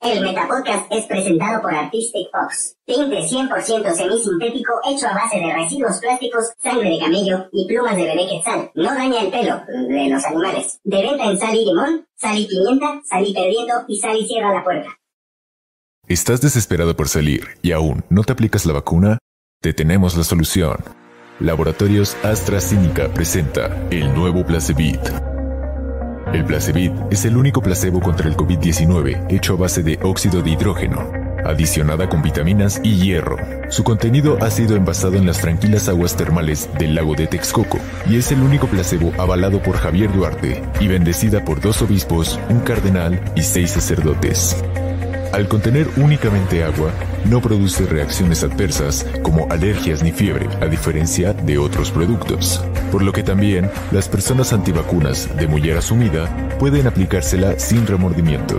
El Metapodcast es presentado por Artistic Fox. Tinte 100% semisintético hecho a base de residuos plásticos, sangre de camello y plumas de bebé quetzal. No daña el pelo de los animales. De venta en sal y limón, sal y pimienta, salí perdiendo y sal y cierra la puerta. ¿Estás desesperado por salir y aún no te aplicas la vacuna? Te tenemos la solución. Laboratorios AstraZeneca presenta el nuevo Placebit. El Placebit es el único placebo contra el COVID-19 hecho a base de óxido de hidrógeno, adicionada con vitaminas y hierro. Su contenido ha sido envasado en las tranquilas aguas termales del lago de Texcoco y es el único placebo avalado por Javier Duarte y bendecida por dos obispos, un cardenal y seis sacerdotes. Al contener únicamente agua, no produce reacciones adversas como alergias ni fiebre, a diferencia de otros productos. Por lo que también las personas antivacunas de mujer asumida pueden aplicársela sin remordimiento.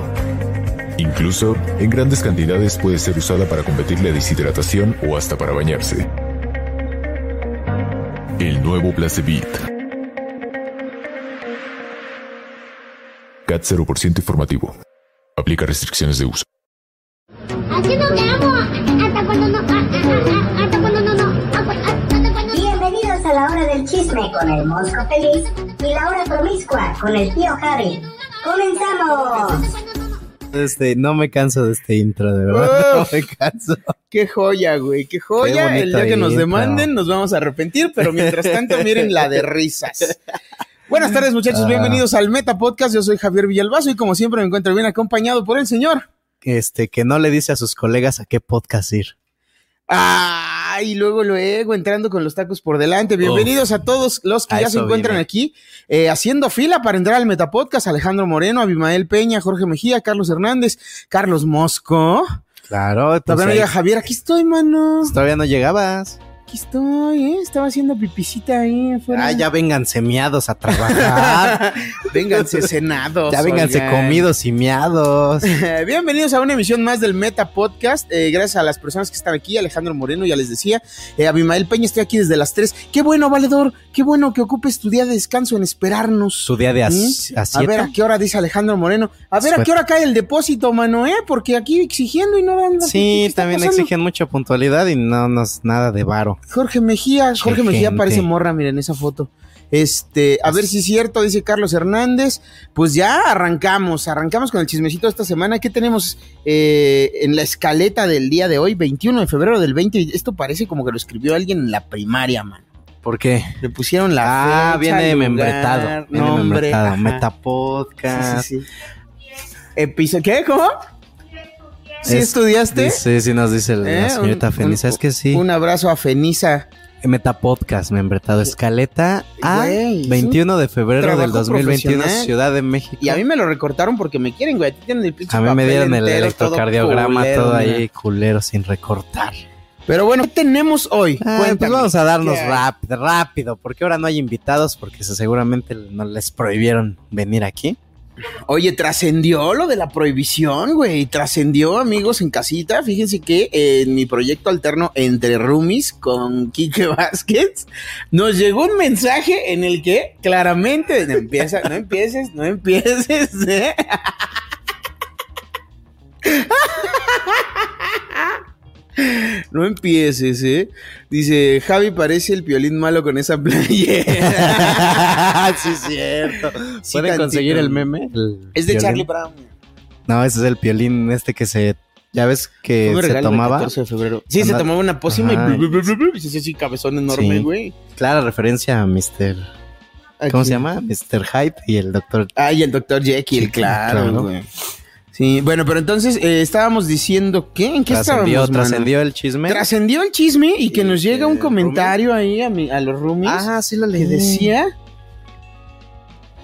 Incluso, en grandes cantidades puede ser usada para combatir la deshidratación o hasta para bañarse. El nuevo Placebit. CAT 0% informativo. Aplica restricciones de uso. Así nos quedamos hasta cuando no. a- a- a- Hasta cuando no. no a- a- Hasta cuando no. Bienvenidos a la hora del chisme con el Mosco Feliz y la hora promiscua con el tío Harry. ¡Comenzamos! Este, no me canso de este intro, de verdad. No me canso. Qué joya, güey, qué joya. Qué el día que bonito nos intro. demanden nos vamos a arrepentir, pero mientras tanto miren la de risas. Buenas tardes, muchachos, Ah. bienvenidos al Meta Podcast. Yo soy Javier Villalbazo y como siempre me encuentro bien acompañado por el señor. Este, que no le dice a sus colegas a qué podcast ir. Ay, luego, luego, entrando con los tacos por delante. Bienvenidos a todos los que A ya se eso encuentran vine. aquí eh, haciendo fila para entrar al Meta Podcast. Alejandro Moreno, Abimael Peña, Jorge Mejía, Carlos Hernández, Carlos Mosco. Pues Claro, Todavía no llega Javier, aquí estoy, mano. todavía no llegabas. Aquí estoy, ¿eh? Estaba haciendo pipicita ahí afuera. Ah, ya vénganse miados a trabajar. Vénganse cenados. ya vénganse oigan. comidos y miados. Eh, Bienvenidos a una emisión más del Meta Podcast. Eh, gracias a las personas que están aquí. Alejandro Moreno, ya les decía. Eh, Abimael Peña, estoy aquí desde las 3. Qué bueno, valedor. Qué bueno que ocupes tu día de descanso en esperarnos. Su día de as- Pues ¿Mm? A ver a asiento. qué hora dice Alejandro Moreno. A ver a Suerte. qué hora cae el depósito, mano, ¿eh? Porque aquí exigiendo y no dan. ¿qué Sí, está también pasando? exigen mucha puntualidad y no nos nada de varo. Jorge Mejía, Che, Jorge Mejía gente. parece morra, miren esa foto. Este, a ver si es cierto, dice Carlos Hernández. Pues ya arrancamos, arrancamos con el chismecito de esta semana. ¿Qué tenemos eh, en la escaleta del día de hoy, 21 de febrero del 20? Esto parece como que lo escribió alguien en la primaria, man. ¿Por qué? Le pusieron la Ah, fecha, viene lugar, membretado. Viene nombre, membretado. ajá. Metapodcast. Sí, sí, sí. Episo- ¿Qué? ¿Cómo? ¿Sí Es- estudiaste? Sí, sí, nos dice la ¿Eh? señorita Un- Fenice. un- es que sí. Un abrazo a Fenisa. Metapodcast, membretado. Escaleta a Güey, es un 21 de febrero del trabajo 2021, profesional. Ciudad de México. Y a mí me lo recortaron porque me quieren, güey. A ti tienen el pinche A mí me papel dieron el entero, todo electrocardiograma culero, todo mira. ahí culero sin recortar. Pero bueno, ¿qué tenemos hoy? Ah, pues Cuéntame. vamos a darnos ¿Qué hay? rápido, rápido, porque ahora no hay invitados porque se- seguramente no les prohibieron venir aquí. Oye, trascendió lo de la prohibición, güey. Trascendió, amigos, en casita. Fíjense que eh, en mi proyecto alterno entre roomies con Quique Vázquez, nos llegó un mensaje en el que claramente no empieza, no empieces, no empieces, ¿eh? No empieces, ¿eh? Dice, Javi parece el piolín malo con esa playera. sí, es cierto. Sí, ¿Pueden tantito. conseguir el meme? El Es de violín. Charlie Brown. No, ese es el piolín este que se... Ya ves que Fue mi se regalo del tomaba. 14 de febrero. Sí, Anda- se tomaba una pócima Ajá. y blu, blu, blu, blu, y se hacía así cabezón enorme, Sí. güey. Clara referencia a Mr. ¿Cómo Aquí. se llama? Mr. Hyde y el doctor. Ah, y el doctor Jekyll, Sí, claro, claro. güey. Sí, bueno, pero entonces eh, estábamos diciendo que en qué Trascendió, estábamos, mano? trascendió el chisme. Trascendió el chisme y que Y nos llega un que Ah, comentario ahí a, mi- a los roomies Ajá, sí lo que leí. decía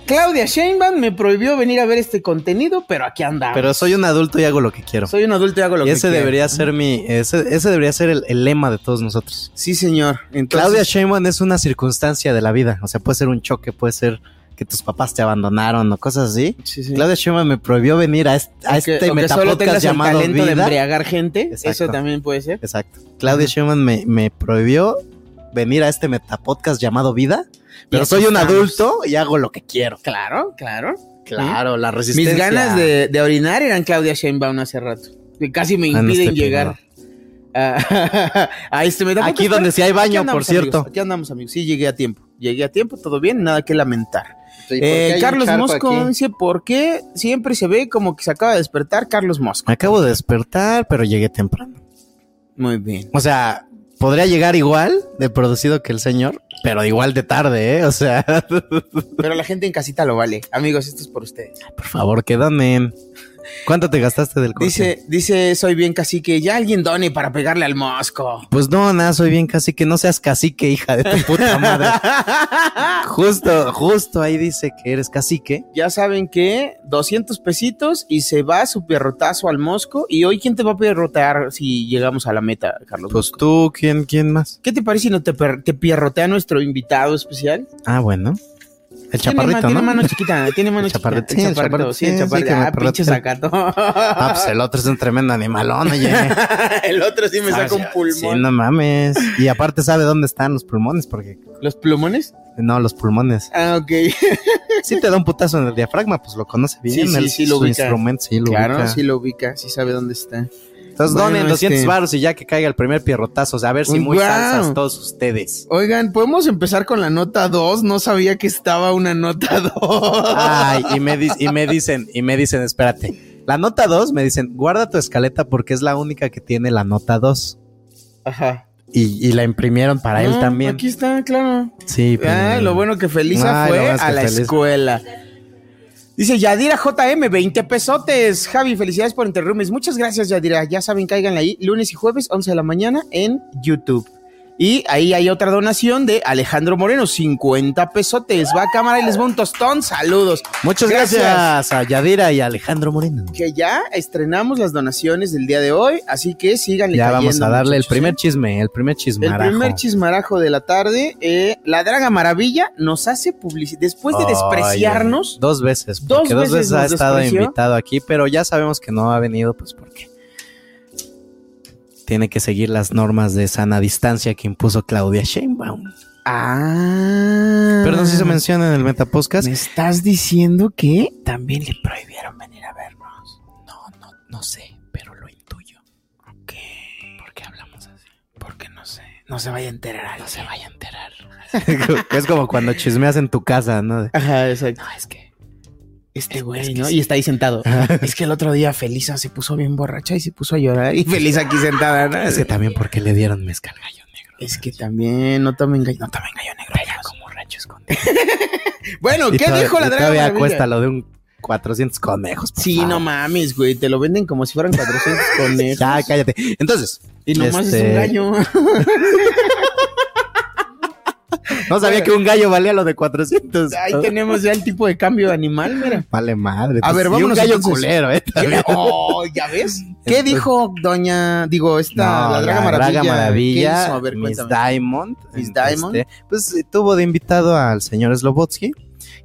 Claudia Sheinbaum me prohibió venir a ver este contenido, pero aquí andamos. Pero soy un adulto y hago lo que quiero. Soy un adulto y hago lo y que ese quiero. debería ser mi, ese, ese debería ser el, el lema de todos nosotros. Sí, señor. Entonces, Claudia Sheinbaum es una circunstancia de la vida. O sea, puede ser un choque, puede ser que tus papás te abandonaron o cosas así. Sí, sí. Claudia Sheinbaum me prohibió venir a este, O a que- este o que solo metapodcast tengas el llamado talento de vida. embriagar gente. Exacto. Eso también puede ser. Exacto. Claudia Sheinbaum me, me prohibió venir a este metapodcast llamado vida. Pero aquí soy un estamos. adulto y hago lo que quiero. Claro, claro. Claro, la resistencia. Mis ganas de, de orinar eran Claudia Sheinbaum hace rato. Que casi me Ah, no impiden estoy llegar. A, a este metapodcast, Aquí donde pero sí hay baño, aquí andamos, por cierto. amigos, aquí andamos, amigos. Sí, llegué a tiempo. Llegué a tiempo, todo bien, nada que lamentar. Sí, ¿por Eh, qué hay un Carlos charco Mosco aquí? dice: ¿Por qué siempre se ve como que se acaba de despertar Carlos Mosco? Me acabo de despertar, pero llegué temprano. Muy bien. O sea, podría llegar igual de producido que el señor, pero igual de tarde, ¿eh? O sea, Pero la gente en casita lo vale. Amigos, esto es por ustedes. por favor, que donen. ¿Cuánto te gastaste del corte? Dice, dice, soy bien cacique. Ya alguien done para pegarle al Mosco. Pues no, nada, soy bien cacique, no seas cacique, hija de tu puta madre. justo, justo ahí dice que eres cacique. Ya saben que 200 pesitos y se va su perrotazo al Mosco. Y hoy, ¿quién te va a perrotear si llegamos a la meta, Carlos? Pues tú, ¿quién, quién más? ¿Qué te parece si no te, per- te pierrotea nuestro invitado especial? Ah, bueno. El chaparrito, tiene, ma- Tiene ¿no? mano chiquita, tiene mano El chaparrito, chiquita. El chaparrito, sí, el chaparrito. que me Ah, pinche sacato. Ah, pues el otro es un tremendo animalón, oye. el otro sí me saca un Sí, pulmón. no mames. Y aparte sabe dónde están los pulmones, porque... ¿Los plumones? No, los pulmones. Ah, ok. Sí te da un putazo en el diafragma, pues lo conoce bien. Sí, sí, el- sí, lo su ubica. instrumento, sí, lo claro, ubica. sí lo ubica, sí sabe dónde está. Entonces Bueno, donen este- 200 varos y ya que caiga el primer pierrotazo, o sea, a ver si muy Guau. salsas todos ustedes. Oigan, ¿podemos empezar con la nota 2? No sabía que estaba una nota 2. Ay, y me, di- y me dicen, y me dicen, espérate. La nota 2 me dicen, guarda tu escaleta porque es la única que tiene la nota 2. Ajá. Y, y la imprimieron para él No, también. Aquí está, claro. Sí, pero- Ah, lo bueno que Felisa Ay, lo fue bueno es que a la Felisa- escuela. Dice Yadira JM, 20 pesotes. Javi, felicidades por Interrumes. Muchas gracias, Yadira. Ya saben, cáiganle ahí lunes y jueves, 11 de la mañana en YouTube. Y ahí hay otra donación de Alejandro Moreno, 50 pesotes. Va a cámara y les va un tostón. Saludos. Muchas gracias. a Yadira y a Alejandro Moreno. Que ya estrenamos las donaciones del día de hoy, así que síganle Ya vamos cayendo, a darle el muchachos, primer ¿eh? chisme, el primer chisme. El primer chismarajo de la tarde, eh, la Draga Maravilla nos hace publicidad. Después de Oye, despreciarnos, dos veces, Dos porque dos veces veces, ha nos estado despreció. invitado aquí, pero ya sabemos que no ha venido, pues porque tiene que seguir las normas de sana distancia que impuso Claudia Sheinbaum. Ah. Pero no se hizo mención en el Metapodcast. ¿Me estás diciendo que también le prohibieron venir a vernos? No, no, no sé, pero lo intuyo. ¿Por qué hablamos así? Porque no sé. No se vaya a enterar. No se vaya a enterar. es como cuando chismeas en tu casa, ¿no? De, Ajá, exacto. no, es que Este güey, es que ¿no? sí. Y está ahí sentado. es que el otro día Felisa se puso bien borracha y se puso a llorar. Y Felisa aquí sentada, ¿no? Es que también porque le dieron mezcal gallo negro. Es que también no tomen gallo, no tomen gallo negro. Pega como rancho escondido. Bueno, Y ¿qué todavía- dijo la y draga? Todavía Maravilla? cuesta lo de un 400 conejos. por Sí, favor. no mames, güey. Te lo venden como si fueran 400 conejos. Ya, cállate. Entonces, y nomás es este, un gallo. no sabía que un gallo valía lo de 400. Ahí tenemos ya el tipo de cambio de animal, mira. Vale madre. pues, A ver, Y vámonos Un gallo entonces. culero, eh. Este, ¿Qué- Oh, ¿ya ves? ¿Qué dijo doña, digo, esta, No, la Draga Maravilla? ¿Qué hizo? A ver, Miss cuéntame. Diamond. Miss este, Diamond. pues eh, tuvo de invitado al señor Slobotsky,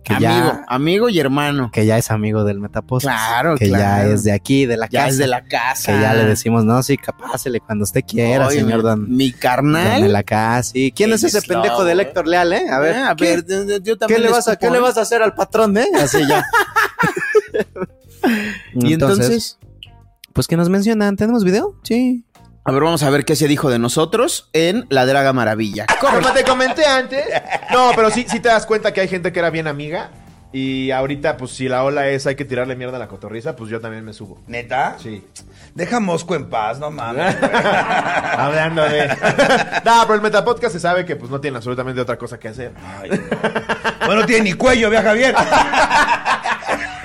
que Amigo, ya amigo y hermano. que ya es amigo del Metapost. Claro, que claro. ya es de aquí, de la Ya casa. es de la casa. Que ya le decimos, no, sí, capásele cuando usted quiera, Oye, señor mi- Don. Mi carnal. Dame la casa. ¿Y quién El es ese Slobo, pendejo de eh. Héctor Leal, eh? A ver, Ah, a ¿qué- ver, yo- yo ¿Qué también le, vas a, escupo, ¿Qué le ¿eh? vas a hacer al patrón, eh? Así ya. Y entonces, pues que nos mencionan, ¿tenemos video? Sí. a ver, vamos a ver qué se dijo de nosotros en La Draga Maravilla. Como te comenté antes. No, pero sí, sí te das cuenta que hay gente que era bien amiga. Y ahorita, pues si la ola es hay que tirarle mierda a la cotorriza, pues yo también me subo. ¿Neta? Sí. Deja a Mosco en paz, no mames. Hablando de. no, pero el Metapodcast se sabe que pues no tiene absolutamente otra cosa que hacer. Ay, no. bueno, tiene ni cuello, vea Javier.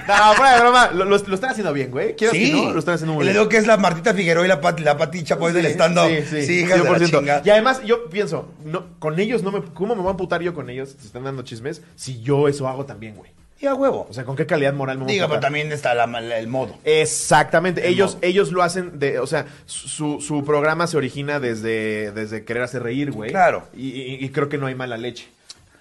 No, fuera de broma, lo, lo- lo están haciendo bien, güey. Quiero Sí. que no, lo están haciendo muy Le bien. digo que es la Martita Figueroa y la, Pat, la Pati Chapoy del stand-up. Sí, sí, hijas de la 100%. chingada. Y además, yo pienso, no, con ellos no me. ¿Cómo me voy a amputar yo con ellos? Se están dando chismes si yo eso hago también, güey. Y a huevo. O sea, ¿con qué calidad moral me voy a Diga, pero tratar? también está la- la- el modo. Exactamente. El ellos, modo. ellos lo hacen de, o sea, su, su programa se origina desde, desde querer hacer reír, güey. Claro. Y, y- y creo que no hay mala leche.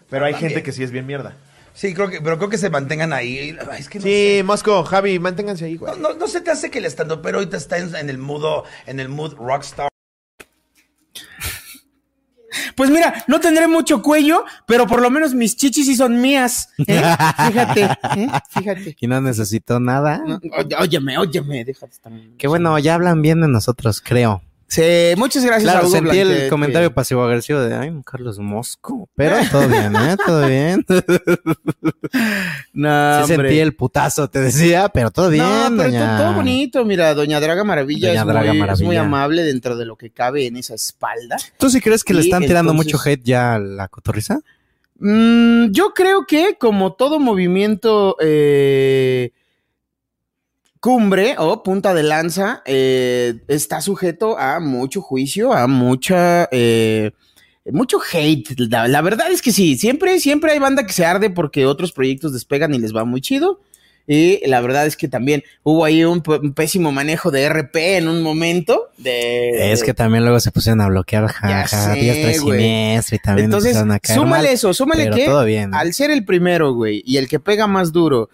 Pero hay También. gente que sí es bien mierda. Sí, creo que, pero creo que se mantengan ahí. Ay, Es que no sí, sé. Mosco, Javi, manténganse ahí, güey. No, no- no se te hace que el estando, pero ahorita está en, en el mudo, en el mood rockstar. Pues mira, no tendré mucho cuello, pero por lo menos mis chichis sí son mías. ¿eh? Fíjate, ¿eh? fíjate. Y no necesito nada. No, ó- óyeme, óyeme, déjate estar. Qué bueno, ya hablan bien de nosotros, creo. Sí, muchas gracias a Claro, Hugo sentí Blanquet, el comentario que- pasivo-agresivo de, ay, Carlos Mosco. Pero todo bien, ¿eh? Todo bien. No, Sí hombre. sentí el putazo, te decía, pero todo bien, No, pero doña. todo, todo bonito. Mira, Doña Draga Maravilla, Doña es, Draga muy, es Maravilla. muy amable dentro de lo que cabe en esa espalda. ¿Tú sí crees que le Sí, están tirando entonces- mucho hate ya a la cotorriza? Mm, yo creo que como todo movimiento eh, cumbre o punta de lanza eh, está sujeto a mucho juicio, a mucha... eh, mucho hate, la, la verdad es que sí, siempre, siempre hay banda que se arde porque otros proyectos despegan y les va muy chido. Y la verdad es que también hubo ahí un, p- un pésimo manejo de RP en un momento. De, Es que también luego se pusieron a bloquear Ya ja, ja, sé, diestra y güey. siniestra y también Entonces, empezaron a caer súmale mal, eso, súmale pero que todo bien. ¿eh? al ser el primero, güey, y el que pega más duro,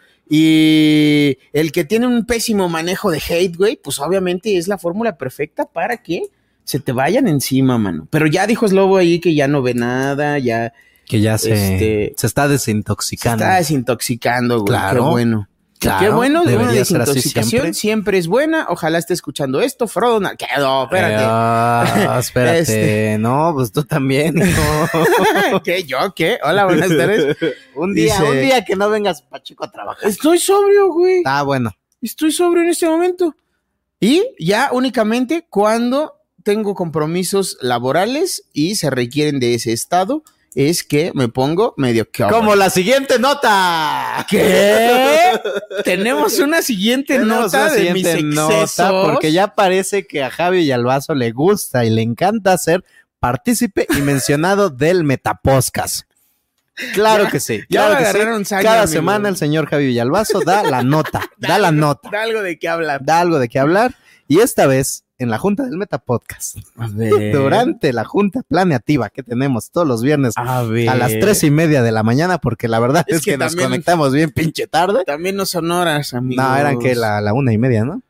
y el que tiene un pésimo manejo de hate, güey, pues obviamente es la fórmula perfecta para que se te vayan encima, mano. Pero ya dijo Slobo ahí que ya no ve nada, ya Que ya se, este- se está se desintoxicando. está desintoxicando, güey. Claro. Qué bueno. Claro, Qué bueno, una debería ser así desintoxicación siempre. siempre. es buena. Ojalá esté escuchando esto, Frodo. Na- que no, espérate. Ah, espérate. Este- No, pues tú también, hijo. ¿Qué? ¿Yo qué? Hola, buenas tardes. un día, Dice- un día que no vengas Pacheco a trabajar. Estoy sobrio, güey. Ah, bueno. Estoy sobrio en este momento. Y ya únicamente cuando tengo compromisos laborales y se requieren de ese estado, es que me pongo medio que. Como la siguiente nota. ¿Qué? Tenemos una siguiente Tenemos nota una de mis siguiente nota, excesos. porque ya parece que a Javi Yalbazo le gusta y le encanta ser partícipe y mencionado del Metapodcast. Claro Ya- que sí. ya claro le que sí. agarraron saña, Cada amigo. semana el señor Javi Villalbazo da la nota, da la nota, Da algo de qué hablar. da algo de qué hablar. Y esta vez en la junta del Metapodcast, A ver. durante la junta planeativa que tenemos todos los viernes A ver. a las tres y media de la mañana, porque la verdad Es es, que que, nos también- conectamos bien pinche tarde. También no son horas, amigos. No, eran que la, la una y media, ¿no?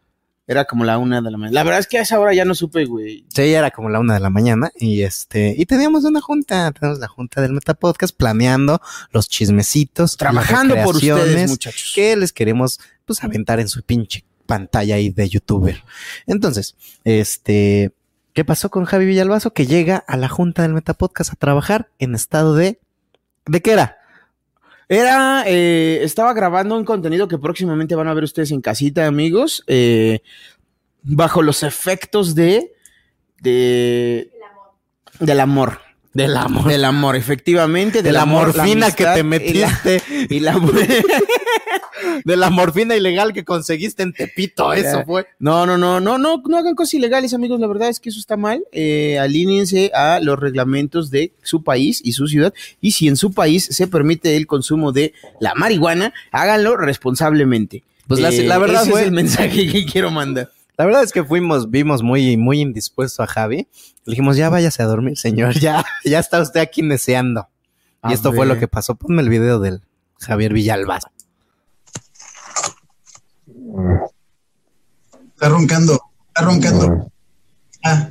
Era como la una de la mañana. La verdad es que a esa hora ya no supe, güey. Sí, ya era como la una de la mañana y este, y teníamos una junta, tenemos la junta del Metapodcast planeando los chismecitos, Trabajando las por ustedes, recreaciones muchachos. que les queremos pues aventar en su pinche pantalla ahí de youtuber. Entonces, este, ¿qué pasó con Javi Villalbazo? Que llega a la junta del Metapodcast a trabajar en estado de, ¿de qué era? Era, eh, estaba grabando un contenido que próximamente van a ver ustedes en casita, amigos, eh, bajo los efectos de, de, del amor. Del amor. Del amor, efectivamente. De la amor, morfina que amistad te y la- metiste, Y la, de la morfina ilegal que conseguiste en Tepito, eso fue. No, no, no, no, no, no hagan cosas ilegales, amigos. La verdad es que eso está mal. Eh, alíñense a los reglamentos de su país y su ciudad. Y si en su país se permite el consumo de la marihuana, háganlo responsablemente. Eh, Pues la- la verdad, ese güey. es el mensaje que quiero mandar. La verdad es que fuimos, vimos muy, muy indispuesto a Javi. Le dijimos, ya váyase a dormir, señor, ya, ya está usted aquí neceando. A y esto fue ver. lo que pasó. Ponme el video del Javier Villalbazo. Está roncando, está roncando. Ah.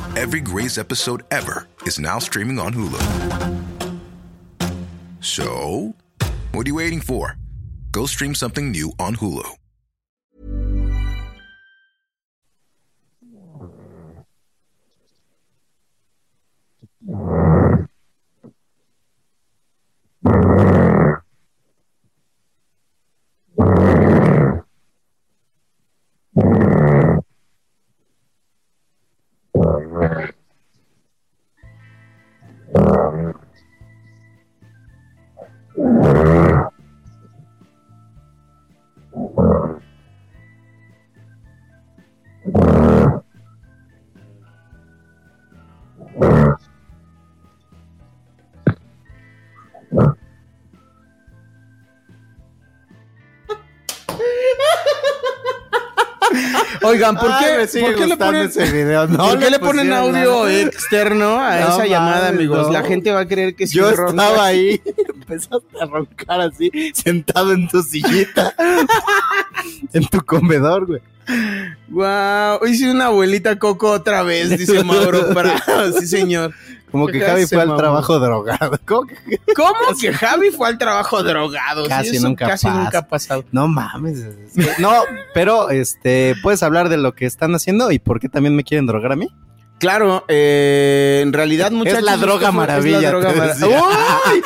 Every Grey's episode ever is now streaming on Hulu. So, what are you waiting for? Go stream something new on Hulu. Oigan, ¿por Ay, qué, me sigue por qué le gustando ponen, ese video? No ¿por qué le le ponen pusieron audio nada. externo a No Ah, esa mames, llamada, amigos? no. La gente va a creer que es Yo un ron. estaba ahí, empezaste a roncar así, sentado en tu sillita, en tu comedor, güey. Wow, hice una abuelita coco otra vez, dice Mauro Prado. Sí, señor. Como que Ya Javi se fue al mamó. trabajo drogado. ¿Cómo que- ¿Cómo que Javi fue al trabajo drogado? Sí, Casi eso nunca casi pasa. nunca ha pasado. No mames. es que- No, pero este, puedes hablar de lo que están haciendo y por qué también me quieren drogar a mí. Claro, eh, en realidad, muchachos. la esto droga fue- maravilla, Es la droga te maravilla. ¡Uy!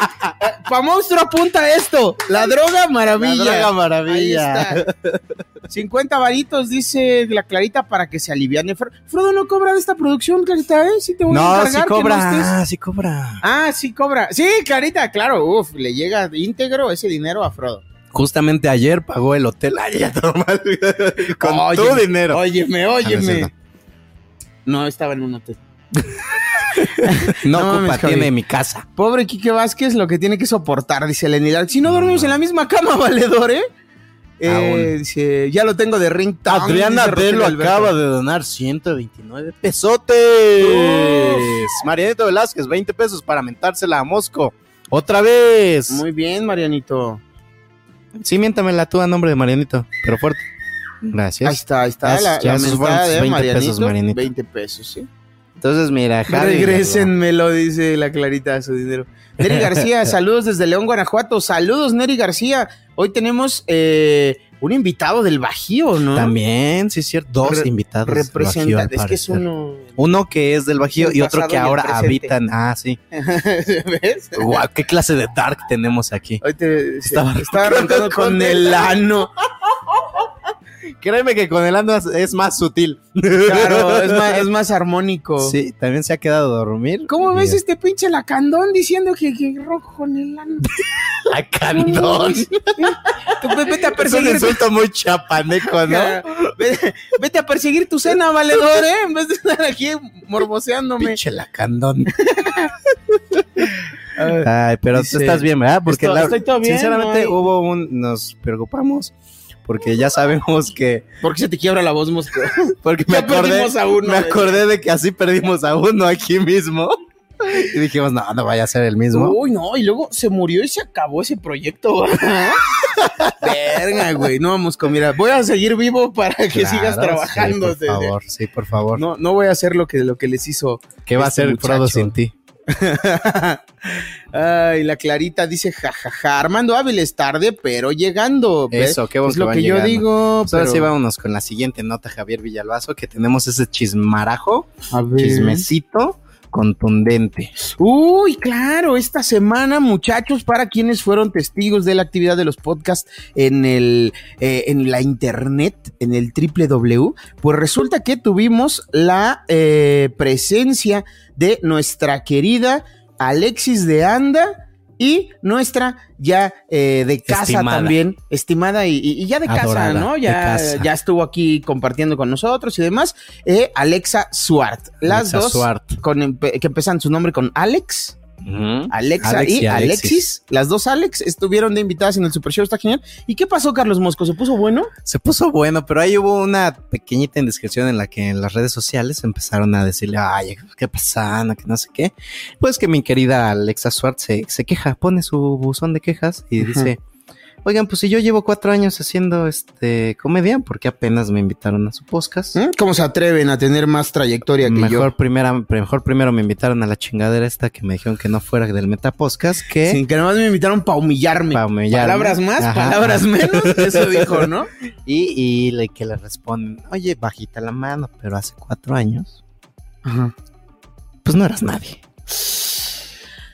Eh, Pa' monstruo apunta esto. La droga maravilla. La droga Ahí maravilla. está. 50 varitos, dice la Clarita, para que se aliviane. Fro- Frodo no cobra de esta producción, Clarita, ¿eh? Sí te voy a No, sí encargar que cobra, estés- sí cobra. Ah, sí cobra. Sí, Clarita, claro. Uf, le llega íntegro ese dinero a Frodo. Justamente ayer pagó el hotel. Ay, ya, normal. Con tu Óyeme, dinero. Óyeme, Ah, no es óyeme. cierto. No, estaba en un hotel. No, No mames, ocupa, Javi. tiene mi casa. Pobre Quique Vázquez, lo que tiene que soportar, dice Lenidal. Si no dormimos en la misma cama, valedor, ¿eh? Eh, dice, ya lo tengo de ring town, Adriana dice Rogelio Delo Alberto. acaba de donar 129 pesotes. Marianito Velázquez, 20 pesos para mentársela a Mosco. Otra vez. Muy bien, Marianito. Sí, miéntamela tú a nombre de Marianito, pero fuerte. Gracias. Ahí está, ahí está. Gracias, La, ya la esos fueron mentada tus de 20 Marianito, pesos, Marianito. 20 pesos, sí. Entonces, mira, Javi. Regrésenmelo, dice la Clarita a su dinero. Neri García, saludos desde León, Guanajuato. Saludos, Neri García. Hoy tenemos eh, un invitado del Bajío, ¿no? También, sí, es cierto. Dos Re- invitados. del Bajío, Representa, al es que es parecer. uno. Uno que es del Bajío El y otro pasado que y el ahora presente. habitan. Ah, sí. ¿Ves? Guau, qué clase de dark tenemos aquí. Hoy te, Estaba se- estaba arrancando con con el el ano. Créeme que con el ando es más sutil. Claro, es más, es más armónico. Sí, también se ha quedado a dormir. ¿Cómo ves Mira, este pinche lacandón diciendo que, que rojo con el ano? La candón. Tú ve- vete a es un perseguir. insulto muy chapaneco, ¿no? Vete, vete a perseguir tu cena, valedor, ¿eh? En vez de estar aquí morboseándome. Pinche la candón. Ay, pero Dice, tú estás bien, ¿verdad? Porque estoy- la- estoy todo bien, sinceramente ¿no? hubo un... Nos preocupamos porque ya sabemos que... ¿Por qué se te quiebra la voz, Mosco? Porque me Ya acordé, perdimos a uno. me acordé de que así perdimos a uno aquí mismo. Y dijimos, no, no vaya a ser el mismo. Uy, no, y luego se murió y se acabó ese proyecto. Verga, güey. No, Mosco, mira, voy a seguir vivo para que Claro, sigas trabajando. Sí, por favor, sí, por favor. No, no voy a hacer lo que, lo que les hizo. ¿Qué va a este ser muchacho. Frodo sin ti? Ay, la Clarita dice, jajaja, Armando Áviles, tarde, pero llegando. ¿ves? Eso, qué bueno Es lo van que yo llegando. digo. Pues ahora pero- sí, vámonos con la siguiente nota, Javier Villalbazo, que tenemos ese chismarajo, A ver. chismecito contundente. Uy, claro, esta semana, muchachos, para quienes fueron testigos de la actividad de los podcasts en el eh, en la internet, en el www, pues resulta que tuvimos la eh, presencia de nuestra querida Alexis de Anda y nuestra ya eh, de casa Estimada. también, estimada y, y- y ya de Adorada, casa, ¿no? de Ya, casa. ya estuvo aquí compartiendo con nosotros y demás, eh, Alexa Suart. Las Alexa dos Suart. con empe- que empiezan su nombre con Alex. Ujú. Alexa Alex y, Alexis. y Alexis. las dos Alex estuvieron de invitadas en el Super Show, está genial. ¿Y qué pasó, Carlos Mosco? ¿Se puso bueno? Se puso bueno, pero ahí hubo una pequeñita indiscreción en la que en las redes sociales empezaron a decirle, ay, qué pasana, que no sé qué. Pues que mi querida Alexa Suárez se, se queja, pone su buzón de quejas y dice, oigan, pues si yo llevo cuatro años haciendo este comedia, porque apenas me invitaron a su podcast. ¿Mm? ¿Cómo se atreven a tener más trayectoria que Mejor, primera, pre- mejor primero me invitaron a la chingadera esta que me dijeron que no fuera del Metapodcast yo? que Sin que nomás me invitaron para humillarme. pa' humillarme. Palabras más, Ajá. palabras menos, eso dijo, ¿no? Y, y le, que le responden, oye, bajita la mano, pero hace cuatro años, pues no eras nadie.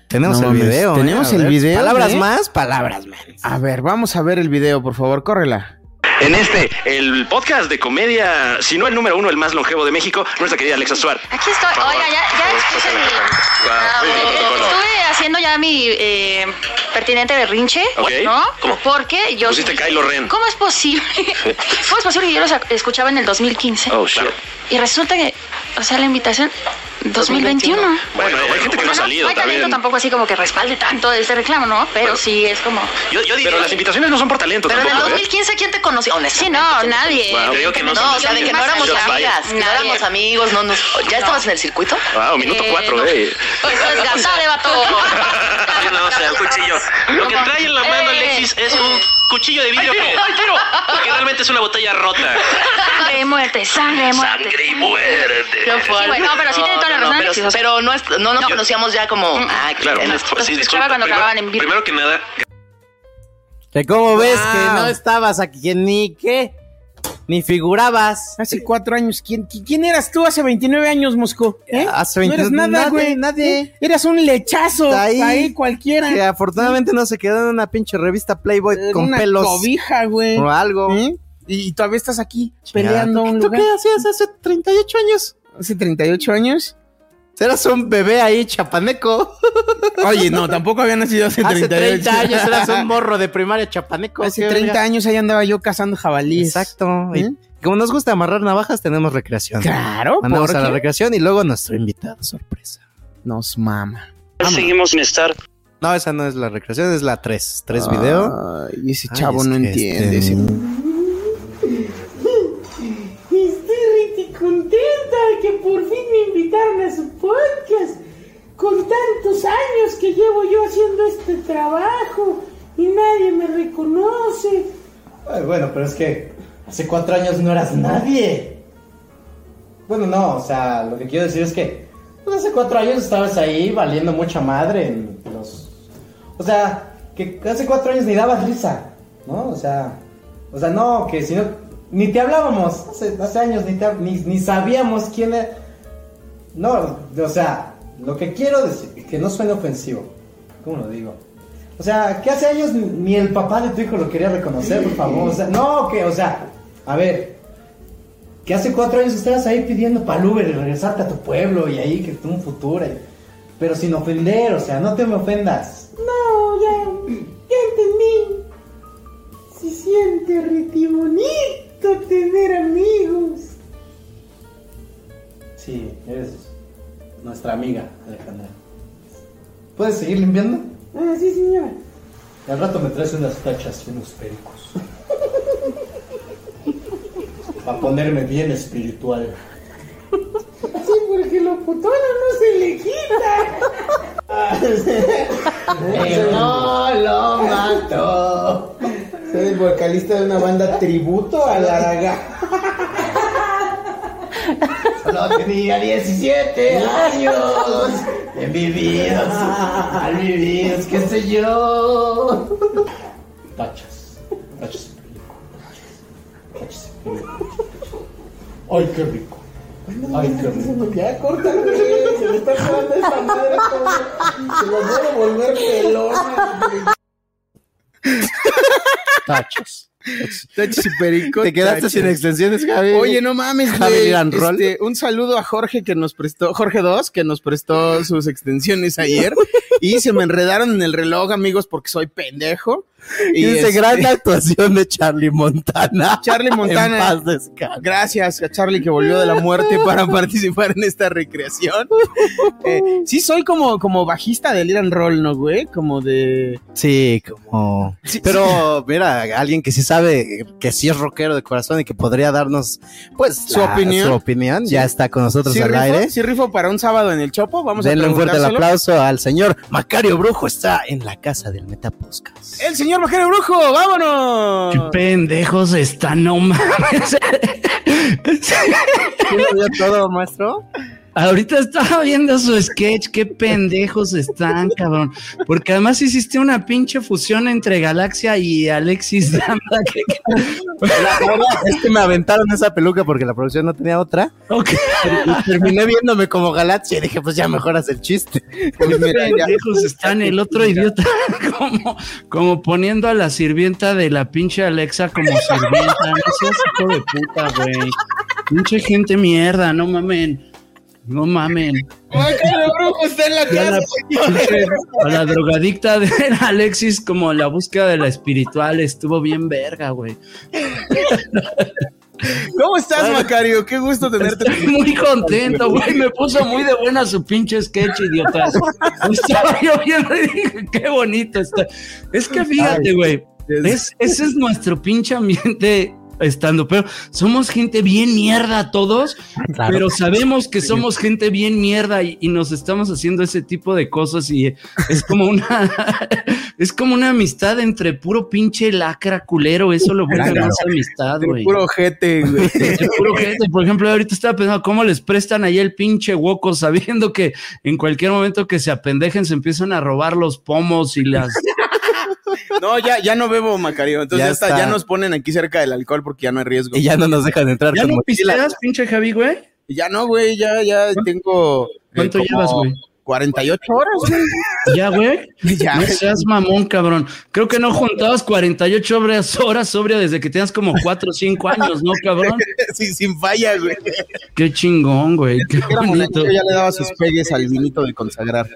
Tenemos No el mames, video. ¿eh? tenemos A el ver, video, Palabras ¿eh? más, palabras menos. A ver, vamos a ver el video, por favor, córrela. En este, el podcast de comedia, si no el número uno, el más longevo de México, nuestra querida Alexa Suárez. Aquí estoy. Oiga, ya, ya expuse mi. Ah, bueno. Estuve haciendo ya mi eh, pertinente berrinche, Ok. ¿no? ¿Cómo? Porque yo. Pusiste Kylo Ren. ¿Cómo es posible? ¿Cómo es posible que yo los ac- escuchaba en el 2015? Oh, shit. Y resulta que, o sea, la invitación 2021. Bueno, hay gente que no ha salido hay talento también. tampoco así como que respalde tanto ese reclamo, ¿no? Pero, sí es como. Yo, yo diría- pero las invitaciones no son por talento Pero en el tampoco, ¿eh? 2015, ¿quién te conoció? Sí, no, nadie. Wow. Te digo que no son o sea, de que no amigos. éramos Shots fired. amigas, que no éramos amigos, no nos... ¿Ya estabas en el circuito? Ah, Wow, minuto Eh, cuatro, no. Pues, eh. Desgastaré, vato. No, sea, un cuchillo. Lo que trae en la mano Alexis es un cuchillo de vidrio. que- Que realmente es una botella rota. Sangre, muerte, sangre, muerte. Sangre y muerte. Qué fuerte. bueno, pero sí tiene toda la No, no, razón, pero- Alexis, o sea- Pero no, es- no nos No. conocíamos ya como... Ah, Claro, en- pues sí, escuchaba disculpa. cuando primero, grababan en vivo. primero que nada, Que como ves que no estabas aquí ni qué, ni figurabas. Hace cuatro años, ¿quién, qui- quién eras tú hace 29 años, Mosco? ¿Eh? Hace No eras 29 nada, nadie, güey. nadie. ¿Eh? Eras un lechazo. Está Ahí, ahí. cualquiera. Que afortunadamente no se quedó en una pinche revista Playboy Era con una pelos. cobija, güey. O algo. ¿Eh? Y todavía estás aquí Chingada. peleando un lugar. hacías hace 38 años? ¿Hace 38 años? Eras un bebé ahí, chapaneco. Oye, no, tampoco había nacido hace 38. Hace 30 años eras un morro de primaria chapaneco. Hace qué 30 verga. años ahí andaba yo cazando jabalíes. Exacto. Y ¿Eh? como nos gusta amarrar navajas, tenemos recreación. Claro, Andamos ¿por a la qué? recreación y luego nuestro invitado sorpresa. Nos mama. seguimos sin estar. No, esa no es la recreación, es la 3. 3 video. Y ese Ay, chavo es no que entiende. este- ese- Estoy rete contenta que por fin me invitaron a su podcast. Con tantos años que llevo yo haciendo este trabajo y nadie me reconoce. Ay, bueno, pero es que hace cuatro años no eras nadie. Bueno, no, o sea, lo que quiero decir es que pues, hace cuatro años estabas ahí valiendo mucha madre en los... O sea, que hace cuatro años ni dabas risa, ¿no? O sea, o sea, no, que si no... Ni te hablábamos, hace, hace años ni, te hab- ni, ni sabíamos quién era... No, o sea, lo que quiero decir, que no suene ofensivo, ¿cómo lo digo? O sea, que hace años ni- ni el papá de tu hijo lo quería reconocer, por favor. O sea, no, que, o sea, a ver, que hace cuatro años estabas ahí pidiendo para Uber y regresarte a tu pueblo y ahí que tú un futuro. y- pero sin ofender, o sea, no te me ofendas. No, ya, ya entendí. Se siente rete bonito tener amigos. Sí, eres nuestra amiga, Alejandra. ¿Puedes seguir limpiando? Ah, sí, señora. Y al rato me traes unas tachas y unos pericos. Para ponerme bien espiritual. Sí, porque lo putona no se le quita. No lo mato. Soy el vocalista de una banda tributo a la daga. Solo tenía 17 años. Bien vividos. Mal vividos, qué sé yo. Tachas. Tachas de perico, Tachas. Tachas de perico, tachas. Ay, qué rico. Ay, qué rico. Ya, córtalo, güey. Se le está jugando esa madre. como- Se lo voy a volver pelona. güey. Tachos. Tachos y perico. Te quedaste tachos. sin extensiones, Javi. Oye, no mames, Javi güey. Gran Roll. Este, un saludo a Jorge que nos prestó, Jorge 2, que nos prestó sus extensiones ayer. y se me enredaron en el reloj, amigos, porque soy pendejo. Y dice, este, gran actuación de Charlie Montana. Charlie Montana. En paz descanse. Gracias a Charlie que volvió de la muerte para participar en esta recreación. Eh, sí, soy como, como bajista del Iran Roll, ¿no, güey? Como de. Sí, como... Pero, mira, alguien que sí sabe que sí es rockero de corazón y que podría darnos, pues, Su la- opinión. Su opinión, Sí. ya está con nosotros ¿Sí al rifo? aire. ¿Sí rifo para un sábado en el Chopo? Vamos Denle a un fuerte el preguntárselo. aplauso al señor Macario Brujo. Está en la casa del Metapusca. ¡El señor Bajero Brujo! ¡Vámonos! Pendejos están, no mames. vio todo, maestro? Ahorita estaba viendo su sketch, qué pendejos están, cabrón. Porque además hiciste una pinche fusión entre Galaxia y Alexis Damba. que- es que me aventaron esa peluca porque la producción no tenía otra. Y terminé viéndome como Galaxia y dije, pues ya mejoras el chiste. Pues Qué pendejos están, el otro idiota como, como poniendo a la sirvienta de la pinche Alexa como sirvienta. No seas hijo de puta, güey. Pinche gente mierda, no mamen. No mamen. Bajero Brujo está en la Y a la, casa, señores. a la drogadicta de Alexis, como la búsqueda de la espiritual, estuvo bien verga, güey. ¿Cómo estás, Macario? Qué gusto Este, tenerte. Estoy muy contento, güey. Me puso muy de buena su pinche sketch, idiota. Estaba yo viendo y dije, qué bonito está. Es que fíjate, Ay. güey. es- ese es nuestro pinche ambiente estando, pero somos gente bien mierda todos, Claro. pero sabemos que somos gente bien mierda y, y nos estamos haciendo ese tipo de cosas y es como una es como una amistad entre puro pinche lacra culero, eso lo vuelve Claro. más amistad, güey. Puro ojete, güey. Te juro que, por ejemplo, ahorita estaba pensando cómo les prestan ahí el pinche hueco, sabiendo que en cualquier momento que se apendejen se empiezan a robar los pomos y las. No, ya, ya no bebo, Macario. Entonces Ya ya, está, está. ya nos ponen aquí cerca del alcohol porque ya no hay riesgo. Y ya no nos dejan entrar ¿Ya con no mochila. pisteas, pinche Javi, güey? Ya no, güey, ya, ya tengo. eh, ¿Cuánto como llevas, güey? 48 horas, güey. Ya, güey. Ya. No seas mamón, cabrón. Creo que no juntabas 48 horas, horas sobria desde que tenías como 4 o 5 años, ¿no, cabrón? Sí, sin falla, güey. Qué chingón, güey. Qué Era bonito. monaguillo, ya le daba sus pegues al vinito de consagrar.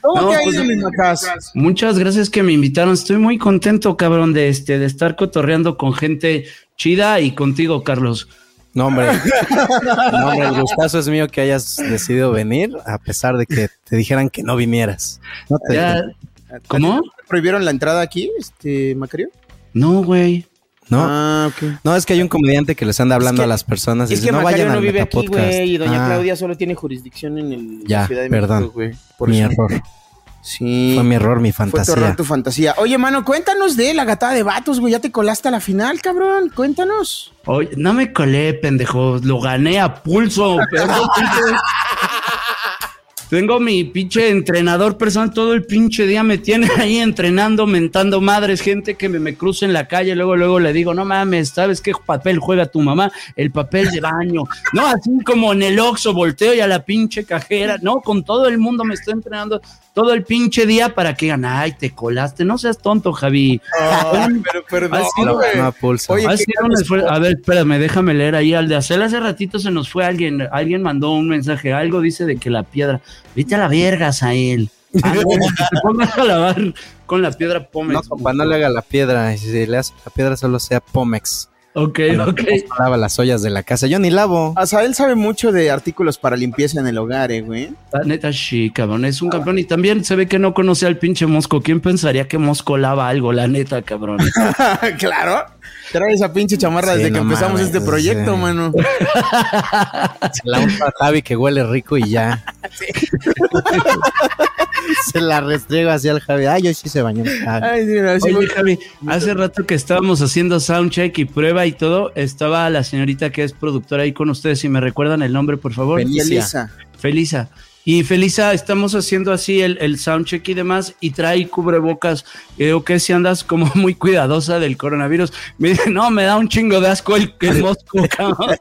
¿Cómo No, te ha pues- ido, mi Macas? Muchas gracias que me invitaron. Estoy muy contento, cabrón, de este, de estar cotorreando con gente chida y contigo, Carlos. No, hombre. No, hombre, el gustazo es mío que hayas decidido venir, a pesar de que te dijeran que no vinieras. No te- ¿Cómo? ¿Prohibieron la entrada aquí, este, Macario? No, güey. No. Ah, ok. No, es que hay un comediante que les anda hablando a las personas y es dice, que Ah, no Macario vayan no al vive aquí, Metapodcast". güey, y doña Ah, Claudia solo tiene jurisdicción en el, Ya, la Ciudad de perdón. México, güey. mi error. Sí. Fue mi error, mi Fue tu error, fantasía. tu fantasía. Oye, mano, cuéntanos de la gatada de vatos, güey. Ya te colaste a la final, cabrón. Cuéntanos. Oye, no me colé, pendejo. Lo gané a pulso. Pero tengo mi pinche entrenador personal. Todo el pinche día me tiene ahí entrenando, mentando madres. Gente que me, me cruza en la calle. Luego, luego le digo, no mames, ¿sabes qué papel juega tu mamá? El papel de baño. No, así como en el Oxxo, volteo y a la pinche cajera. No, con todo el mundo me estoy entrenando todo el pinche día para que digan, ay, te colaste. No seas tonto, Javi. pero Ha sido- Oye, Ha qué sido gran un esfuerzo. esfuerzo. A ver, espérame, déjame leer ahí al de Acel. Hace ratito se nos fue alguien, alguien mandó un mensaje, algo dice de que la piedra. Vete a la verga, Sael. Ah, no, que te pongas a lavar con la piedra Pomex. No, compa, no le haga la piedra. y Si le hace la piedra, solo sea Pomex. Ok, ok. Lava las ollas de la casa. Yo ni lavo. Azael sabe mucho de artículos para limpieza en el hogar, eh, güey. La Ah, neta, sí, cabrón, es un campeón. Y también se ve que no conoce al pinche Mosco. ¿Quién pensaría que Mosco lava algo? La neta, cabrón. claro. Trae esa pinche chamarra Sí, desde que no empezamos mames, este proyecto, sí. mano. Se la unto a Javi que huele rico y ya. Se la restriego así al Javi. Ay, yo sí se bañó. Ah, Oye, Javi, hace rato que estábamos haciendo soundcheck y prueba y todo, estaba la señorita que es productora ahí con ustedes. Si me recuerdan el nombre, por favor. Felicia. Felisa. Y Felisa, estamos haciendo así el, el soundcheck y demás, y trae cubrebocas. Y digo, ¿qué si andas como muy cuidadosa del coronavirus? Me dice, no, me da un chingo de asco el, el mosco, cabrón.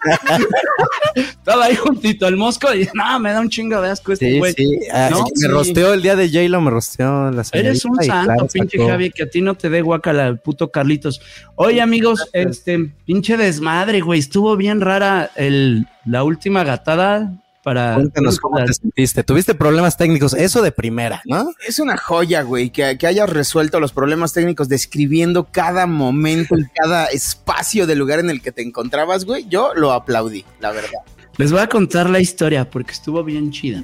Estaba ahí juntito al mosco y no, me da un chingo de asco este Sí, güey. sí. Ah, No, sí. Me rosteó el día de J-Lo, me rosteó la señorita. Eres un y santo, claro, pinche sacó- Javi, que a ti no te dé guacala, el puto Carlitos. Oye, amigos, este pinche desmadre, güey. Estuvo bien rara el, la última gatada para. pues, Cuéntanos cómo te sentiste. Tuviste problemas técnicos, eso de primera, ¿no? Es una joya, güey, que, que hayas resuelto los problemas técnicos describiendo cada momento y cada espacio del lugar en el que te encontrabas, güey. Yo lo aplaudí, la verdad. Les voy a contar la historia porque estuvo bien chida.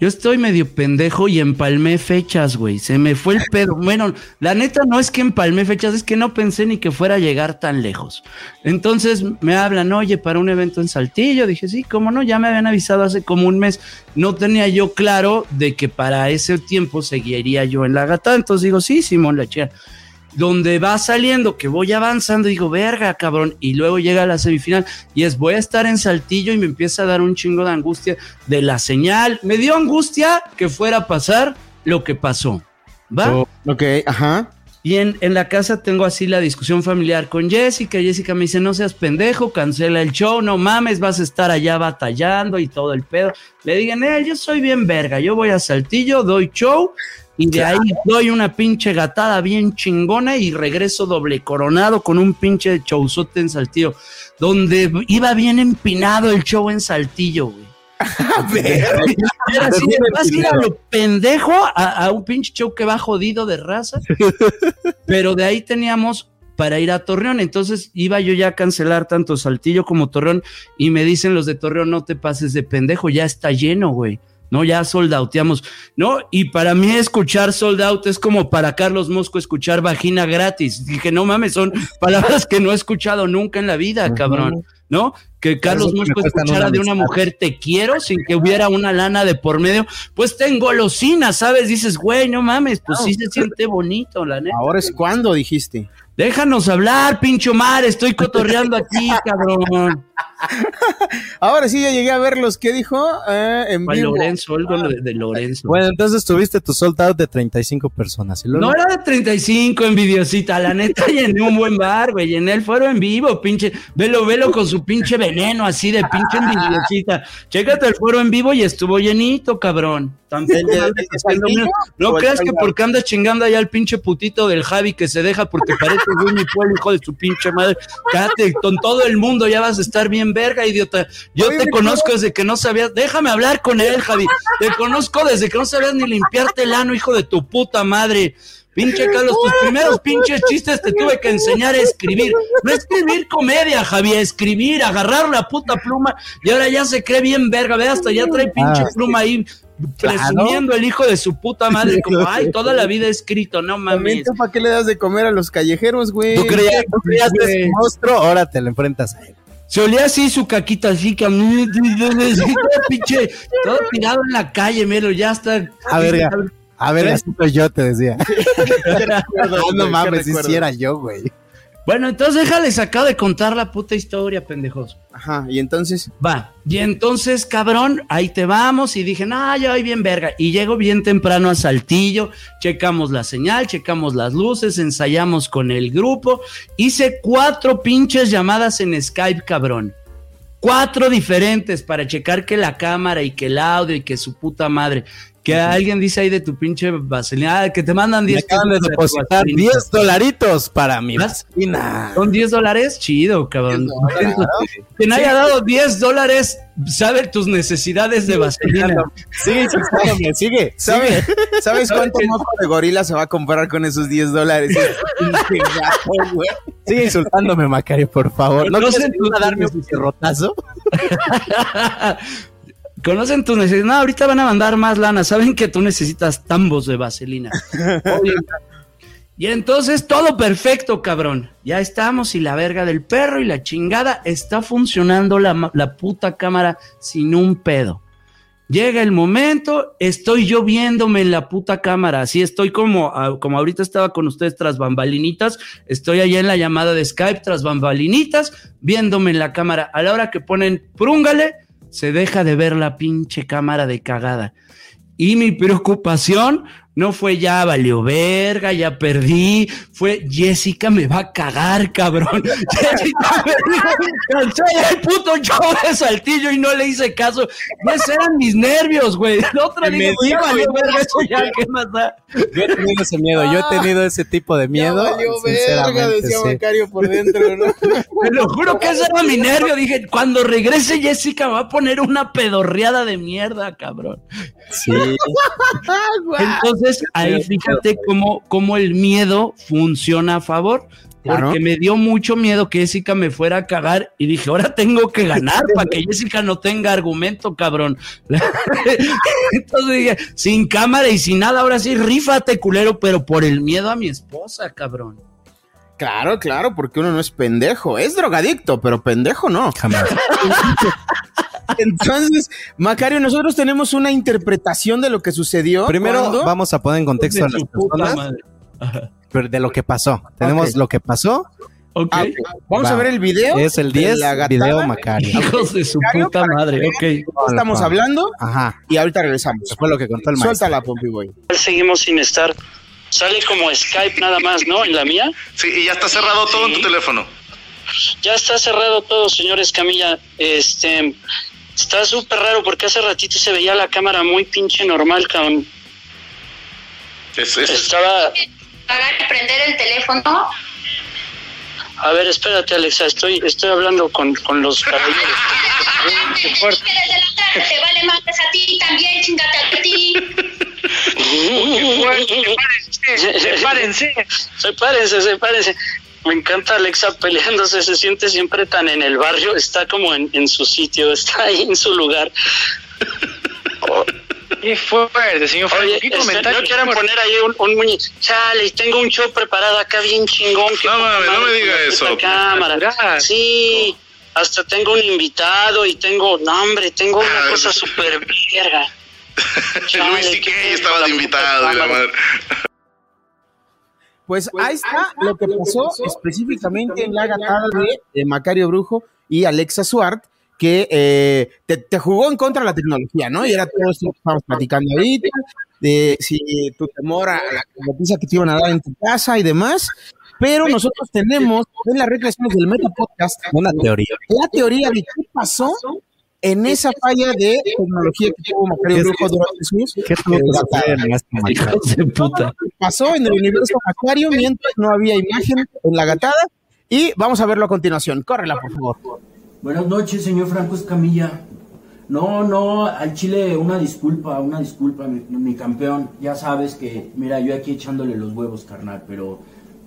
Yo estoy medio pendejo y empalmé fechas, güey. Se me fue el pedo. Bueno, la neta no es que empalmé fechas, es que no pensé ni que fuera a llegar tan lejos. Entonces me hablan, oye, para un evento en Saltillo. Dije, sí, cómo no, ya me habían avisado hace como un mes. No tenía yo claro de que para ese tiempo seguiría yo en la gata. Entonces digo, sí, Simón, la chica donde va saliendo, que voy avanzando, digo, verga, cabrón, y luego llega la semifinal y es, voy a estar en Saltillo y me empieza a dar un chingo de angustia de la señal. Me dio angustia que fuera a pasar lo que pasó. ¿Va? Oh, ok, ajá. Y en, en la casa tengo así la discusión familiar con Jessica. Jessica me dice, no seas pendejo, cancela el show, no mames, vas a estar allá batallando y todo el pedo. Le digan, eh, yo soy bien verga, yo voy a Saltillo, doy show y de ahí doy una pinche gatada bien chingona y regreso doble coronado con un pinche showzote en Saltillo, donde iba bien empinado el show en Saltillo, güey. Era así, de, vas a ir a lo pendejo a, a un pinche show que va jodido de raza. Pero de ahí teníamos para ir a Torreón. Entonces iba yo ya a cancelar tanto Saltillo como Torreón y me dicen los de Torreón, no te pases de pendejo, ya está lleno, güey. No, ya soldauteamos. No, y para mí escuchar sold out es como para Carlos Mosco escuchar vagina gratis. Dije, no mames, son palabras que no he escuchado nunca en la vida, cabrón. ¿No? Que Carlos Eso que Mosco me cuestan escuchara una de una amistad. mujer te quiero sin que hubiera una lana de por medio. Pues te engolosina, ¿sabes? Dices, güey, no mames, pues sí se siente bonito, la neta. Ahora es cuando dijiste. Déjanos hablar, pincho mar, estoy cotorreando aquí, cabrón. Ahora sí, ya llegué a verlos. ¿Qué dijo? Eh, en Juan vivo. Lorenzo, algo de, de Lorenzo. Bueno, entonces tuviste tu sold out de 35 personas. Y luego, No era de 35, envidiosita. La neta llené un buen bar, güey. Llené el foro en vivo, pinche. Velo, velo con su pinche veneno así de pinche envidiosita. Chécate el foro en vivo y estuvo llenito, cabrón. Tan ¿El de- pendejo el de que está el Saltillo? mío. No ¿O el creas que Salgado? porque andas chingando allá al pinche putito del Javi que se deja porque parece Winnie Pooh, el hijo de su pinche madre. Cállate, con todo el mundo ya vas a estar bien verga, idiota. Yo Oye, te mi conozco chavo. desde que no sabías. Déjame hablar con él, Javi. Te conozco desde que no sabías ni limpiarte el ano, hijo de tu puta madre. Pinche Carlos, tus primeros pinches chistes te tuve que enseñar a escribir. No escribir comedia, Javi, a escribir, agarrar la puta pluma. Y ahora ya se cree bien verga. Ve, hasta ya trae pinche Ah. pluma ahí Claro. presumiendo el hijo de su puta madre. Como, ay, toda la vida he escrito, no También mames. tú, ¿Para qué le das de comer a los callejeros, güey? tú creías, tú creías que es güey. un monstruo, ahora te lo enfrentas a él. Se olía así su caquita, así que todo pinche, todo tirado en la calle, mero, ya está. A verga. A ver, así soy yo, te decía. Ah, No, no ¿Qué mames, si recuerdo? sí era yo, güey. Bueno, entonces déjales acá de contar la puta historia, pendejos. Ajá, y entonces. Va. Y entonces, cabrón, ahí te vamos. Y dije, no, ya voy bien verga. Y llego bien temprano a Saltillo, checamos la señal, checamos las luces, ensayamos con el grupo. Hice cuatro pinches llamadas en Skype, cabrón. Cuatro diferentes para checar que la cámara y que el audio y que su puta madre. Que alguien dice ahí de tu pinche vaselina, ah, que te mandan Me 10 acaban de pesos tu depositar vaselina. 10 dolaritos para mi ¿Vas? vacina. ¿Son 10 dólares? Chido, cabrón. dólares, Quien haya dado 10 dólares sabe tus necesidades de vaselina. Sigue, sigue, sigue. ¿Sabes, ¿Sabes cuánto que- moco de gorila se va a comprar con esos 10 dólares? Sigue insultándome, Macario, por favor. ¿No, No quieres sé que venga a darme un rotazo? Conocen tus necesidades. No, ahorita van a mandar más lana. Saben que tú necesitas tambos de vaselina. Oye, y entonces todo perfecto, cabrón. Ya estamos y la verga del perro y la chingada. Está funcionando la, ma- la puta cámara sin un pedo. Llega el momento, estoy yo viéndome en la puta cámara, así estoy como, ah, como ahorita estaba con ustedes tras bambalinitas, estoy allá en la llamada de Skype tras bambalinitas, viéndome en la cámara. A la hora que ponen prúngale, se deja de ver la pinche cámara de cagada. Y mi preocupación no fue ya valió verga, ya perdí, fue Jessica me va a cagar, cabrón. Jessica me dijo, "Cancela el puto show de Saltillo y no le hice caso. Y esos eran mis nervios, güey. La otra Me digo, ya dijo, valió verga, eso ya, ¿qué más da? Yo he tenido ese miedo, Ah. yo he tenido ese tipo de miedo. sinceramente, sí. Macario por dentro, ¿no? Te lo juro que ese era mi nervio. Dije, cuando regrese Jessica me va a poner una pedorreada de mierda, cabrón. Sí. Entonces, ahí fíjate cómo, cómo el miedo funciona a favor. Claro. Porque me dio mucho miedo que Jessica me fuera a cagar y dije, ahora tengo que ganar para que Jessica no tenga argumento, cabrón. Entonces dije, sin cámara y sin nada, ahora sí, rífate, culero, pero por el miedo a mi esposa, cabrón. Claro, claro, porque uno no es pendejo. Es drogadicto, pero pendejo no. Jamás. Entonces, Macario, nosotros tenemos una interpretación de lo que sucedió. Primero cuando- vamos a poner en contexto a De las su puta personas madre. Ajá. pero de lo que pasó. Tenemos Ok. lo que pasó. Ok. Ah, vamos a Va. ver el video. Es el de 10 la gatada. video Macario. Hijos de su puta madre, ok. Estamos hablando Ajá. y ahorita regresamos. Eso fue lo que contó el maestro. Suéltala, Pompi Boy. Seguimos sin estar. Sale como Skype nada más, ¿no? En la mía. Sí, y ya está cerrado todo en tu teléfono. Ya está cerrado todo, señores Camilla. Este. Está súper raro porque hace ratito se veía la cámara muy pinche normal, cabrón. Es, es- Estaba. Apagar y prender el teléfono. A ver, espérate, Alexa. Estoy, estoy hablando con, con los caballeros. Qué fuerte. Desde la tarde te vale más a ti también, chingate a ti. Sepárense, sepárense, sepárense. Me encanta Alexa peleándose, se siente siempre tan en el barrio, está como en, en su sitio, está ahí en su lugar. Qué fuerte, señor. Oye, ¿Qué este, comentario? no quieran poner ahí un, un muñe- Chale, tengo un show preparado acá bien chingón. que No poca mames, no madre me diga con la eso. puta Cámara. Sí, hasta tengo un invitado y tengo, no hombre, tengo Ah, una cosa súper verga. Luis Siquei estaba de invitado. Pues ahí está lo que pasó específicamente en la gatada de, de Macario Brujo y Alexa Suart, que eh, te, te jugó en contra de la tecnología, ¿no? Y era todo esto que estábamos platicando ahorita, de si tu temor a la noticia que te iban a dar en tu casa y demás. Pero nosotros tenemos en las recreaciones del Meta Podcast Una teoría. la teoría de qué pasó en esa falla de tecnología que tuvo Macario Brujo durante sus eh, ¿Qué tuvo que suceder en este momento? todo lo que pasó en el universo Macario mientras no había imagen en la gatada. Y vamos a verlo a continuación. Córrela, por favor. Buenas noches, señor Franco Escamilla. No, no, al Chile una disculpa, una disculpa, mi, mi campeón. Ya sabes que, mira, yo aquí echándole los huevos, carnal, pero,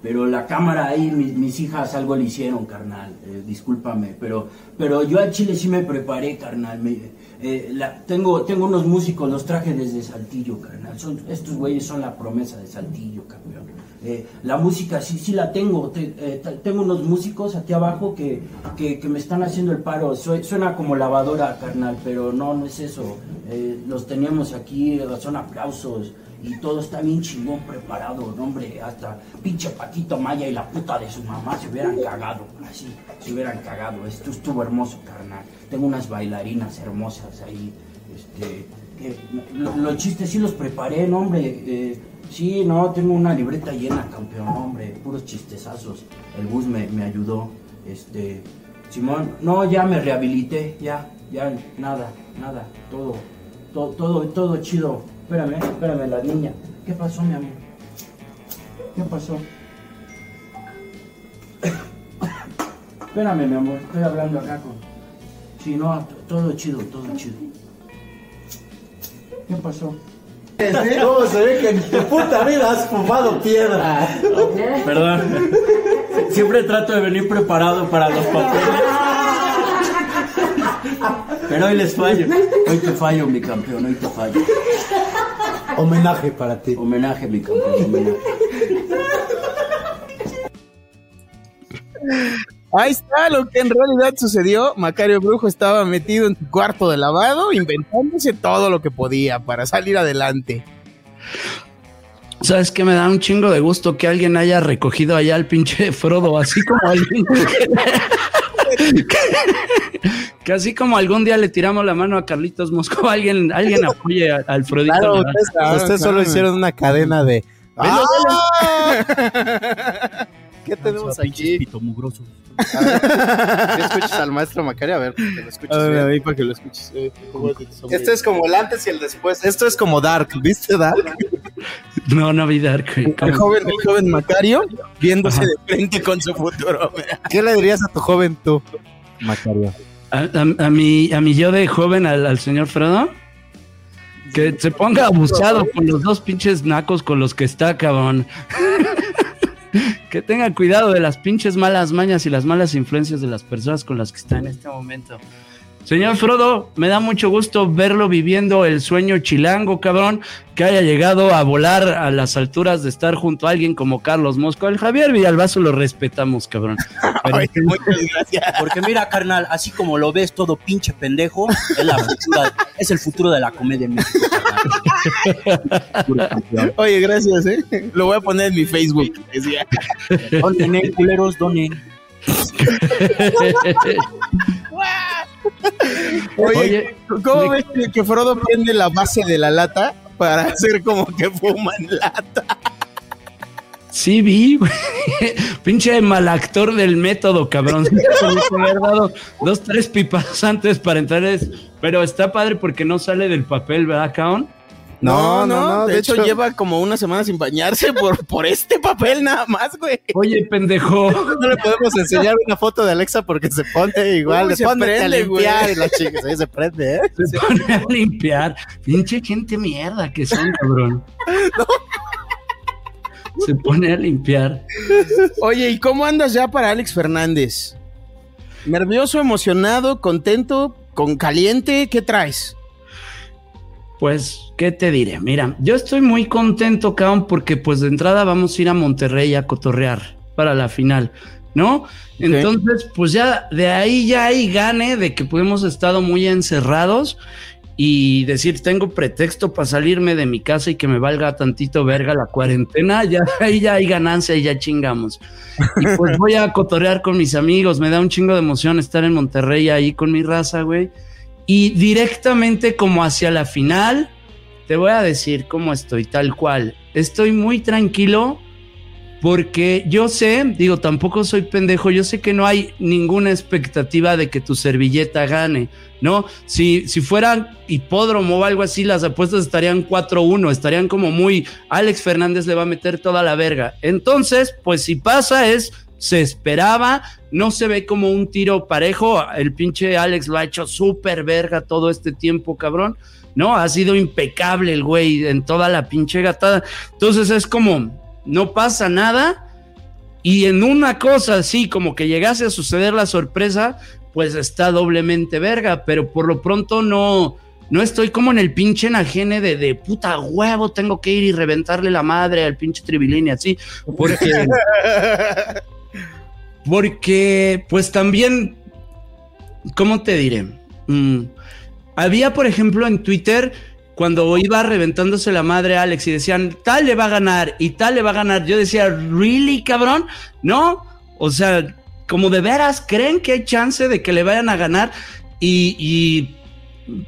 pero la cámara ahí, mis, mis hijas algo le hicieron, carnal. Eh, discúlpame, pero, pero yo al Chile sí me preparé, carnal. Me- eh, la- tengo, tengo unos músicos, los traje desde Saltillo, carnal. Son, estos güeyes son la promesa de Saltillo, campeón. Eh, la música sí, sí la tengo. Te- eh, te- tengo unos músicos aquí abajo que, que, que me están haciendo el paro. Sue- suena como lavadora, carnal, pero no, no es eso. Eh, los tenemos aquí, eh, son aplausos. Y todo está bien chingón preparado, no, hombre. Hasta pinche Paquito Maya y la puta de su mamá se hubieran cagado. Así, se hubieran cagado. Esto estuvo hermoso, carnal. Tengo unas bailarinas hermosas ahí. Este, que- lo- los chistes sí los preparé, no, hombre. eh, sí, no, tengo una libreta llena, campeón, no, hombre. Puros chistezazos. El bus me, me ayudó. Este, Simón, no, ya me rehabilité, ya, ya, nada, nada, todo, todo, todo, todo chido. Espérame, espérame, la niña. ¿Qué pasó, mi amor? ¿Qué pasó? Espérame, mi amor, estoy hablando acá con... Sí, no, t- todo chido, todo chido. ¿Qué pasó? ¿Cómo se ve que en tu puta vida has fumado piedra? Perdón. Siempre trato de venir preparado para los papeles. Pero hoy les fallo. Hoy te fallo, mi campeón, hoy te fallo. Oh, Homenaje para ti. Homenaje, mi campeón, homenaje. Ahí está lo que en realidad sucedió. Macario Brujo estaba metido en su cuarto de lavado, inventándose todo lo que podía para salir adelante. ¿Sabes qué? Me da un chingo de gusto que alguien haya recogido allá al pinche Frodo, así como alguien. que- que así como algún día le tiramos la mano a Carlitos Moscó, alguien, alguien apoye a- al Frodito. Claro, Nadal. ustedes, ustedes solo hicieron una cadena de. Velo, Ah. ¿Qué tenemos aquí? Pito mugroso. escuchas al maestro Macario? A ver, que lo escuches. A ver, bien. ahí para que lo escuches. Eh, Este es como el antes y el después. Esto es como Dark, ¿viste Dark? No, no vi Dark. El joven, el joven Macario viéndose de frente con su futuro. ¿Qué le dirías a tu joven tú, Macario? A, a- a mi, a mi yo de joven, al, al señor Frodo, que se ponga abusado con los dos pinches nacos con los que está, cabrón. que tenga cuidado de las pinches malas mañas y las malas influencias de las personas con las que está en este momento. Señor Frodo, me da mucho gusto verlo viviendo el sueño chilango, cabrón, que haya llegado a volar a las alturas de estar junto a alguien como Carlos Mosco. El Javier Villalbazo lo respetamos, cabrón. Pero- Porque mira, carnal, así como lo ves todo pinche pendejo, es, la futura- es el futuro de la comedia en México. Oye, gracias, ¿eh? Lo voy a poner en mi Facebook. decía. Donen, eh, culeros, donen. Oye, Oye, ¿cómo ves que- que Frodo prende la base de la lata para hacer como que fuma en lata? Sí, vi, güey. Pinche mal actor del método, cabrón. Se tenía que haber dado dos, tres pipas antes para entrar. es- Pero está padre porque no sale del papel, ¿verdad, cabrón? No, no, de, hecho, lleva como una semana sin bañarse por, por este papel nada más, güey. Oye, pendejo. No le podemos enseñar una foto de Alexa porque se pone igual. Uy, le se ponen a prende, güey. limpiar y la chica sí, se prende, ¿eh? Se pone a limpiar. Pinche gente mierda que son, cabrón. Se pone a limpiar. Oye, ¿y cómo andas ya para Alex Fernández? ¿Nervioso, emocionado, contento, con caliente? ¿Qué traes? Pues, ¿qué te diré? Mira, yo estoy muy contento, Caón, porque pues de entrada vamos a ir a Monterrey a cotorrear para la final, ¿no? Entonces, pues ya de ahí ya hay gane de que pues, hemos estado muy encerrados y decir tengo pretexto para salirme de mi casa y que me valga tantito verga la cuarentena, ya ahí ya hay ganancia y ya chingamos. Y pues voy a cotorrear con mis amigos, me da un chingo de emoción estar en Monterrey ahí con mi raza, güey. Y directamente como hacia la final, te voy a decir cómo estoy, tal cual. Estoy muy tranquilo porque yo sé, digo, tampoco soy pendejo, yo sé que no hay ninguna expectativa de que tu servilleta gane, ¿no? Si, si fuera hipódromo o algo así, las apuestas estarían 4-1, estarían como muy, Alex Fernández le va a meter toda la verga. Entonces, pues si pasa es, se esperaba, no se ve como un tiro parejo, el pinche Alex lo ha hecho súper verga todo este tiempo, cabrón. No, ha sido impecable el güey en toda la pinche gatada. Entonces es como, no pasa nada. Y en una cosa así, como que llegase a suceder la sorpresa, pues está doblemente verga, pero por lo pronto no. No estoy como en el pinche enajene de, de puta huevo, tengo que ir y reventarle la madre al pinche tribilín y así. Porque, porque, pues también, ¿cómo te diré? Mm, había, por ejemplo, en Twitter cuando iba reventándose la madre a Alex y decían, tal le va a ganar y tal le va a ganar, yo decía, ¿really, cabrón? ¿No? O sea, como de veras, ¿creen que hay chance de que le vayan a ganar? Y, y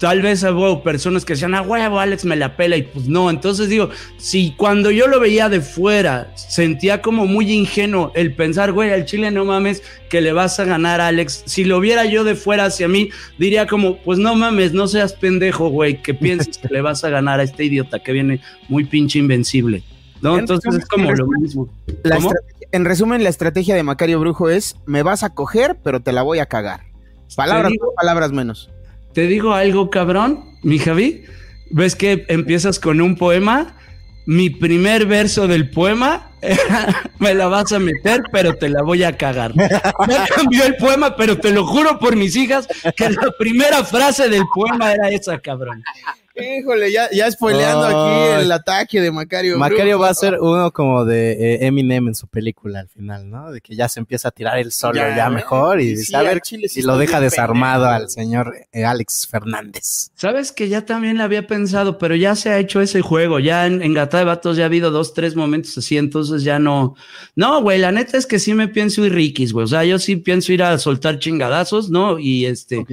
tal vez hubo personas que decían, ah, huevo, Alex me la pela y pues no. Entonces digo, si cuando yo lo veía de fuera, sentía como muy ingenuo el pensar, güey, al Chile no mames que le vas a ganar a Alex. Si lo viera yo de fuera hacia mí, diría como, pues no mames, no seas pendejo, güey, que pienses que le vas a ganar a este idiota que viene muy pinche invencible. ¿No? Entonces es como lo mismo. La ¿Cómo? estrate- en resumen, la estrategia de Macario Brujo es, me vas a coger, pero te la voy a cagar. Palabras, digo- más, palabras menos. Te digo algo, cabrón, mi Javi. ¿Ves que empiezas con un poema? Mi primer verso del poema era, me la vas a meter, pero te la voy a cagar. Ya cambió el poema, pero te lo juro por mis hijas que la primera frase del poema era esa, cabrón. Híjole, ya, ya spoileando Ay. aquí el ataque de Macario. Macario Brujo. va a ser uno como de eh, Eminem en su película al final, ¿no? De que ya se empieza a tirar el solo Ya, ¿eh? ya, mejor y, sí, a ver, al chile sí y lo estoy deja bien desarmado pendejo. al señor eh, Alex Fernández. Sabes que ya también la había pensado, pero ya se ha hecho ese juego. Ya en, en Gata de Vatos ya ha habido dos, tres momentos así, entonces ya no. No, güey, la neta es que sí me pienso ir riquis, güey. O sea, yo sí pienso ir a soltar chingadazos, ¿no? Y este.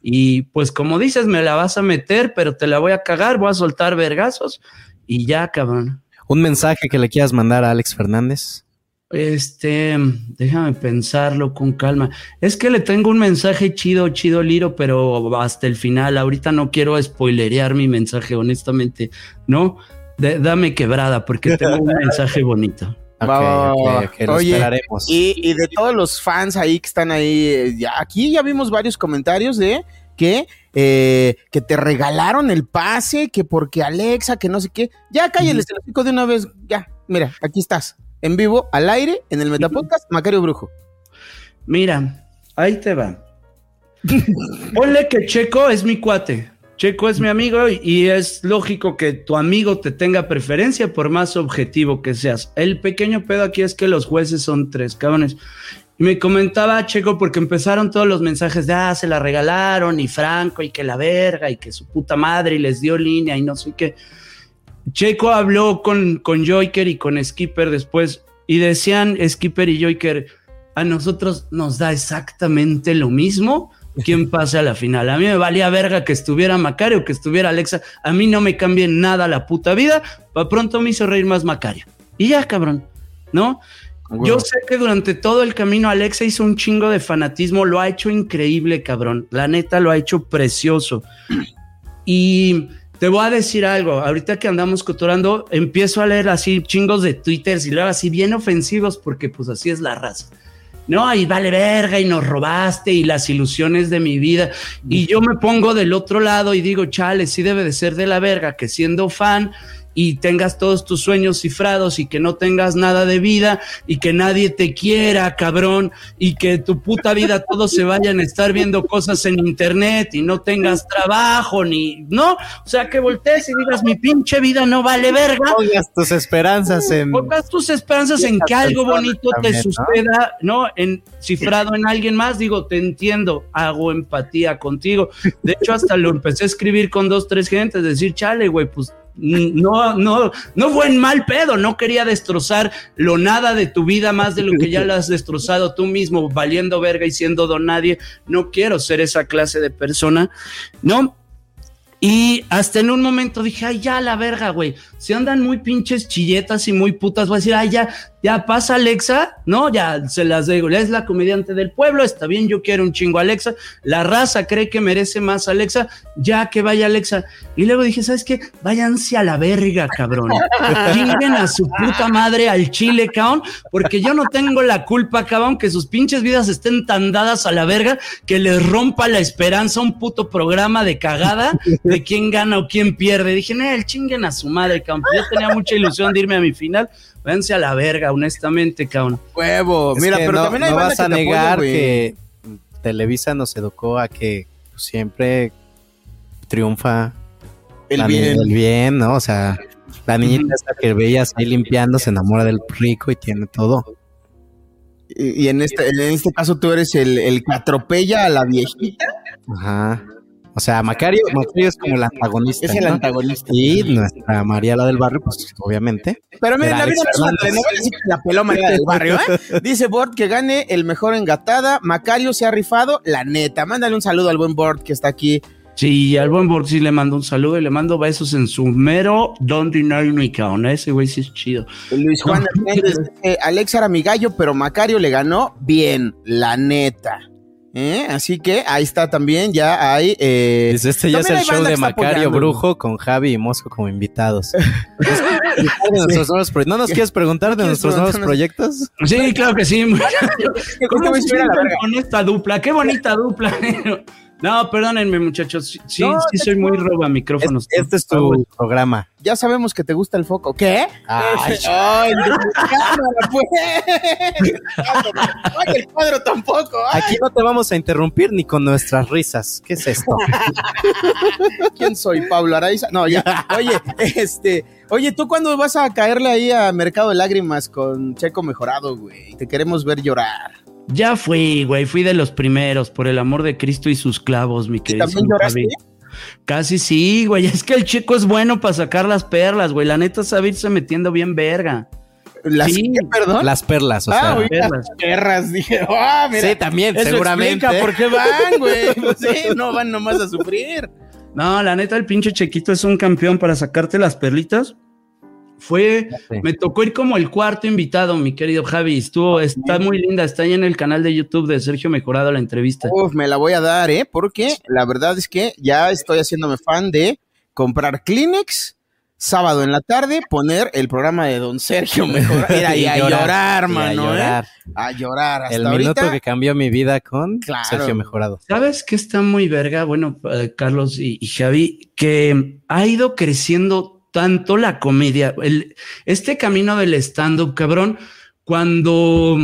Y pues como dices, me la vas a meter, pero te la voy a cagar, voy a soltar vergazos y ya, cabrón. ¿Un mensaje que le quieras mandar a Alex Fernández? Este, déjame pensarlo con calma. Es que le tengo un mensaje chido, chido, Liro, pero hasta el final. Ahorita no quiero spoilerear mi mensaje, honestamente. No, De- dame quebrada porque tengo un mensaje bonito. Va, va, va. Ah, Oye, esperaremos. Y, y de todos los fans ahí que están ahí, eh, ya- aquí ya vimos varios comentarios de que, eh, que te regalaron el pase, que porque Alexa, que no sé qué. Ya cállale, te lo explico de una vez. Ya, mira, aquí estás. En vivo, al aire, en el Metapodcast, Macario Brujo. Mira, ahí te va. Ponle que Checo es mi cuate. Checo es mi amigo y- y es lógico que tu amigo te tenga preferencia por más objetivo que seas. El pequeño pedo aquí es que los jueces son tres cabrones. Y me comentaba Checo porque empezaron todos los mensajes de, ah, se la regalaron y Franco y que la verga y que su puta madre y les dio línea y no sé qué. Checo habló con, con Joiker y con Skipper después y decían Skipper y Joiker, a nosotros nos da exactamente lo mismo quien pase a la final. A mí me valía verga que estuviera Macario, que estuviera Alexa. A mí no me cambia en nada la puta vida. Pa' pronto me hizo reír más Macario. Y ya, cabrón, ¿no? Yo sé que durante todo el camino Alexa hizo un chingo de fanatismo, lo ha hecho increíble, cabrón. La neta lo ha hecho precioso. Y te voy a decir algo, ahorita que andamos cotorando, empiezo a leer así chingos de twitters y luego así bien ofensivos porque pues así es la raza. No, y vale verga y nos robaste y las ilusiones de mi vida. Y yo me pongo del otro lado y digo, chale, sí debe de ser de la verga que siendo fan y tengas todos tus sueños cifrados y que no tengas nada de vida y que nadie te quiera, cabrón, y que tu puta vida todos se vayan a estar viendo cosas en internet y no tengas trabajo ni, ¿no? O sea, que voltees y digas, mi pinche vida no vale verga. Pongas tus esperanzas en. Oh, Pongas tus esperanzas en que algo bonito te También, ¿no? suceda, ¿no? En cifrado en alguien más, digo, te entiendo, hago empatía contigo. De hecho, hasta lo empecé a escribir con dos, tres gentes, decir, chale, güey, pues mm, no, no, no fue en mal pedo, no quería destrozar lo nada de tu vida más de lo que ya lo has destrozado tú mismo, valiendo verga y siendo don nadie. No quiero ser esa clase de persona, ¿no? Y hasta en un momento dije, ay, ya la verga, güey. Si andan muy pinches chilletas y muy putas, voy a decir, ay, ya, ya pasa Alexa. No, ya se las digo. Es la comediante del pueblo. Está bien, yo quiero un chingo a Alexa. La raza cree que merece más Alexa. Ya que vaya Alexa. Y luego dije, ¿sabes qué? Váyanse a la verga, cabrón. Chinguen a su puta madre al chile, caón. Porque yo no tengo la culpa, cabrón, que sus pinches vidas estén tan dadas a la verga que les rompa la esperanza un puto programa de cagada de quién gana o quién pierde. Dije, no, el chinguen a su madre, cabrón. Yo tenía mucha ilusión de irme a mi final. Váyanse a la verga, honestamente, cabrón. Huevo, Es que no, no vas a negar que Televisa nos educó a que pues, siempre triunfa El la ni- bien. el bien, ¿no? O sea, la niñita esa que veías ahí limpiando se enamora del rico y tiene todo. Y, y en, este, en este caso tú eres el, el que atropella a la viejita. Ajá. O sea, Macario, Macario es como el antagonista. Es el ¿no? antagonista. Y nuestra María, la del barrio, pues obviamente. Pero miren, era la vida Alex no es una Fernández. telenovela, así que la peló María del Barrio, ¿eh? Dice Bort que gane el mejor engatada. Macario se ha rifado, la neta. Mándale un saludo al buen Bort que está aquí. Sí, al buen Bort sí le mando un saludo y le mando besos en su mero don dinero ni cabrón. Ese güey sí es chido. Luis Juan Hernández dice, Alex era mi gallo, pero Macario le ganó bien, la neta. ¿Eh? Así que ahí está también, ya hay... eh, Dice, este ya es también el hay show banda que de está Macario apoyando. Brujo con Javi y Mosco como invitados. De nuestros nuevos proye- ¿No nos quieres preguntar de nuestros nuevos proyectos? Sí, claro que sí. te ¿Cómo voy a se subir a la sientan verga. con esta dupla? ¡Qué bonita dupla! No, perdónenme, muchachos. Sí, Sí, No, sí soy muy roba micrófonos. Este es tu programa. Ya sabemos que te gusta el foco. ¿Qué? Ay. Ay, cámara, pues. Ay, el cuadro tampoco. Ay, Aquí no te vamos a interrumpir ni con nuestras risas. ¿Qué es esto? ¿Quién soy? ¿Pablo Araiza? No, ya. Oye, este. Oye, ¿tú cuándo vas a caerle ahí a Mercado de Lágrimas con Checo Mejorado, güey? Te queremos ver llorar. Ya fui, güey, fui de los primeros, por el amor de Cristo y sus clavos, mi querido. también lloraste? Casi sí, güey. Es que el chico es bueno para sacar las perlas, güey. La neta sabe irse metiendo bien verga. ¿Las Sí. qué, perdón? Las perlas, o ah, sea. güey, las perlas. perras, dije. Ah, mira. Sí, también, Eso seguramente. explica por qué van, güey. Pues sí, no van nomás a sufrir. No, la neta, el pinche Chequito es un campeón para sacarte las perlitas. Fue, sé. me tocó ir como el cuarto invitado, mi querido Javi. Estuvo, está muy linda, está ahí en el canal de YouTube de Sergio Mejorado la entrevista. Uf, me la voy a dar, ¿eh? Porque la verdad es que ya estoy haciéndome fan de comprar Kleenex sábado en la tarde, poner el programa de Don Sergio mejor. Mira, y, Y a llorar, llorar, y a mano, llorar. ¿eh? A llorar. Hasta El ahorita. minuto que cambió mi vida con Claro. Sergio Mejorado. ¿Sabes qué está muy verga? Bueno, eh, Carlos y, y Javi, que ha ido creciendo tanto la comedia. El- este camino del stand-up, cabrón, cuando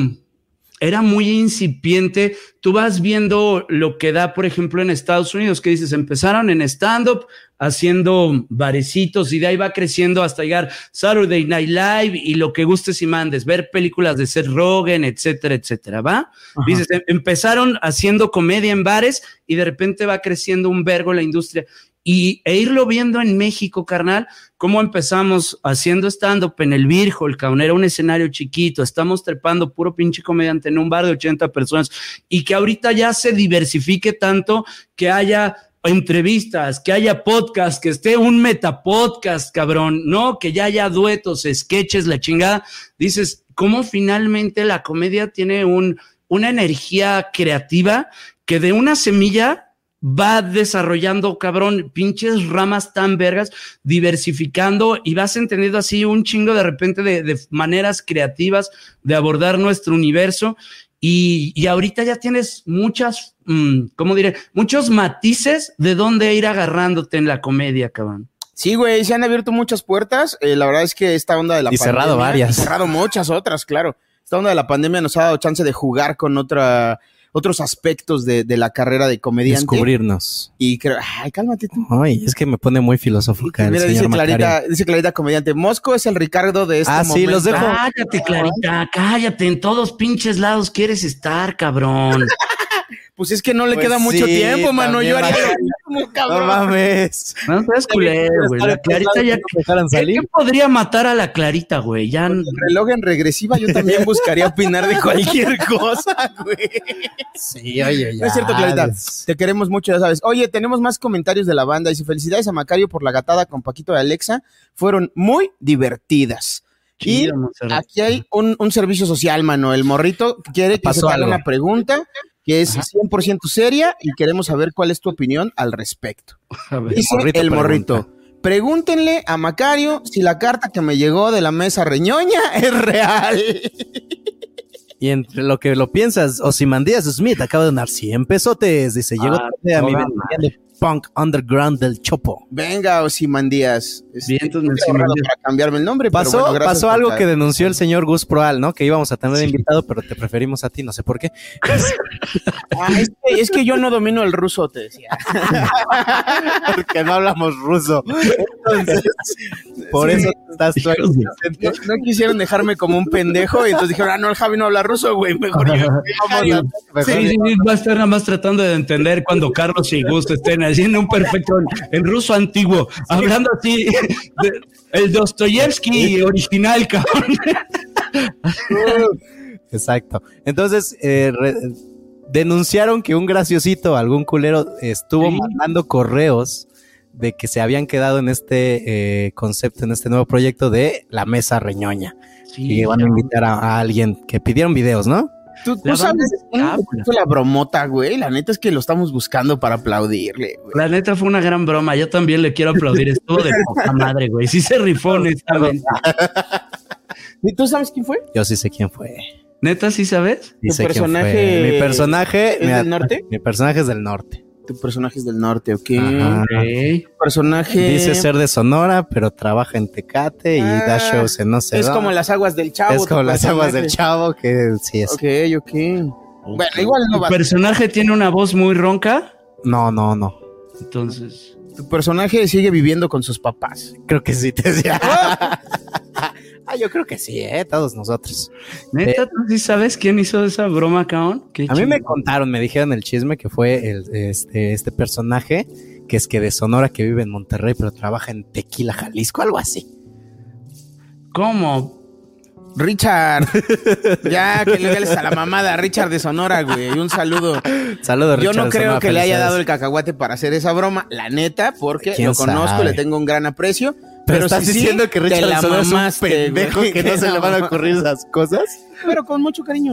era muy incipiente, tú vas viendo lo que da, por ejemplo, en Estados Unidos, que dices, empezaron en stand-up haciendo barecitos y de ahí va creciendo hasta llegar Saturday Night Live y lo que gustes y mandes, ver películas de Seth Rogen, etcétera, etcétera, ¿va? Dices, em- empezaron haciendo comedia en bares y de repente va creciendo un vergo la industria. Y e irlo viendo en México, carnal, cómo empezamos haciendo stand-up en el Virgo, el cabrón, era un escenario chiquito, estamos trepando puro pinche comediante en un bar de 80 personas y que ahorita ya se diversifique tanto que haya entrevistas, que haya podcast, que esté un metapodcast, cabrón, no, que ya haya duetos, sketches, la chingada. Dices, ¿cómo finalmente la comedia tiene un, una energía creativa que de una semilla va desarrollando, cabrón, pinches ramas tan vergas, diversificando y vas entendiendo así un chingo de repente de, de maneras creativas de abordar nuestro universo. Y, y ahorita ya tienes muchas, mm, ¿cómo diré? Muchos matices de dónde ir agarrándote en la comedia, cabrón. Sí, güey, se han abierto muchas puertas. Eh, la verdad es que esta onda de la Y cerrado varias. y cerrado muchas otras, claro. Esta onda de la pandemia nos ha dado chance de jugar con otra, otros aspectos de, de la carrera de comediante. Descubrirnos. Y creo, ay, cálmate tú. Ay, es que me pone muy filosófica el Mira, dice señor Macario. Clarita, dice Clarita comediante, Mosco es el Ricardo de este Ah, sí, los dejo. Cállate, Clarita, cállate. En todos pinches lados quieres estar, cabrón. Pues es que no le Pues queda mucho sí, tiempo, mano. Yo haría también. como cabrón. mames. No seas culero, güey. La Clarita ya. ¿Qué podría matar a la Clarita, güey? Ya. reloj en regresiva, yo también buscaría opinar de cualquier cosa, güey. Sí, oye, No es cierto, Clarita. Te queremos mucho, ya sabes. Oye, tenemos más comentarios de la banda. Dice, felicidades a Macario por la gatada con Paquito de Alexa. Fueron muy divertidas. Y Chido, Monserrat. aquí hay un, un servicio social, mano. El morrito quiere que Pasó se te haga algo. una pregunta que es 100% seria y queremos saber cuál es tu opinión al respecto. A ver, Dice morrito el pregunta. morrito. Pregúntenle a Macario si la carta que me llegó de la mesa reñoña es real. Y entre lo que lo piensas, Osimandías Smith acaba de donar 100 pesotes. Dice, llego Ah, tarde a mi toda vendimia de punk underground del Chopo. Venga, Osimandías. Este, estoy ahorrado Ozymandias. para cambiarme el nombre. pero Pasó, bueno, gracias pasó por algo la- que denunció el señor Gus Proal, ¿no? Que íbamos a tener invitado, pero te preferimos a ti, no sé por qué. Este, Ah, es, que, es que yo no domino el ruso, te decía. Porque no hablamos ruso. Entonces, por Sí. eso estás tú aquí. No, no quisieron dejaron como un pendejo y entonces dijeron, ah, no, el Javi no habla ruso, güey, mejor yo. Vamos a- Sí, sí, sí, va a estar nada más tratando de entender cuando Carlos y Gus estén haciendo un perfecto en, en ruso antiguo, hablando así, de- el Dostoyevsky original, cabrón. Exacto. Entonces, eh, re- denunciaron que un graciosito, algún culero, estuvo mandando correos de que se habían quedado en este eh, concepto, en este nuevo proyecto de la mesa reñoña. Sí, y van a invitar a, a alguien que pidieron videos, ¿no? Tú, tú La banda sabes, es un poquito la bromota, güey. La neta es que lo estamos buscando para aplaudirle, güey. La neta fue una gran broma. Yo también le quiero aplaudir. Estuvo de poca madre, güey. Sí se rifó, honestamente. ¿Y tú sabes quién fue? Yo sí sé quién fue. ¿Neta sí sabes? Sí ¿Tu sé quién fue. personaje Mi personaje. es mira, del norte? Mi personaje es del norte. Tu personaje es del norte, ok. Ajá. Tu personaje. Dice ser de Sonora, pero trabaja en Tecate y da shows en no sé Ah, Es dónde. como las aguas del chavo. es tu como las aguas del personaje. chavo, que sí es. Ok, ok. Bueno, igual no va. ¿Tu personaje tiene una voz muy ronca? No, no, no. Entonces. Tu personaje sigue viviendo con sus papás. Creo que sí, te decía. ah, yo creo que sí, ¿eh? Todos nosotros. ¿Neta Eh, tú sí sabes quién hizo esa broma, cabrón? Qué a mí me chingón. contaron, me dijeron el chisme que fue el, este, este personaje, que es que de Sonora, que vive en Monterrey, pero trabaja en Tequila, Jalisco, algo así. ¿Cómo? Richard. ya, Ah, que le regales a la mamada. Richard de Sonora, güey. Un saludo. Saludos, Yo Richard no de creo Sonora, que le haya felicidades. dado el cacahuate para hacer esa broma, la neta, porque ¿Quién lo conozco, sabe? le tengo un gran aprecio. Pero, Pero, estás si sí, diciendo te que Richard la de Sonora es mamaste, un pendejo güey. que Te no se la le van a mamaste. ocurrir esas cosas. Pero con mucho cariño.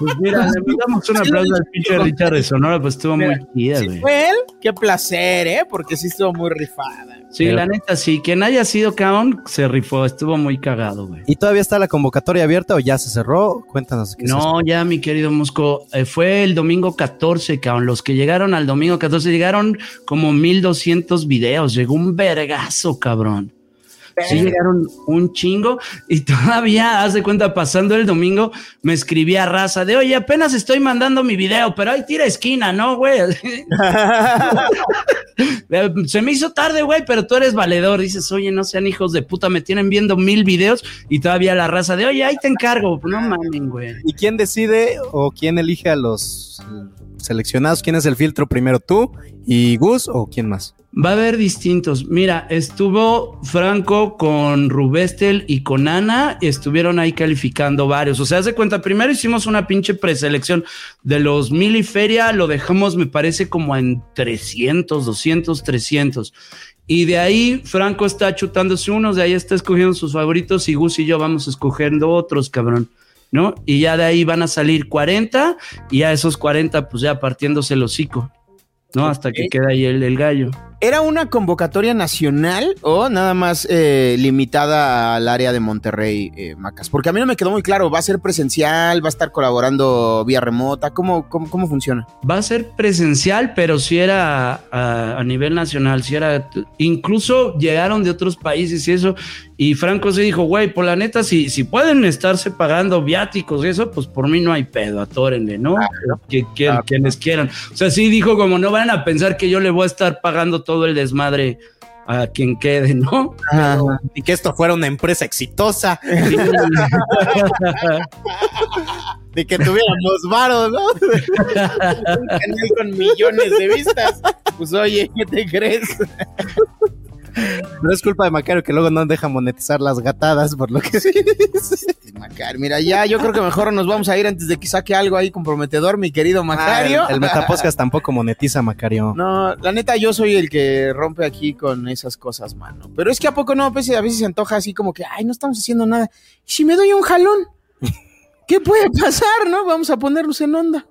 Pues mira, le damos un aplauso al pinche Richard de Sonora, pues estuvo muy chida, güey. Fue él, qué placer, ¿eh? Porque sí estuvo muy rifada. Sí, la neta, sí. Quien haya sido cabrón, se rifó. Estuvo muy cagado, güey. ¿Y todavía está la convocatoria abierta o ya se cerró? Cuéntanos qué es eso. No, ya, mi querido Mosco, eh, fue el domingo 14, cabrón. Los que llegaron al domingo 14 llegaron como 1200 videos. Llegó un vergazo, cabrón. Sí, llegaron un chingo y todavía, haz de cuenta, pasando el domingo, me escribí a raza de, oye, apenas estoy mandando mi video, pero ahí tira esquina, ¿no, güey? Eh, Se me hizo tarde, güey, pero tú eres valedor. Dices, oye, no sean hijos de puta, me tienen viendo mil videos y todavía la raza de, oye, ahí te encargo. No mamen, güey. ¿Y quién decide o quién elige a los seleccionados? ¿Quién es el filtro primero? ¿Tú y Gus o quién más? Va a haber distintos. Mira, estuvo Franco con Rubestel y con Ana. Estuvieron ahí calificando varios. O sea, haz de cuenta, primero hicimos una pinche preselección de los mil y feria. Lo dejamos, me parece, como en 300, 200, 300. Y de ahí Franco está chutándose unos, de ahí está escogiendo sus favoritos y Gus y yo vamos escogiendo otros, cabrón. ¿No? Y ya de ahí van a salir 40 y a esos 40 pues ya partiéndose el hocico. ¿No? Hasta que queda ahí el, el gallo. ¿Era una convocatoria nacional o nada más eh, limitada al área de Monterrey, eh, Macas? Porque a mí no me quedó muy claro, ¿va a ser presencial? ¿Va a estar colaborando vía remota? ¿Cómo, cómo, cómo funciona? Va a ser presencial, pero si era a, a nivel nacional, si era incluso llegaron de otros países y eso. Y Franco se dijo, güey, por la neta, si, si pueden estarse pagando viáticos y eso, pues por mí no hay pedo, atórenle, ¿no? Que, que- Quienes quieran. O sea, sí dijo, como no van a pensar que yo le voy a estar pagando todo el desmadre a quien quede, ¿no? Y que esto fuera una empresa exitosa. pues, De que tuviéramos varos, ¿no? Un canal con millones de vistas. Pues oye, ¿qué te crees? No es culpa de Macario que luego no deja monetizar las gatadas, por lo que sí. Macario, mira, ya yo creo que mejor nos vamos a ir antes de que saque algo ahí comprometedor, mi querido Macario. Ah, El Metapodcast tampoco monetiza, Macario. No, la neta, yo soy el que rompe aquí con esas cosas, mano. Pero es que a poco no, a veces, a veces se antoja así como que, ay, no estamos haciendo nada. ¿Y si me doy un jalón? ¿Qué puede pasar, no? Vamos a ponernos en onda.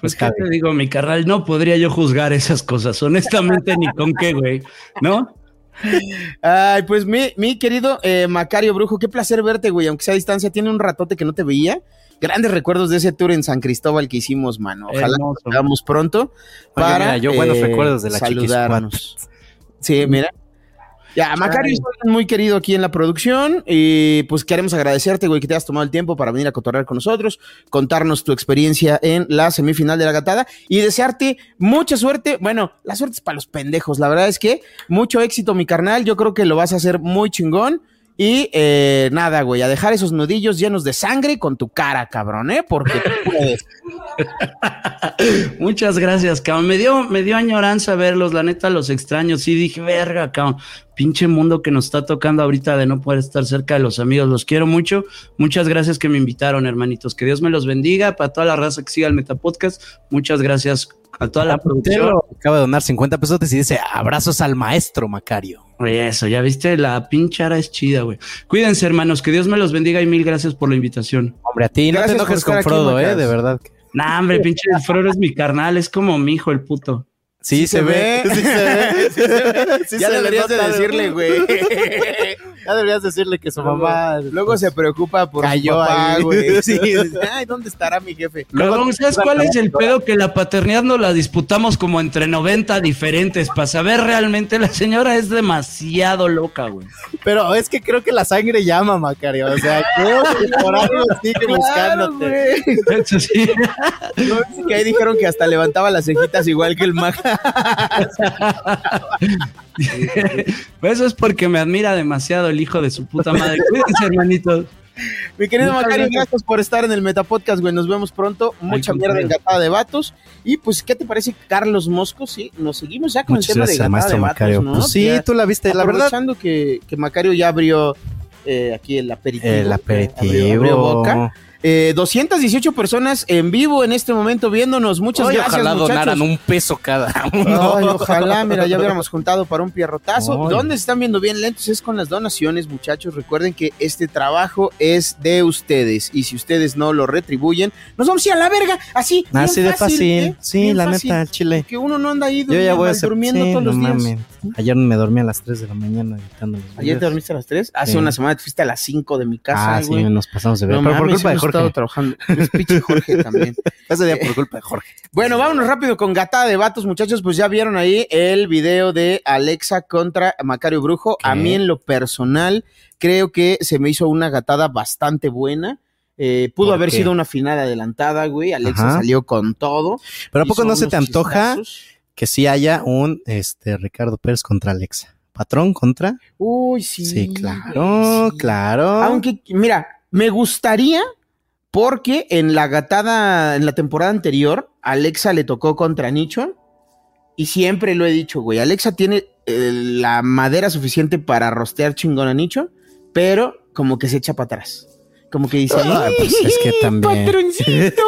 Pues, ¿qué te digo, mi carnal? No podría yo juzgar esas cosas, honestamente, ni con qué, güey, ¿no? Ay, pues mi, mi querido eh, Macario Brujo, qué placer verte, güey, aunque sea a distancia, tiene un ratote que no te veía. Grandes recuerdos de ese tour en San Cristóbal que hicimos, mano. Ojalá Hermoso. nos veamos pronto para eh, mira, yo buenos recuerdos de la saludarnos. Sí, mira. Ya, Macario es alguien muy querido aquí en la producción y pues queremos agradecerte, güey, que te has tomado el tiempo para venir a cotorrear con nosotros, contarnos tu experiencia en la semifinal de la gatada y desearte mucha suerte. Bueno, la suerte es para los pendejos, la verdad es que mucho éxito, mi carnal. Yo creo que lo vas a hacer muy chingón y eh, nada, güey, a dejar esos nudillos llenos de sangre con tu cara, cabrón, ¿eh? Porque tú puedes. Muchas gracias, cabrón. Me dio, me dio añoranza verlos, la neta, los extraños. Sí, dije, verga, cabrón. Pinche mundo que nos está tocando ahorita de no poder estar cerca de los amigos. Los quiero mucho. Muchas gracias que me invitaron, hermanitos. Que Dios me los bendiga. Para toda la raza que siga el Metapodcast, muchas gracias a toda la producción. Acaba de donar 50 pesos y dice abrazos al maestro, Macario. Oye, Eso, ya viste, la pinchara es chida, güey. Cuídense, hermanos, que Dios me los bendiga y mil gracias por la invitación. Hombre, a ti no te enojes con Frodo, eh, de verdad. Nah, hombre, pinche Frodo es mi carnal, es como mi hijo, el puto. Sí, se, ve. Sí se ve. Sí se ve. Sí Ya se le deberías de nota, decirle, güey. Ya deberías decirle que su mamá Luego se preocupa por cayó su papá, ahí. güey. Sí. Ay, ¿dónde estará mi jefe? Luego, ¿sabes cuál es el pedo? Que la paternidad nos la disputamos como entre 90 diferentes para saber realmente. La señora es demasiado loca, güey. Pero es que creo que la sangre llama, Macario. O sea, creo que por algo sigue buscándote. Eso sí. No, es que ahí dijeron que hasta levantaba las cejitas igual que el maga. Eso Pues es porque me admira demasiado el hijo de su puta madre. Cuídense, hermanitos. Mi querido Muchas Macario, gracias. gracias por estar en el Metapodcast, güey. Nos vemos pronto. Mucha Al mierda contrario. engatada de vatos. Y pues, ¿qué te parece, Carlos Mosco? Sí, nos seguimos ya con Muchas el tema gracias, de engatada maestro de vatos, Macario. ¿no? Pues sí, Ya tú la viste, la verdad. Aprovechando que, que Macario ya abrió eh, aquí el aperitivo. El Abrió, abrió boca. aperitivo. Eh, 218 personas en vivo en este momento viéndonos. Muchas Ay, gracias, ojalá muchachos. donaran un peso cada uno. Ay, ojalá, mira, ya hubiéramos juntado para un pierrotazo. Ay. ¿Dónde se están viendo bien lentos? Es con las donaciones, muchachos. Recuerden que este trabajo es de ustedes y si ustedes no lo retribuyen, nos vamos a ir a la verga, así. bien Así Ah, de fácil. ¿eh? Sí, Bien la fácil. neta, al chile. Que uno no anda ahí Yo durmiendo, ya voy a ser- durmiendo sí, todos los no días. mames. Ayer me dormí a las 3 de la mañana editando los Ayer te videos. dormiste a las 3, hace Sí. una semana te fuiste a las 5 de mi casa. Ah, güey. sí, nos pasamos de ver. No Pero por mames, culpa de hemos Jorge. estado trabajando. Es pinche Jorge también. Ese día por culpa de Jorge. Bueno, vámonos rápido con gatada de vatos, muchachos. Pues ya vieron ahí el video de Alexa contra Macario Brujo. A mí, en lo personal, creo que se me hizo una gatada bastante buena. Eh, pudo ¿Por haber qué? sido una final adelantada, güey. Alexa Ajá. salió con todo. Pero ¿a poco Hizo no se unos te antoja chistazos. que sí haya un este Ricardo Pérez contra Alexa? ¿Patrón contra? Uy, sí. Sí, claro, claro. Aunque, mira, me gustaría porque en la gatada, en la temporada anterior, Alexa le tocó contra Nicho. Y siempre lo he dicho, güey. Alexa tiene eh, la madera suficiente para rostear chingón a Nicho, pero como que se echa para atrás. Como que dice, Ah, pues es que "Ay, también. patroncito,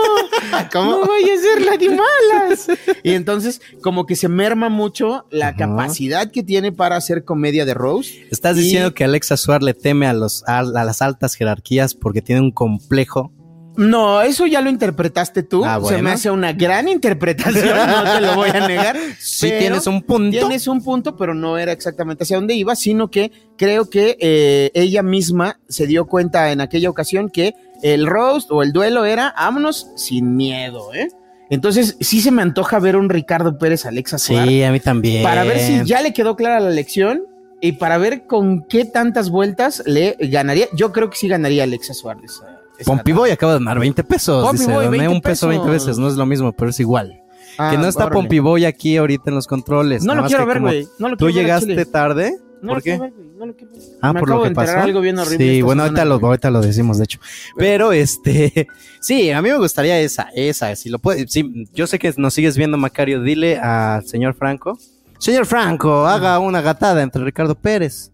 no voy a hacer la de malas. Y entonces, como que se merma mucho la capacidad que tiene para hacer comedia de Rose. Estás Y- diciendo que Alexa Suar le teme a, los, a, a las altas jerarquías porque tiene un complejo No, eso ya lo interpretaste tú. Ah, Se bueno. me hace una gran interpretación, no te lo voy a negar. Sí, pero tienes un punto. Tienes un punto, pero no era exactamente hacia dónde iba, sino que creo que eh, ella misma se dio cuenta en aquella ocasión que el roast o el duelo era vámonos sin miedo, ¿eh? Entonces, sí se me antoja ver un Ricardo Pérez Alexa Suárez. Sí, a mí también. Para ver si ya le quedó clara la lección y para ver con qué tantas vueltas le ganaría. Yo creo que sí ganaría Alexa Suárez. Pompiboy acaba de ganar 20 pesos. Pompiboy, dice, doné 20 un peso 20 pesos. veces. No es lo mismo, pero es igual. Ah, que no está órale. Pompiboy aquí ahorita en los controles. No nada lo más quiero que ver, como güey. No lo Tú quiero ver, llegaste chile. tarde. No lo ¿Por qué? quiero ver, güey, no lo quiero ver. Ah, Me por acabo lo de que enterar pasó. algo bien horrible Sí, esta bueno, ahorita semana, lo, ahorita lo decimos, de hecho. Pero este, sí, a mí me gustaría esa, esa. Si lo puedes, sí, yo sé que nos sigues viendo, Macario. Dile al señor Franco, señor Franco, haga una gatada entre Ricardo Pérez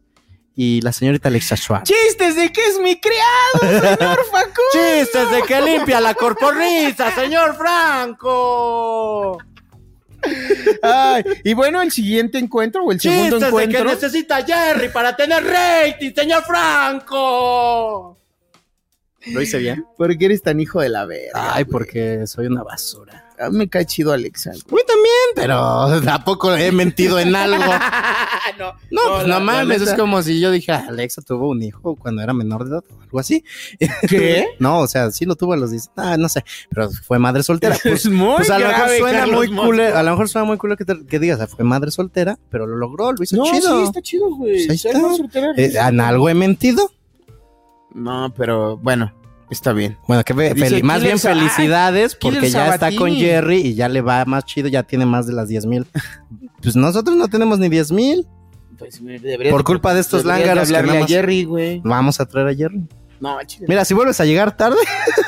y la señorita Alexa Schwartz. ¡Chistes de que es mi criado, señor Facundo! ¡Chistes de que limpia la corporrisa, señor Franco! Ay, y bueno, el siguiente encuentro o el segundo ¡Chistes de que encuentro. necesita Jerry para tener rating, señor Franco! Lo hice bien. ¿Por qué eres tan hijo de la verga? Ay, porque soy una basura. Ah, Me cae chido Alexa. Uy, también, pero tampoco he mentido en algo. No, pues, no, la- la mames, neta. es como si yo dije, "Ah, Alexa tuvo un hijo cuando era menor de edad o algo así. ¿Qué? no, o sea, sí lo tuvo a los 10, ah, no sé, pero fue madre soltera. Pues, Es muy pues a lo mejor grave, suena Carlos muy Mosco. cool, a lo mejor suena muy cool que, te- que digas, "Ah, fue madre soltera, pero lo logró, lo hizo No, chido. sí, está chido, güey. Pues ahí Ser está. más soltera. Eh, ¿En algo he mentido? No, pero bueno, está bien. Bueno, que fe- Dice fel- más Killer bien Sa- felicidades Ay, porque Killer ya está con Sabatini. Jerry y ya le va más chido, ya tiene más de las 10 mil. Pues nosotros no tenemos ni 10 mil. Pues, me debería- Por culpa de estos debería lángaros que hablarle nada a más- Jerry, güey. Vamos a traer a Jerry. No, al chile. Mira, si vuelves a llegar tarde,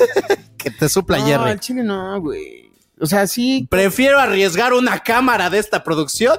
que te supla no, Jerry. al chile no, güey. O sea, sí. Prefiero arriesgar una cámara de esta producción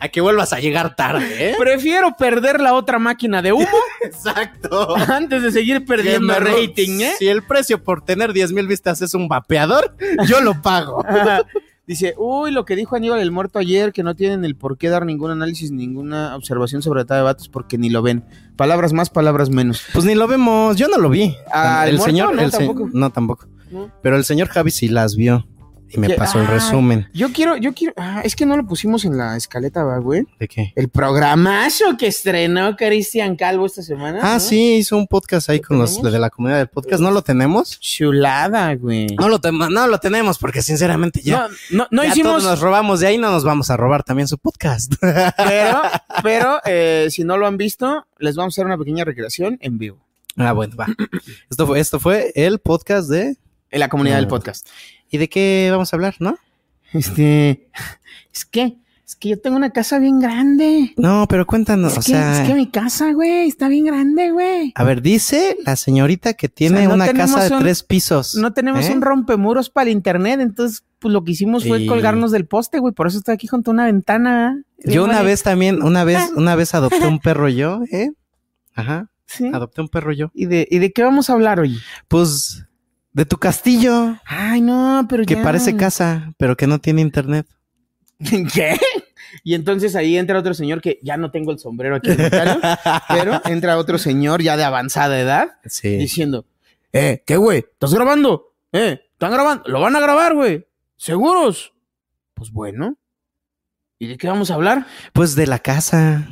a que vuelvas a llegar tarde, ¿eh? Prefiero perder la otra máquina de humo Exacto. antes de seguir Que perdiendo me ro- rating, ¿eh? Si el precio por tener 10 mil vistas es un vapeador, yo lo pago. Ajá. Dice, uy, lo que dijo Aníbal el Muerto ayer, que no tienen el por qué dar ningún análisis, ninguna observación sobre tal de vatos porque ni lo ven. Palabras más, palabras menos. Pues ni lo vemos, yo no lo vi. Ah, ¿el el muerto? señor, No, el se- tampoco. no tampoco. No. Pero el señor Javi sí las vio y me Que- pasó el ay, resumen. Yo quiero, yo quiero, ah, es que no lo pusimos en la escaleta, ¿va, güey. ¿De qué? El programazo que estrenó Cristian Calvo esta semana. Ah, ¿no? sí, hizo un podcast ahí con los de la comunidad del podcast. ¿No lo tenemos? Chulada, güey. No lo, tem- no lo tenemos porque sinceramente ya, No, no, no ya hicimos, todos nos robamos de ahí, no nos vamos a robar también su podcast. pero, pero eh, si no lo han visto, les vamos a hacer una pequeña recreación en vivo. ah, bueno, va. Esto fue, esto fue el podcast de... En la comunidad Ah. del podcast. ¿Y de qué vamos a hablar, no? Este, es que, es que yo tengo una casa bien grande. No, pero cuéntanos, Es, o que, sea... es que mi casa, güey, está bien grande, güey. A ver, dice la señorita que tiene no una casa tenemos de un- tres pisos. No tenemos ¿eh? un rompemuros para el internet, entonces pues, lo que hicimos fue Sí. colgarnos del poste, güey. Por eso estoy aquí junto a una ventana. ¿eh? Yo una Bien, vez también, una Ah. vez, una vez adopté un perro yo, ¿eh? Ajá, Sí. adopté un perro yo. ¿Y de, ¿Y de qué vamos a hablar hoy? Pues, de tu castillo, Ay, no, pero que ya. parece casa, pero que no tiene internet. ¿Qué? Y entonces ahí entra otro señor que ya no tengo el sombrero aquí, en mi cara, pero entra otro señor ya de avanzada edad Sí. diciendo, eh, ¿qué güey? ¿Estás grabando? Eh, ¿están grabando? ¿Lo van a grabar, güey? ¿Seguros? Pues bueno. ¿Y de qué vamos a hablar? Pues de la casa,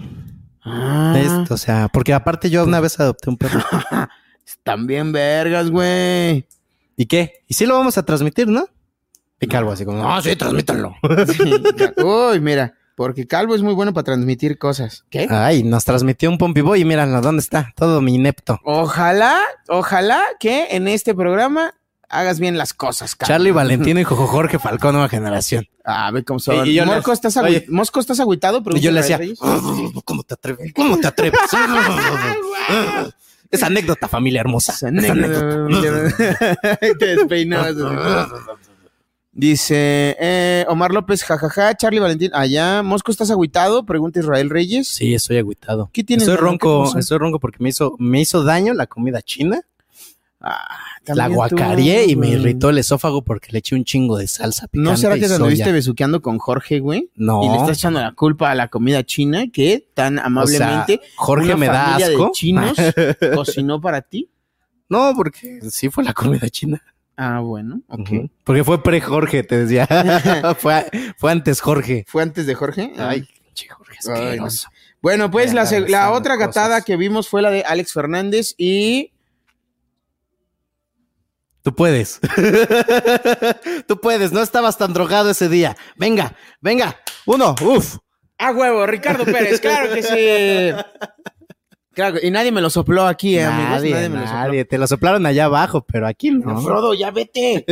Ah, de esto, o sea, porque aparte yo una vez adopté un perro. están bien vergas, güey. ¿Y qué? Y sí lo vamos a transmitir, ¿no? Y Calvo así como, no, sí, transmítanlo. Sí, ca- Uy, mira, porque Calvo es muy bueno para transmitir cosas. ¿Qué? Ay, nos transmitió un Pompiboy y míranlo, ¿dónde está? Todo mi inepto. Oh, Ojalá, ojalá que en este programa hagas bien las cosas, Calvo. Charlie Valentino y Jojo Jorge Falcón, nueva generación. A ver cómo son. Y- y yo Morco, le- estás agü- oye. Mosco, ¿estás agüitado? Y yo Pregunta le decía, Reyes. ¿cómo te atreves? ¿Cómo te atreves? es anécdota, familia hermosa. Es anécdota. Te despeinabas. Dice eh, Omar López, jajaja, Charlie Valentín, allá. Mosco, ¿estás agüitado? Pregunta Israel Reyes. Sí, estoy agüitado. ¿Qué tienes, Estoy mano? ¿Qué ronco, pasó? estoy ronco porque me hizo, me hizo daño la comida china. Ah, La también guacareé tú, y me güey. irritó el esófago porque le eché un chingo de salsa picante ¿No será y que te soya. anduviste besuqueando con Jorge, güey? No. Y le estás echando la culpa a la comida china que tan O sea, amablemente Jorge una me da familia de asco. chinos cocinó para ti. No, porque sí fue la comida china. Ah, bueno, ok. Ujú. Porque fue pre-Jorge, te decía. fue, fue antes Jorge. ¿Fue antes de Jorge? Ay, che, Jorge, Ay, no. asqueroso. Bueno, pues Ya la, la seg- la besando otra gatada que vimos fue la de Alex Fernández y Tú puedes. Tú puedes, no estabas tan drogado ese día. Venga, venga. Uno, uf. ¡Ah, huevo! Ricardo Pérez, claro que sí. Claro, y nadie me lo sopló aquí, eh, amigos. nadie, Nadie me lo sopló. nadie. Te lo soplaron allá abajo, pero aquí no. Frodo, ya vete.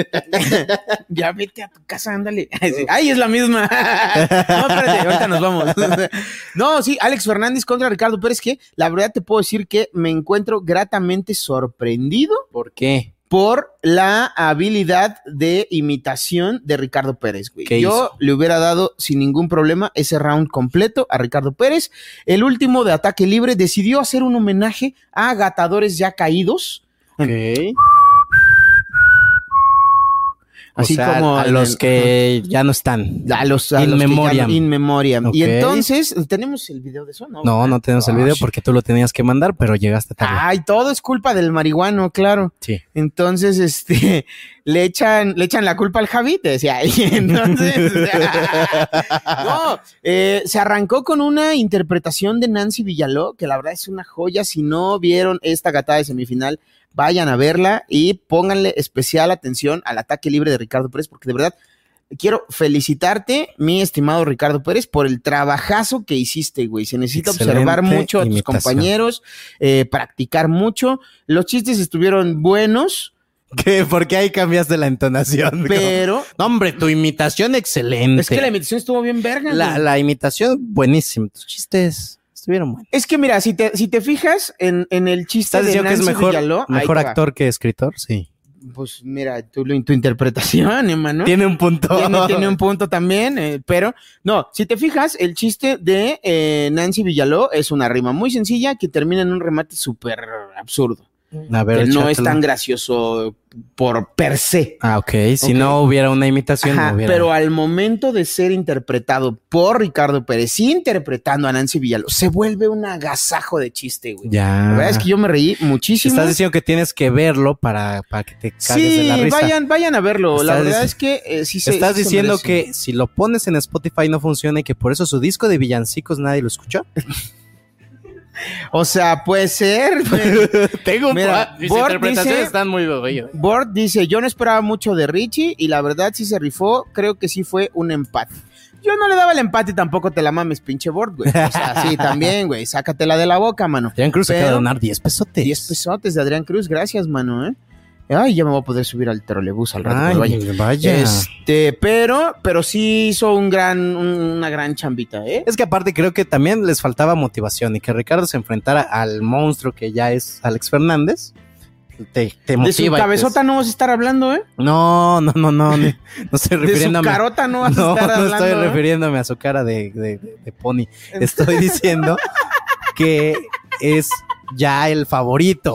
ya vete a tu casa, ándale. Ay, es la misma. no, espérate, ahorita nos vamos. no, sí, Alex Fernández contra Ricardo Pérez, que la verdad te puedo decir que me encuentro gratamente sorprendido. ¿Por qué? Por la habilidad de imitación de Ricardo Pérez, güey. ¿Qué Yo hizo? le hubiera dado sin ningún problema ese round completo a Ricardo Pérez. El último de ataque libre decidió hacer un homenaje a agatadores ya caídos. O Así sea, como a en los el- que ya no están. A los, In memoriam. In memoriam. Y Ok. entonces, ¿tenemos el video de eso? No, No, no tenemos el video porque tú lo tenías que mandar, pero llegaste tarde. Ay, todo es culpa del marihuano, claro. Sí. Entonces, este, le echan, le echan la culpa al Javi, te decía. Y entonces, no, eh, se arrancó con una interpretación de Nancy Villaló, que la verdad es una joya. Si no vieron esta gatada de semifinal, vayan a verla y pónganle especial atención al ataque libre de Ricardo Pérez, porque de verdad quiero felicitarte, mi estimado Ricardo Pérez, por el trabajazo que hiciste, güey. Se necesita Excelente observar mucho a tus imitación. compañeros, eh, practicar mucho. Los chistes estuvieron buenos. ¿Qué? Porque ahí cambiaste la entonación. Pero- No, hombre, tu imitación excelente. Es que la imitación estuvo bien verga. la, güey. la imitación buenísima. Tus chistes estuvieron buenos. Es que mira, si te, si te fijas en, en el chiste ¿Estás de diciendo que Nancy es mejor, Villaló, ahí mejor te va. actor que escritor? Sí. Pues mira, tu, tu interpretación, hermano. Tiene un punto. Tiene, tiene un punto también, eh, pero no, si te fijas, el chiste de eh, Nancy Villaló es una rima muy sencilla que termina en un remate súper absurdo. A ver, que no es échatela. tan gracioso por per se. Ah, ok. Si Ok. no hubiera una imitación, Ajá, no hubiera. pero al momento de ser interpretado por Ricardo Pérez, interpretando a Nancy Villaló, se vuelve un agasajo de chiste, güey. La ya. verdad es que yo me reí muchísimo. Estás diciendo que tienes que verlo para, para que te cagues de sí, la risa. vayan, vayan a verlo. La Estás verdad dici- es que eh, sí se Estás sí se diciendo merece. que si lo pones en Spotify no funciona y que por eso su disco de villancicos nadie lo escuchó. O sea, puede ser. Tengo Mira, Mis Bort interpretaciones dice- están muy bellas. Bort dice, yo no esperaba mucho de Richie y la verdad sí se rifó, creo que sí fue un empate. Yo no le daba el empate tampoco te la mames, pinche Bort, güey. O sea, sí, también, güey, sácatela de la boca, mano. Adrián Cruz acaba de Pero- donar 10 pesotes. 10 pesotes de Adrián Cruz, gracias, mano, ¿eh? Ay, ya me voy a poder subir al trolebús al rato. Ay, que vaya. vaya. Este, pero, pero sí hizo un gran, un- una gran chambita, ¿eh? Es que aparte creo que también les faltaba motivación y que Ricardo se enfrentara al monstruo que ya es Alex Fernández. Te, te De su motiva. y te- cabezota no vas a estar hablando, ¿eh? No, no, no, no. No, no estoy De su refiriéndome. carota no vas a no, estar no hablando. estoy ¿eh? Este refiriéndome a su cara de, de- de- de pony. Estoy diciendo que es ya el favorito,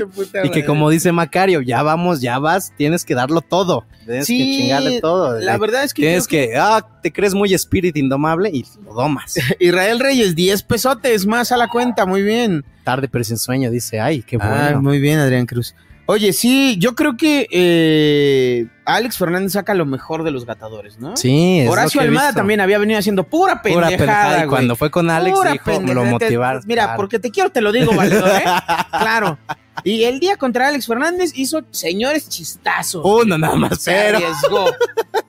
Tu puta Y que madre. como dice Macario, ya vamos, ya vas, tienes que darlo todo. Tienes Sí, que chingarle todo. La verdad es que Tienes creo que, ah, te crees muy espíritu indomable y lo domas. que Israel Reyes, 10 pesotes más a la cuenta, muy bien. Tarde pero sin sueño, dice, ay, qué bueno. Ah, muy bien, Adrián Cruz. Oye, sí, yo creo que eh, Alex Fernández saca lo mejor de los gatadores, ¿no? Sí, es lo Horacio que he Almada visto. también había venido haciendo pura pendejada. Pura pendejada, y güey. cuando fue con Alex Pura dijo, pendejada. lo Te- motivaron, Mira, claro. porque te quiero, te lo digo, valedor, ¿eh? claro. Y el día contra Alex Fernández hizo señores chistazos. Uno Uh, nada más, Se pero- arriesgó.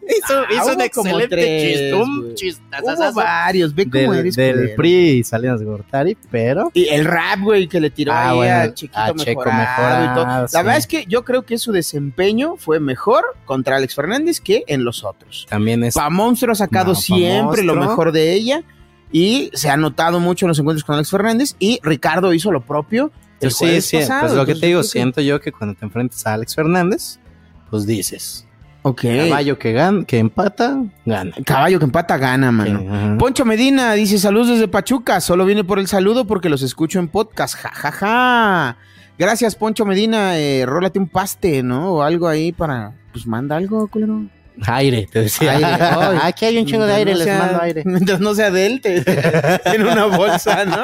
hizo, Ah, hubo como tres, chiste, un güey. chistazazazo. Hubo varios, ve cómo del, eres. del culero. PRI y Salinas Gortari, pero Y el rap, güey, que le tiró Ah, ahí bueno, a Chiquito a Checo mejorado, y todo. La Mejorado, sí. verdad es que yo creo que su desempeño fue mejor contra Alex Fernández que en los otros. también es Pa Monstruo ha sacado No, Pa siempre lo Monstruo. mejor de ella y se ha notado mucho en los encuentros con Alex Fernández y Ricardo hizo lo propio. el sí, jueves sí, pasado. pues lo que Entonces, te digo, yo creo siento yo que cuando te enfrentas a Alex Fernández, pues dices, que- Ok. caballo que gan- que empata, gana. Caballo que empata gana, mano. Ajá. Poncho Medina dice saludos desde Pachuca. Solo vine por el saludo porque los escucho en podcast. Ja, ja, ja. Gracias, Poncho Medina. Eh, rólate un paste, ¿no? O algo ahí para. Pues manda algo, culero. Aire, te decía. Aire. Ay. Aquí hay un chingo Mientras de aire, no les sea- mando aire. Mientras no sea de él, te- en una bolsa, ¿no?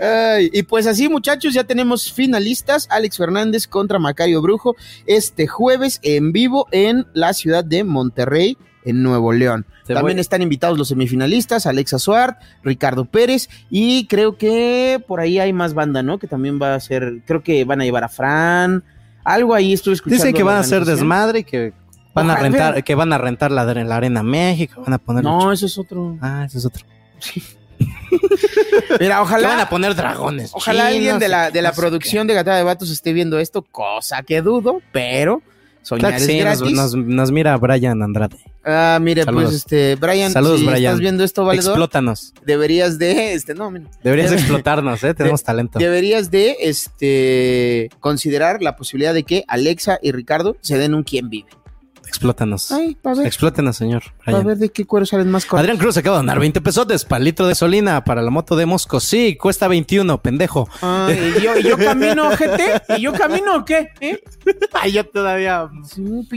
Ay, y pues así, muchachos, ya tenemos finalistas. Alex Fernández contra Macario Brujo este jueves en vivo en la ciudad de Monterrey, en Nuevo León. Se También voy- están invitados los semifinalistas, Alexa Suart, Ricardo Pérez y creo que por ahí hay más banda, ¿no? Que también va a ser, creo que van a llevar a Fran, algo ahí estuve escuchando. Dicen que la van a hacer organización. desmadre y que van a Ojalá. rentar, que van a rentar la, de- la arena México, van a poner. No, eso es otro. Ah, eso es otro. Mira, ojalá. Que van a poner dragones Ojalá chinos alguien de la, y de la no sé producción de Gatada de Vatos esté viendo esto, cosa que dudo, pero soñar Claro que es sí, nos, gratis. nos- nos mira Brian Andrade. Ah, mire, Saludos. pues este, Brian, Saludos, si Brian. estás viendo esto, valedor, Explótanos. deberías de, este, no, mira. Deberías Debe- explotarnos, ¿eh? Tenemos de- talento. Deberías de, este, considerar la posibilidad de que Alexa y Ricardo se den un quien vive. Explótanos. Ay, a ver. Explótanos, señor. A Brian. ver de qué cuero salen más cortos. Adrián Cruz acaba de donar 20 pesotes para el litro de gasolina para la moto de Mosco. Sí, cuesta 21, pendejo. Ah, Ay, ¿y yo, y yo camino, GT, y yo camino, ¿o ¿qué? ¿Eh? Ay, yo todavía.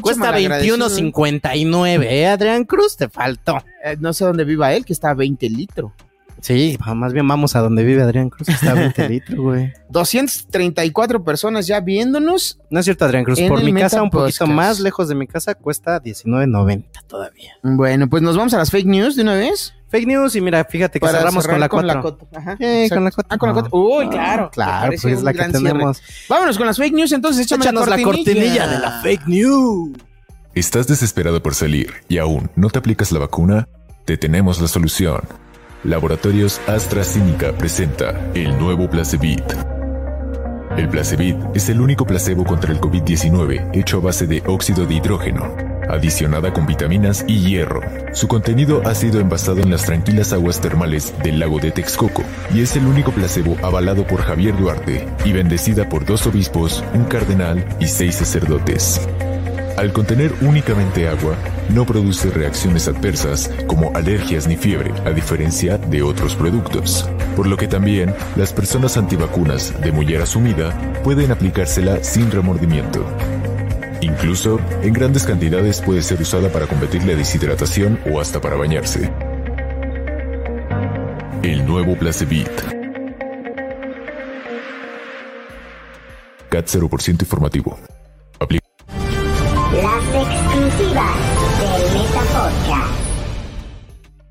Cuesta 21.59, ¿eh, Adrián Cruz? Te faltó. Eh, no sé dónde viva él, que está a 20 litros. Sí, va- más bien vamos a donde vive Adrián Cruz, que está a 20 litros, güey. 234 personas ya viéndonos. No es cierto, Adrián Cruz. En Por el mi Meta casa, un poquito Podcast. más lejos de mi casa, cuesta 19.90. Bueno, pues nos vamos a las fake news de una vez. Fake news y mira, fíjate que Para cerramos cerrar con la 4. coto. Ajá, Eh, exacto. con la cuatro. Ah, con la No. cuatro. Uy, Ah, claro. claro, Me parece pues es un la que gran cierre. tenemos. Vámonos con las fake news, entonces échame Échanos la cortinilla de la fake news. ¿Estás desesperado por salir y aún no te aplicas la vacuna? Te tenemos la solución. Laboratorios AstraZeneca presenta el nuevo Placebit. El Placebit es el único placebo contra el COVID-19 hecho a base de óxido de hidrógeno, adicionada con vitaminas y hierro. Su contenido ha sido envasado en las tranquilas aguas termales del lago de Texcoco y es el único placebo avalado por Javier Duarte y bendecida por dos obispos, un cardenal y seis sacerdotes. Al contener únicamente agua, no produce reacciones adversas como alergias ni fiebre, a diferencia de otros productos. Por lo que también las personas antivacunas de mujer asumida pueden aplicársela sin remordimiento. Incluso, en grandes cantidades puede ser usada para combatir la deshidratación o hasta para bañarse. El nuevo Placebit. CAT 0% informativo. Apli- Las exclusivas del Meta Podcast.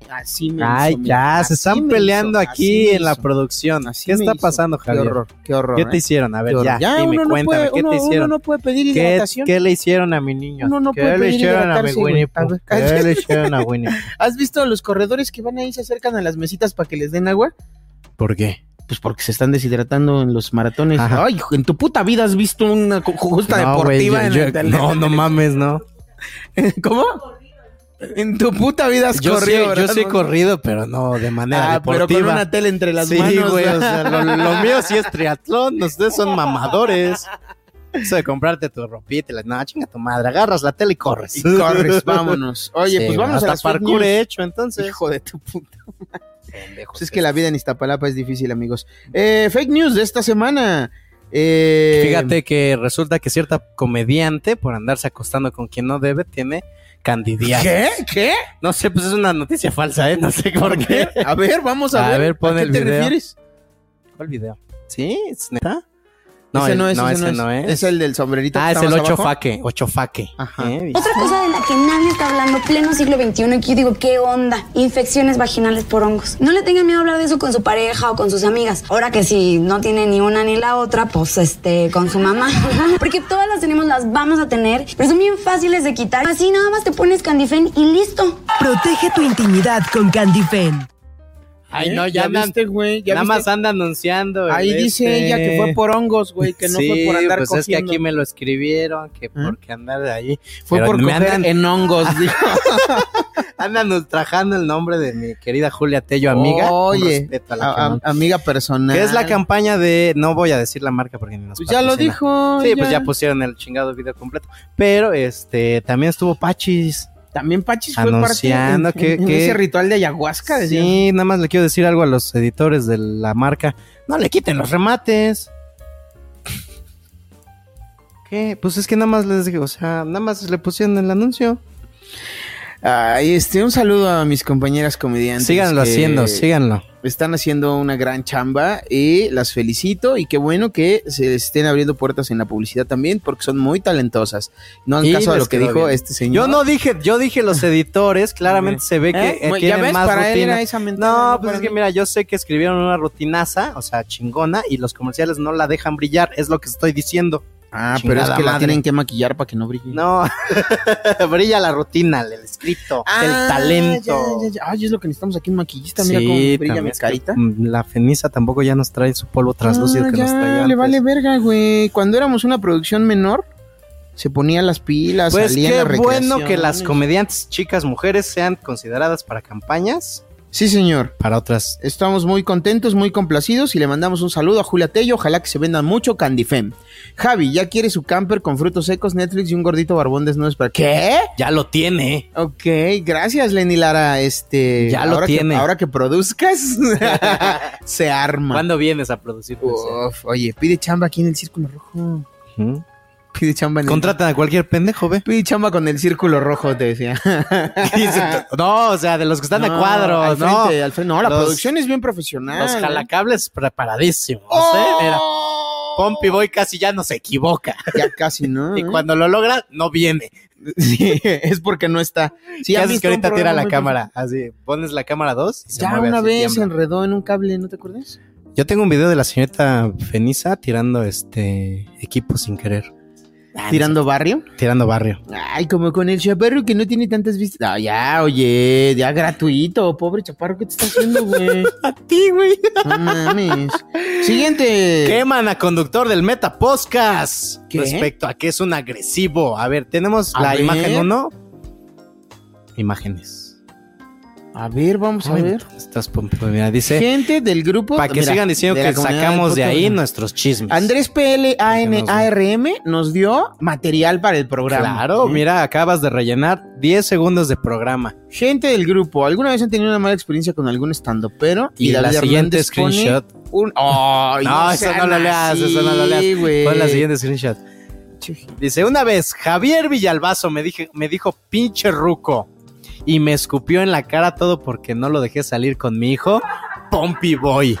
Así me Ay, hizo, mira. ya, Así se están me peleando hizo, aquí así me en la hizo. producción. Así ¿Qué me está hizo. pasando, Javier? Qué horror, qué horror. ¿Qué te ¿eh? hicieron? A ver, Qué horror. ya, Ya, dime, uno no cuéntame, puede- ¿qué uno- te uno hicieron? no puede pedir ¿Qué, hidratación. qué le hicieron a mi niño? Uno no ¿Qué puede le pedir hicieron a mi hidratarse, güey. Winnie A Pooh? ver, ¿Qué le hicieron a Winnie Pooh? ¿Has visto los corredores que van ahí se acercan a las mesitas para que les den agua? ¿Por qué? Pues porque se están deshidratando en los maratones. Ajá. Ay, hijo, en tu puta vida has visto una ju- justa No, güey, deportiva yo- en yo- el- del- No, no mames, no. ¿Cómo? En tu puta vida has Yo sí, corrido, yo ¿verdad? sí he corrido, pero no de manera Ah, pero deportiva. con una tele entre las sí, manos. güey, o sea, lo, lo mío sí es triatlón, ustedes son mamadores. Eso de comprarte tu ropita, y la- no, chinga tu madre, agarras la tele y corres. Y corres, vámonos. Oye, Sí, pues vamos hasta a las fake parkour news. he hecho, entonces. Hijo de tu puta madre. Pues es que la vida en Iztapalapa es difícil, amigos. Eh, fake news de esta semana. Eh, Fíjate que resulta que cierta comediante, por andarse acostando con quien no debe, tiene candidiasis. ¿Qué? ¿Qué? No sé, pues es una noticia falsa, ¿eh? No sé por qué. A ver, vamos a, A ver, pon ¿A qué el te video. refieres? ¿Cuál video? ¿Sí? ¿Es neta? No, ese el- no es, no, ese no es. Es el del sombrerito. Ah, que es está el más ocho abajo. faque, ocho faque. ¿eh? Otra cosa de la que nadie está hablando, pleno siglo XXI, que yo digo, ¿qué onda? Infecciones vaginales por hongos. No le tengan miedo a hablar de eso con su pareja o con sus amigas. Ahora que si no tiene ni una ni la otra, pues este, con su mamá. Porque todas las tenemos, las vamos a tener, pero son bien fáciles de quitar. Así nada más te pones Candifen y listo. Protege tu intimidad con Candifen. Ay, no, ¿Eh? ya, ¿Ya andan- viste, güey? ¿Ya Nada viste? más anda anunciando. el Ahí dice este. ella que fue por hongos, güey, que no fue Sí, por andar pues es que cogiendo. aquí me lo escribieron, que porque andar de ahí. ¿Mm? Fue Pero por me coger andan- en hongos, dijo. Andan ultrajando el nombre de mi querida Julia Tello, amiga. con Oye, respeto a la que a- a- no- amiga personal. Que es la campaña de. No voy a decir la marca porque ni nos Pues ya lo patrocina. dijo. Sí, pues ya pusieron el chingado video completo. Pero este también estuvo Pachis. También Pachis fue anunciando parte en- en- que, en que- ese ritual de ayahuasca. decían. Sí, nada más le quiero decir algo a los editores de la marca. No le quiten los remates. ¿Qué? Pues es que nada más les digo, o sea, nada más le pusieron el anuncio. Ay, este, un saludo a mis compañeras comediantes. Síganlo que haciendo, síganlo. Están haciendo una gran chamba y las felicito. Y qué bueno que se estén abriendo puertas en la publicidad también, porque son muy talentosas. No en Y caso a les lo que quedó dijo bien. este señor. Yo no dije, yo dije los editores, claramente se ve que ¿Eh? eh, Bueno, ya tienen ves, más para él rutina. era esa mentada, no, no pues para es que mira, yo sé que escribieron una rutinaza, o sea, chingona, y los comerciales no la dejan brillar, es lo que estoy diciendo. Ah, pero es que la tienen que maquillar para que no brille. No, brilla la rutina, el escrito, el talento. Ah, ya, ya, ya. Ay, es lo que necesitamos aquí un maquillista. Mira cómo brilla mi también es que, carita. mm, La feniza tampoco ya nos trae su polvo translúcido Ah, que ya, nos traía. le antes. vale verga, güey. Cuando éramos una producción menor, se ponía las pilas, Pues salía qué bueno que las comediantes chicas mujeres sean consideradas para campañas. Sí, señor. Para otras. Estamos muy contentos, muy complacidos y le mandamos un saludo a Julia Tello. Ojalá que se vendan mucho Candifem. Javi, ya quiere su camper con frutos secos, Netflix y un gordito barbón desnudo. ¿Para qué? Ya lo tiene. Ok, gracias Lenny Lara. Este, Ya lo ahora tiene. Que, ahora que produzcas, se arma. ¿Cuándo vienes a producir? Uf, oye, pide chamba aquí en el Círculo Rojo. Pide chamba en el- Contratan a cualquier pendejo, ve. Pide chamba con el Círculo Rojo, te decía. no, o sea, de los que están a No, cuadros, al no. frente, al frente. No, la Los- producción es bien profesional. Oh. Los ¿eh? jalacables preparadísimos, ¿eh? Mira, Pompey Boy casi ya no se equivoca. Ya casi, ¿no? ¿eh? y cuando lo logra, no viene. Sí, es porque no está. Sí, ¿Qué ¿han haces visto que un ahorita tira programa la muy cámara? Así, pones la cámara 2 y se Ya mueve una así, vez se tiembla. enredó en un cable, ¿no te acuerdas? Yo tengo un video de la señorita Feniza tirando este equipo sin querer. Ah, ¿Tirando barrio? Tirando barrio. Ay, como con el chaparro que no tiene tantas vistas. Ah, ya, oye, ya gratuito. Pobre chaparro, ¿qué te está haciendo, güey? A ti, güey. No mames. Siguiente. Queman a conductor del Meta Podcast ¿Qué? respecto a que es un agresivo. A ver, tenemos A la ver. imagen 1. Imágenes. A ver, vamos a Ay, ver. Estás pompo- mira, dice. Gente del grupo. Para que mira, sigan diciendo de la que comunidad sacamos de del ahí podcast, mira. nuestros chismes. Andrés PLANARM nos dio material para el programa. Claro, ¿Sí? mira, acabas de rellenar 10 segundos de programa. Gente del grupo, ¿alguna vez han tenido una mala experiencia con algún estando pero? Y la siguiente screenshot. Un... ¡Ay, no, eso no lo leas, eso no lo leas. Pon la siguiente screenshot. Dice, una vez Javier Villalbazo me, dije, me dijo pinche ruco y me escupió en la cara todo porque no lo dejé salir con mi hijo, Pompey Boy.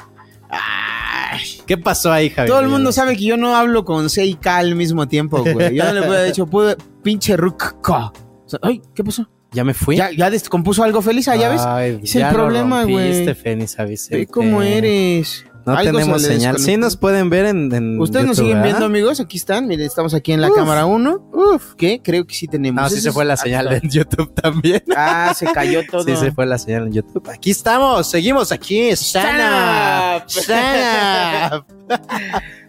¿Qué pasó ahí, Javier? Todo el mundo sabe que yo no hablo con C y K al mismo tiempo, güey. Yo no le puedo haber dicho, pude, pinche rucco. O sea, Ay, ¿qué pasó? Ya me fui. Ya, ya descompuso algo feliz, ah, ¿ya ves? Ay, es ya el lo problema, rompiste, güey. Fénix, Vicente. Ve cómo eres. No Algo se tenemos le señal. Sí desconectó. nos pueden ver en, en Ustedes nos YouTube, siguen ¿verdad? viendo, amigos. Aquí están. Miren, estamos aquí en la Uf. cámara 1. Uf, ¿qué? Creo que sí tenemos. No, sí Eso se es- fue la ah, señal está. en YouTube también. Ah, se cayó todo. Sí se fue la señal en YouTube. Aquí estamos, seguimos aquí. Sana. Sana. Sana.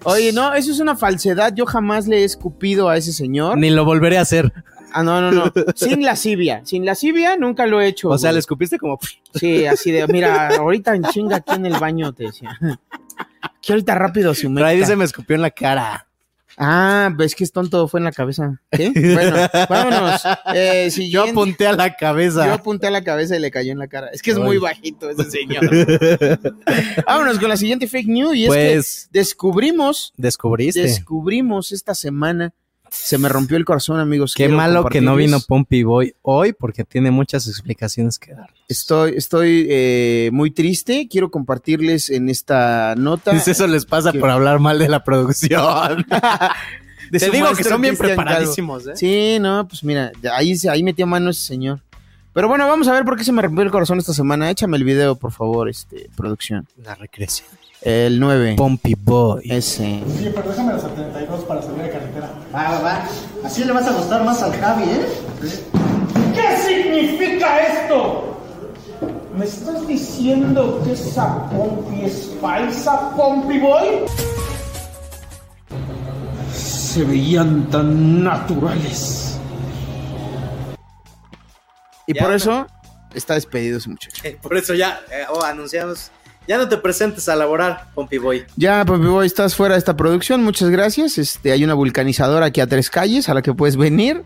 Oye, no, eso es una falsedad. Yo jamás le he escupido a ese señor. Ni lo volveré a hacer. Ah, no, no, no. Sin lascivia. Sin lascivia nunca lo he hecho. O sea, güey. le escupiste como. Sí, así de, mira, ahorita en chinga aquí en el baño, te decía. Que ahorita rápido se Pero humecta. ahí dice me escupió en la cara. Ah, ves que es tonto, fue en la cabeza. ¿Qué? Bueno, vámonos. Eh, Yo siguiente. apunté a la Yo cabeza. apunté a la cabeza y le cayó en la cara. Es que es Ay. muy bajito ese señor. Vámonos con la siguiente fake news y Pues- es que descubrimos, Descubriste. descubrimos esta semana. Se me rompió el corazón, amigos. Qué Quiero malo que no vino compartirles. Pompey Boy hoy porque tiene muchas explicaciones que dar. Estoy, estoy eh, muy triste. Quiero compartirles en esta nota. Pues eso les pasa que- por hablar mal de la producción. de Te su digo que maestro son bien Cristian Calvo. preparadísimos, ¿eh? Sí, no, pues mira, ahí, se- ahí metió mano ese señor. Pero bueno, vamos a ver por qué se me rompió el corazón esta semana. Échame el video, por favor, este, producción. La recreación. El 9. Pompey Boy. Ese. Oye, pero déjame los 72 para salir de carretera. Va, va, va. Así le vas a gustar más al Javi, ¿eh? ¿Qué significa esto? ¿Me estás diciendo que esa Pompi es falsa, Pompi Boy? Se veían tan naturales. Y por eso está despedido ese muchacho. Eh, Por eso ya, oh, anunciamos. Ya no te presentes a laborar, Pompey Boy. Ya, Papi Boy, estás fuera de esta producción. Muchas gracias. Este, hay una vulcanizadora aquí a tres calles a la que puedes venir.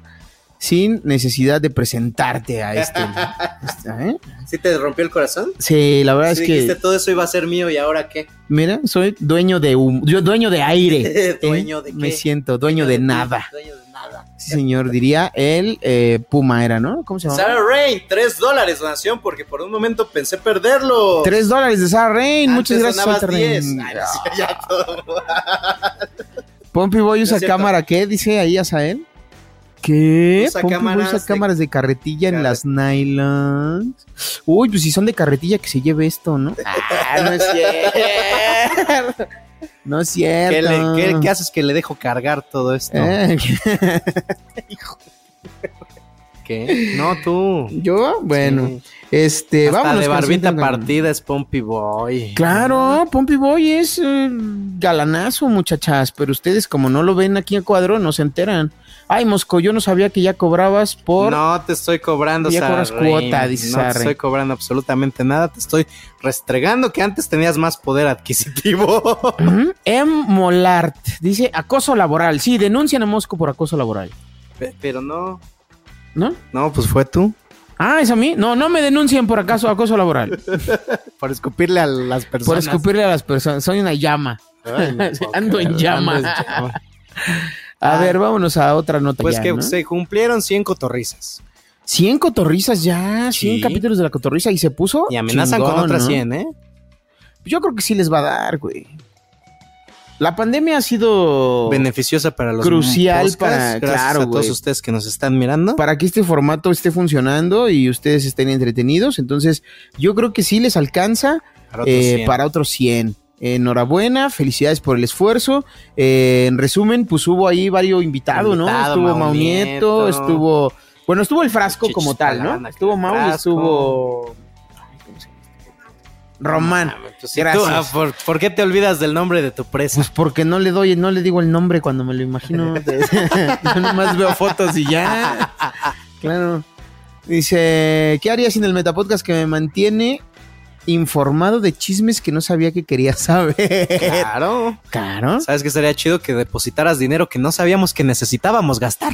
sin necesidad de presentarte a este. ¿eh? ¿Sí te rompió el corazón? Sí, la verdad Sí es que. dijiste, todo eso iba a ser mío y ahora qué. Mira, soy dueño de hum- yo dueño de aire. ¿eh? ¿Dueño de qué? Me siento dueño, de, nada. Dueño de nada. Sí, señor, diría el eh, Puma era, ¿no? ¿Cómo se llama? Sarah Rain, tres dólares donación porque por un momento pensé perderlo. Tres dólares de Sarah Rain. Muchas Antes gracias, donabas Sarah Rain. 10. Ay, no, ya todo. Pompi Boy usa es cierto. cámara, ¿qué? Dice ahí Azael. ¿Qué? Usa Pompi Boy cámaras usa de- cámaras de carretilla en las nylons. Uy, pues si son de carretilla que se lleve esto, ¿no? Ah, no es cierto. No es cierto. ¿Qué, le- qué- qué haces que le dejo cargar todo esto? Eh, ¿Qué? No, tú. ¿Yo? Bueno, este, Hasta vámonos de con el siguiente barbita tema. partida es Pompey Boy. Claro, Pompey Boy es eh, galanazo, muchachas, pero ustedes como no lo ven aquí a cuadro, no se enteran. Ay, Mosco, yo no sabía que ya cobrabas por... No te estoy cobrando, Ya cobras Sarrein. cuota, dice No te Sarrein. estoy cobrando absolutamente nada. Te estoy restregando que antes tenías más poder adquisitivo. Ujú. M. Molart dice acoso laboral. Sí, denuncian a Mosco por acoso laboral. Pe- Pero no. ¿No? No, pues fue tú. Ah, es a mí. No, no me denuncian por acaso acoso laboral. Por escupirle a las personas. Por escupirle a las personas. Soy una llama. Ay, no puedo Ando en creer. llamas. Ando en llama. A Ah. ver, vámonos a otra nota. Pues ya, que ¿no? se cumplieron 100 cotorrizas. 100 cotorrizas ya, 100 Sí. capítulos de la cotorriza y se puso. Y amenazan con chingón, otras ¿no? 100, ¿eh? Yo creo que sí les va a dar, güey. La pandemia ha sido Beneficiosa para los Crucial podcasts. para- Gracias claro, a todos güey. ustedes que nos están mirando. para que este formato esté funcionando y ustedes estén entretenidos. Entonces, yo creo que sí les alcanza Para otros eh, 100. para otros 100. Enhorabuena, felicidades por el esfuerzo. Eh, en resumen, pues hubo ahí varios invitados, ¿no? Invitado, Estuvo Mau Maunieto, Nieto. estuvo. Bueno, estuvo el frasco Chichis como tal, ¿no? Palana, Estuvo Mau y Frasco. estuvo. Román. Pues, ¿y tú? Gracias. Ah, ¿por, por qué te olvidas del nombre de tu presa? Pues porque no le doy, no le digo el nombre cuando me lo imagino. Yo nomás veo fotos y ya. Claro. Dice, ¿qué haría sin el Metapodcast que me mantiene informado de chismes que no sabía que quería saber? Claro. Claro. ¿Sabes qué sería chido que depositaras dinero que no sabíamos que necesitábamos gastar?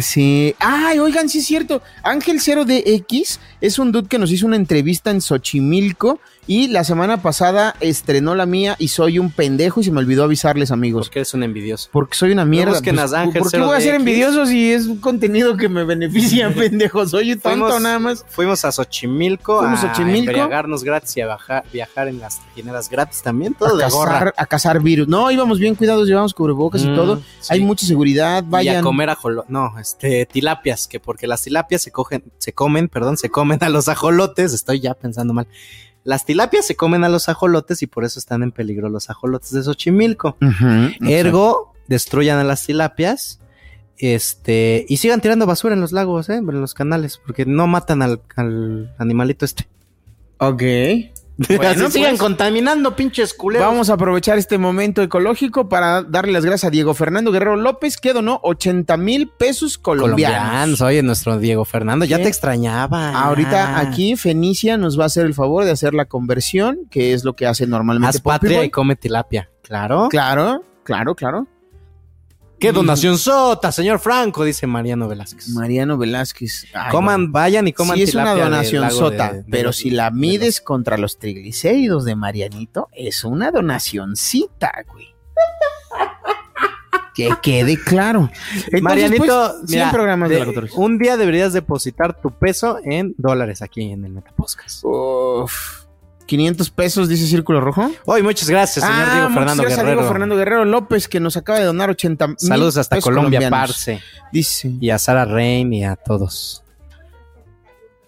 Sí. Ay, oigan, sí es cierto. Ángel Cero de X es un dude que nos hizo una entrevista en Xochimilco y la semana pasada estrenó la mía y soy un pendejo y se me olvidó avisarles, amigos. Porque eres un envidioso. Porque soy una mierda. Pues, busquen a Ángel ¿Por qué Cero voy a de ser X? envidioso si es un contenido que me beneficia, pendejo? Soy un tonto Fuimos- nada más. Fuimos a Xochimilco Fuimos a a Xochimilco. embriagarnos gratis y a baja- viajar en las trajineras gratis también. Todo a de gorra. cazar, a cazar virus. No, íbamos bien cuidados, llevamos cubrebocas y Mm, todo. sí. Hay mucha seguridad, Y a vayan. comer ajolo- no, este, tilapias, que porque las tilapias se cogen, se comen, perdón, se comen a los ajolotes, estoy ya pensando mal. Las tilapias se comen a los ajolotes y por eso están en peligro los ajolotes de Xochimilco. Ujú, Ergo, destruyan a las tilapias. Este, y sigan tirando basura en los lagos, ¿eh? en los canales, porque no matan al, al animalito este. Ok. Así Bueno, sigan pues, contaminando, pinches culeros. Vamos a aprovechar este momento ecológico para darle las gracias a Diego Fernando Guerrero López, que donó 80 mil pesos colombianos. colombianos. Oye, nuestro Diego Fernando, ya ¿Qué? te extrañaba. Ahorita aquí Fenicia nos va a hacer el favor de hacer la conversión, que es lo que hace normalmente. Haz patria Poppy y come tilapia. Claro. Boy. Claro, claro, claro. Mm. ¡Qué donación sota, señor Franco! Dice Mariano Velázquez. Mariano Velázquez. Ay, coman, no. vayan y coman Sí es una tilapia del donación lago sota, de- de- pero de- si la de- mides contra los triglicéridos de Marianito, es una donacioncita, güey. que quede claro. Entonces, Marianito, pues, 100 mira, programas de, de- la cotorrisa. un día deberías depositar tu peso en dólares aquí en el Metapodcast. Uf. 500 pesos, dice Círculo Rojo. Hoy muchas gracias, Este señor Ah, Diego muchas Fernando gracias a Guerrero. Diego Fernando Guerrero López, que nos acaba de donar 80 mil Saludos hasta pesos Colombia, colombianos. parce. Dice. Y a Sara Rein y a todos.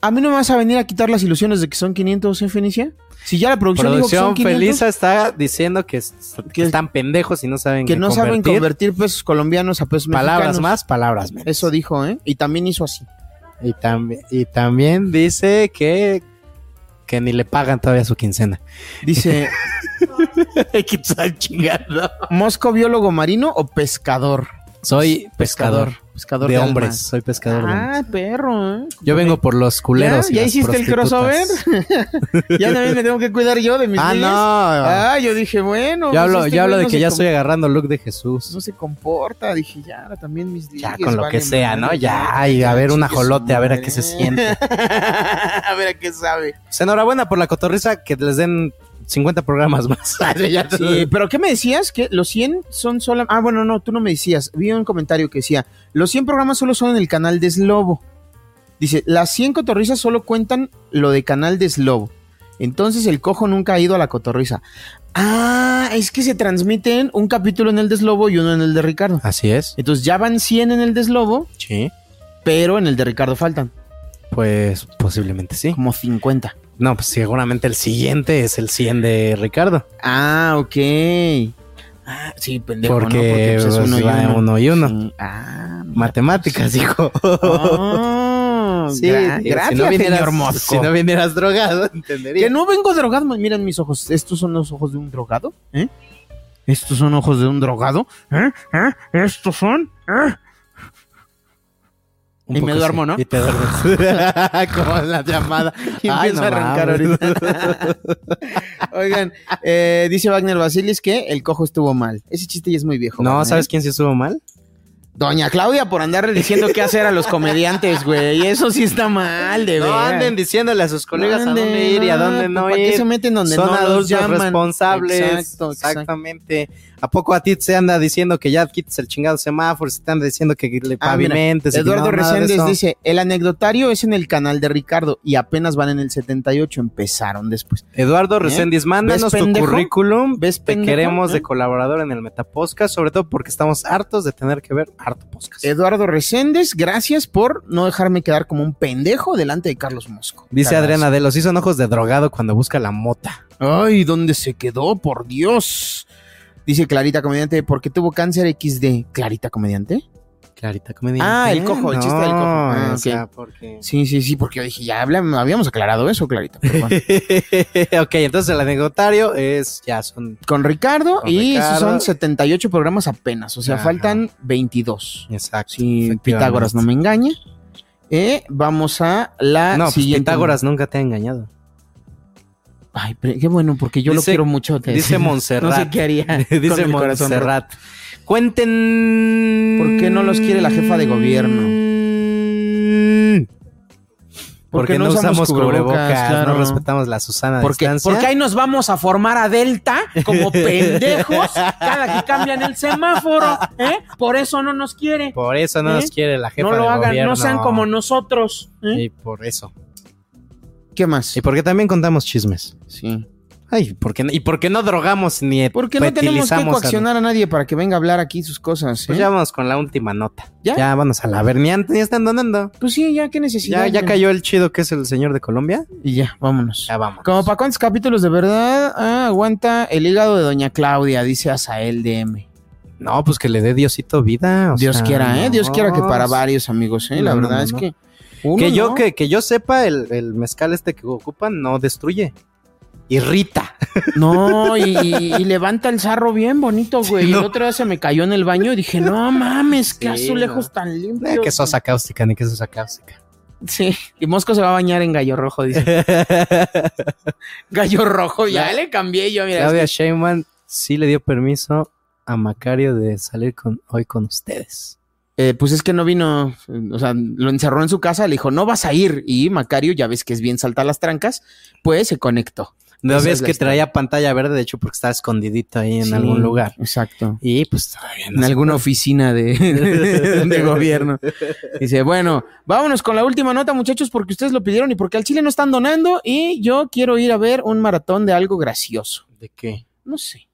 ¿A mí no me vas a venir a quitar las ilusiones de que son 500 en Fenicia? Si ya la producción, dijo que son Producción 500, Feliza está diciendo que, es- Que- están pendejos y no saben que qué no saben convertir. convertir pesos colombianos a pesos Palabras Pues, mexicanos. más, palabras menos. Eso dijo, ¿eh? Y también hizo así. Y, tambi- y también dice que, que ni le pagan todavía su quincena. Dice, Quizá chingado. ¿mosco biólogo marino o pescador? Soy pescador. Pescador de, de hombres. almas. Soy pescador de hombres. Ah, perro, ¿eh? Yo vengo por los culeros. ¿Ya, y ¿Ya las hiciste el crossover? prostitutas. ya también me tengo que cuidar yo de mis Ah, leyes? no. Ah, yo dije, bueno. Yo pues hablo, este yo hablo güey de no que se ya com- estoy agarrando el look de Jesús. No se comporta, dije, ya, ahora también mis leyes. Ya, con lo que sea, ¿no? Ya, y a ver un ajolote, a ver a qué se siente. a ver a qué sabe. Pues enhorabuena por la cotorriza, que les den 50 programas más. Sí, pero ¿qué me decías? Que los 100 son solo... Ah, bueno, no, tú no me decías. Vi un comentario que decía, los 100 programas solo son en el canal de Slobo. Dice, las 100 cotorrizas solo cuentan lo de canal de Slobo. Entonces el cojo nunca ha ido a la cotorriza. Ah, es que se transmiten un capítulo en el de Slobo y uno en el de Ricardo. Así es. Entonces ya van 100 en el de Slobo, Sí, pero en el de Ricardo faltan. pues posiblemente sí. Como 50. No, pues seguramente el siguiente es el 100 de Ricardo. Ah, ok. Ah, sí, pendejo, Porque, ¿no? pues, es pues, uno y va uno. uno y uno. Sí. Ah, Matemáticas, dijo. Ah, Sí, gra- digo, gracias, si no vinieras- señor Mosco. si no vinieras drogado, entendería. Que no vengo drogado, miren mis ojos. ¿Estos son los ojos de un drogado? ¿Eh? ¿Estos son ojos de un drogado? ¿Eh? ¿Eh? ¿Estos son? ¿Eh? Un y me poco duermo, sí, ¿no? Y te duermes. Como en la llamada. Y Ay, empiezo no a arrancar mames. ahorita. Oigan, eh, dice Wagner Basilis que el cojo estuvo mal. Ese chiste ya es muy viejo. No, ¿verdad? ¿sabes quién sí estuvo mal? Doña Claudia por andarle diciendo qué hacer a los comediantes, güey. Eso sí está mal, de No veras. anden diciéndole a sus colegas Anden, a dónde ir y a dónde no, pues, no ¿para qué ir. se meten donde Son no los adultos llaman? responsables. Exacto, exacto. Exactamente. ¿A poco a ti se anda diciendo que ya quites el chingado semáforo? Se te anda diciendo que le Ah, mira, pavimentes. y que Eduardo no, nada de Reséndez eso? dice, el anecdotario es en el canal de Ricardo y apenas van en el 78, empezaron después. Eduardo Reséndiz, mándanos tu currículum. ¿eh? ¿Ves Te pendejo? queremos ¿Eh? de colaborador en el Metapodcast, sobre todo porque estamos hartos de tener que ver harto podcast. Eduardo Reséndez, gracias por no dejarme quedar como un pendejo delante de Carlos Mosco. Dice Cagazo. Adriana de los hizo ojos de drogado cuando busca la mota. Ay, ¿dónde se quedó? Por Dios. Dice Clarita Comediante, ¿por qué tuvo cáncer XD? ¿Clarita Comediante? Clarita Comediante. Ah, el cojo, el chiste del cojo. Ah, o ok. sea, porque... Sí, sí, sí, porque yo dije, ya hablam- habíamos aclarado eso, Clarita. pero bueno. ok, entonces el anecdotario es ya son Con Ricardo Con y esos Ricardo. son 78 programas apenas, o sea, Ajá. faltan 22. exacto. Si Pitágoras no me engaña. Eh, vamos a la No, pues, siguiente. Pitágoras nunca te ha engañado. Ay, pero qué bueno, porque yo Dice- lo quiero mucho. te- Dice Montserrat. No sé qué haría. con Dice el corazón Montserrat. roto. Cuenten. ¿Por qué no los quiere la jefa de gobierno? Porque no, usamos cubrebocas, no respetamos la Susana Porque, distancia. porque ahí nos vamos a formar a Delta como pendejos cada que cambian el semáforo, ¿eh? Por eso no nos quiere. Por eso no ¿Eh? nos quiere la jefa No lo de hagan, gobierno. no sean como nosotros. ¿eh? Y por eso. ¿Qué más? Y porque también contamos chismes. Sí. Ay, ¿por qué no- ¿y por qué no drogamos ni Porque no tenemos que fertilizamos a- coaccionar a nadie para que venga a hablar aquí sus cosas. ¿eh? Pues ya vamos con la última nota. ¿Ya? ¿Ya? vamos a la ver. Ni antes, ni están donando. Pues sí, ya, ¿qué necesidad? Ya, ya cayó el chido que es el señor de Colombia. Y ya, vámonos. Ya vamos. Como para cuántos capítulos de verdad Ah, aguanta el hígado de Doña Claudia, dice Azael DM. No, pues que le dé Diosito vida. o Dios sea, quiera, ¿eh? Dios Ah, no. quiera que para varios amigos, ¿eh? La No, no, verdad no, es no. que. uno Que yo, no. que, que yo sepa, el, el mezcal este que ocupan no destruye. Irrita. No, y, y- y levanta el sarro bien bonito, güey. El otro día se me cayó en el baño y dije, no mames, qué Sí, azulejos no. tan Eh, limpios. que sosa cáustica, ni que sosa cáustica. Sí, y Mosco se va a bañar en gallo rojo, dice. gallo rojo, ya le cambié yo, mira. Claudia Sheinbaum sí le dio permiso a Macario de salir con, hoy con ustedes. Eh, pues es que no vino, eh, o sea, lo encerró en su casa, le dijo, no vas a ir. Y Macario, ya ves que es bien salta las trancas, pues se conectó. No Esa es ves la que historia. traía pantalla verde, de hecho, porque estaba escondidito ahí en Sí, algún lugar. Exacto. Y pues todavía no En se alguna oficina de, de gobierno. Dice, bueno, vámonos con la última nota, muchachos, porque ustedes lo pidieron y porque al Chile no están donando y yo quiero ir a ver un maratón de algo gracioso. ¿De qué? No sé.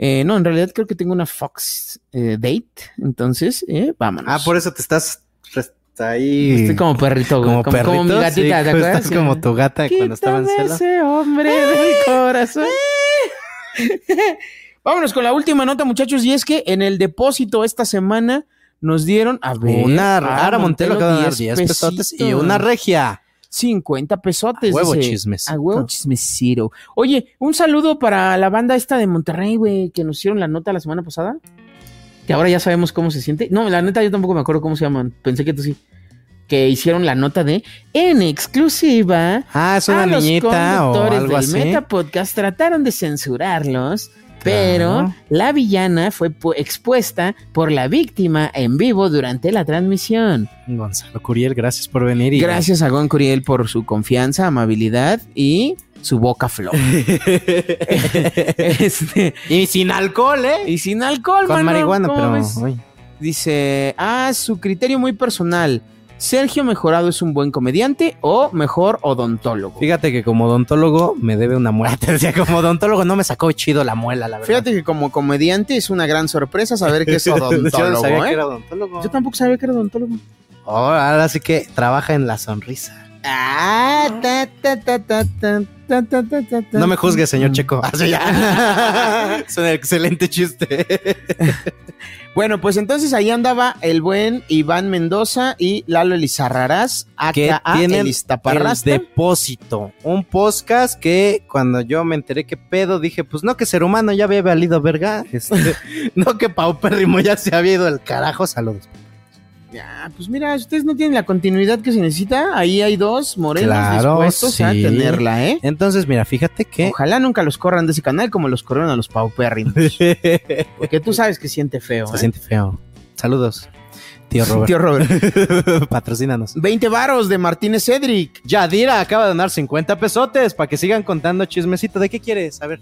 Eh, no, en realidad creo que tengo una Fox eh, Date, entonces, eh, vámonos. Ah, por eso te estás res- ahí. Estoy como perrito, güey. como, perrito. Como mi sí, gatita, ¿te como acuerdas? estás como tu gata cuando estaba en Quítame celo. ese hombre del corazón. ¡Eh! Vámonos con la última nota, muchachos, y es que en el depósito esta semana nos dieron a ver, Una a Ara Montelo acaba de dar 10 pesitos. pesotes y una regia. 50 pesotes. A huevo dice. chismes. A huevo chismecito. Oye, un saludo para la banda esta de Monterrey, güey, que nos hicieron la nota la semana pasada. que ahora ya sabemos cómo se siente. No, la neta, yo tampoco me acuerdo cómo se llaman. Pensé que tú sí. Que hicieron la nota de en exclusiva. Ah, es una a los niñita o conductores algo del así. Meta Podcast trataron de censurarlos, pero Claro. la villana fue pu- expuesta por la víctima en vivo durante la transmisión. Gonzalo Curiel, gracias por venir. Y Gracias a Gon Curiel por su confianza, amabilidad y su boca floja. Este, y sin alcohol, ¿eh? Y sin alcohol, Con mano, marihuana, ¿cómo pero. ves? uy. Dice, ah, su criterio muy personal. Sergio Mejorado es un buen comediante o mejor odontólogo. Fíjate que como odontólogo me debe una muerte. O sea, como odontólogo no me sacó chido la muela, la verdad. Fíjate que como comediante es una gran sorpresa saber que es Yo no odontólogo. sabía que ¿eh? era odontólogo. Yo tampoco sabía que era odontólogo. Oh, ahora sí que trabaja en la sonrisa. Ah, ta, ta, ta, ta, ta, ta, ta, ta, ta, ta. No Mm. me juzgue, señor Checo. Así ya. es un excelente chiste. Bueno, pues entonces ahí andaba el buen Iván Mendoza y Lalo Elizarrarás, que acá tienen el Iztaparrasta. el depósito. Un podcast que cuando yo me enteré que pedo, dije, pues no que ser humano ya había valido verga. Este, no que Paupérrimo ya se había ido al carajo. Saludos. Ya, pues mira, si ustedes no tienen la continuidad que se necesita, ahí hay dos morenos Claro, dispuestos a sí. tenerla, ¿eh? Entonces, mira, fíjate que... Ojalá nunca los corran de ese canal como los corrieron a los paupérrimos. Porque tú sabes que siente feo. ¿eh? Se siente feo. Saludos. Tío Robert. Tío Robert. Patrocínanos. 20 varos de Martínez Cedric. Yadira acaba de donar 50 pesotes para que sigan contando chismecito. ¿De qué quieres? A ver.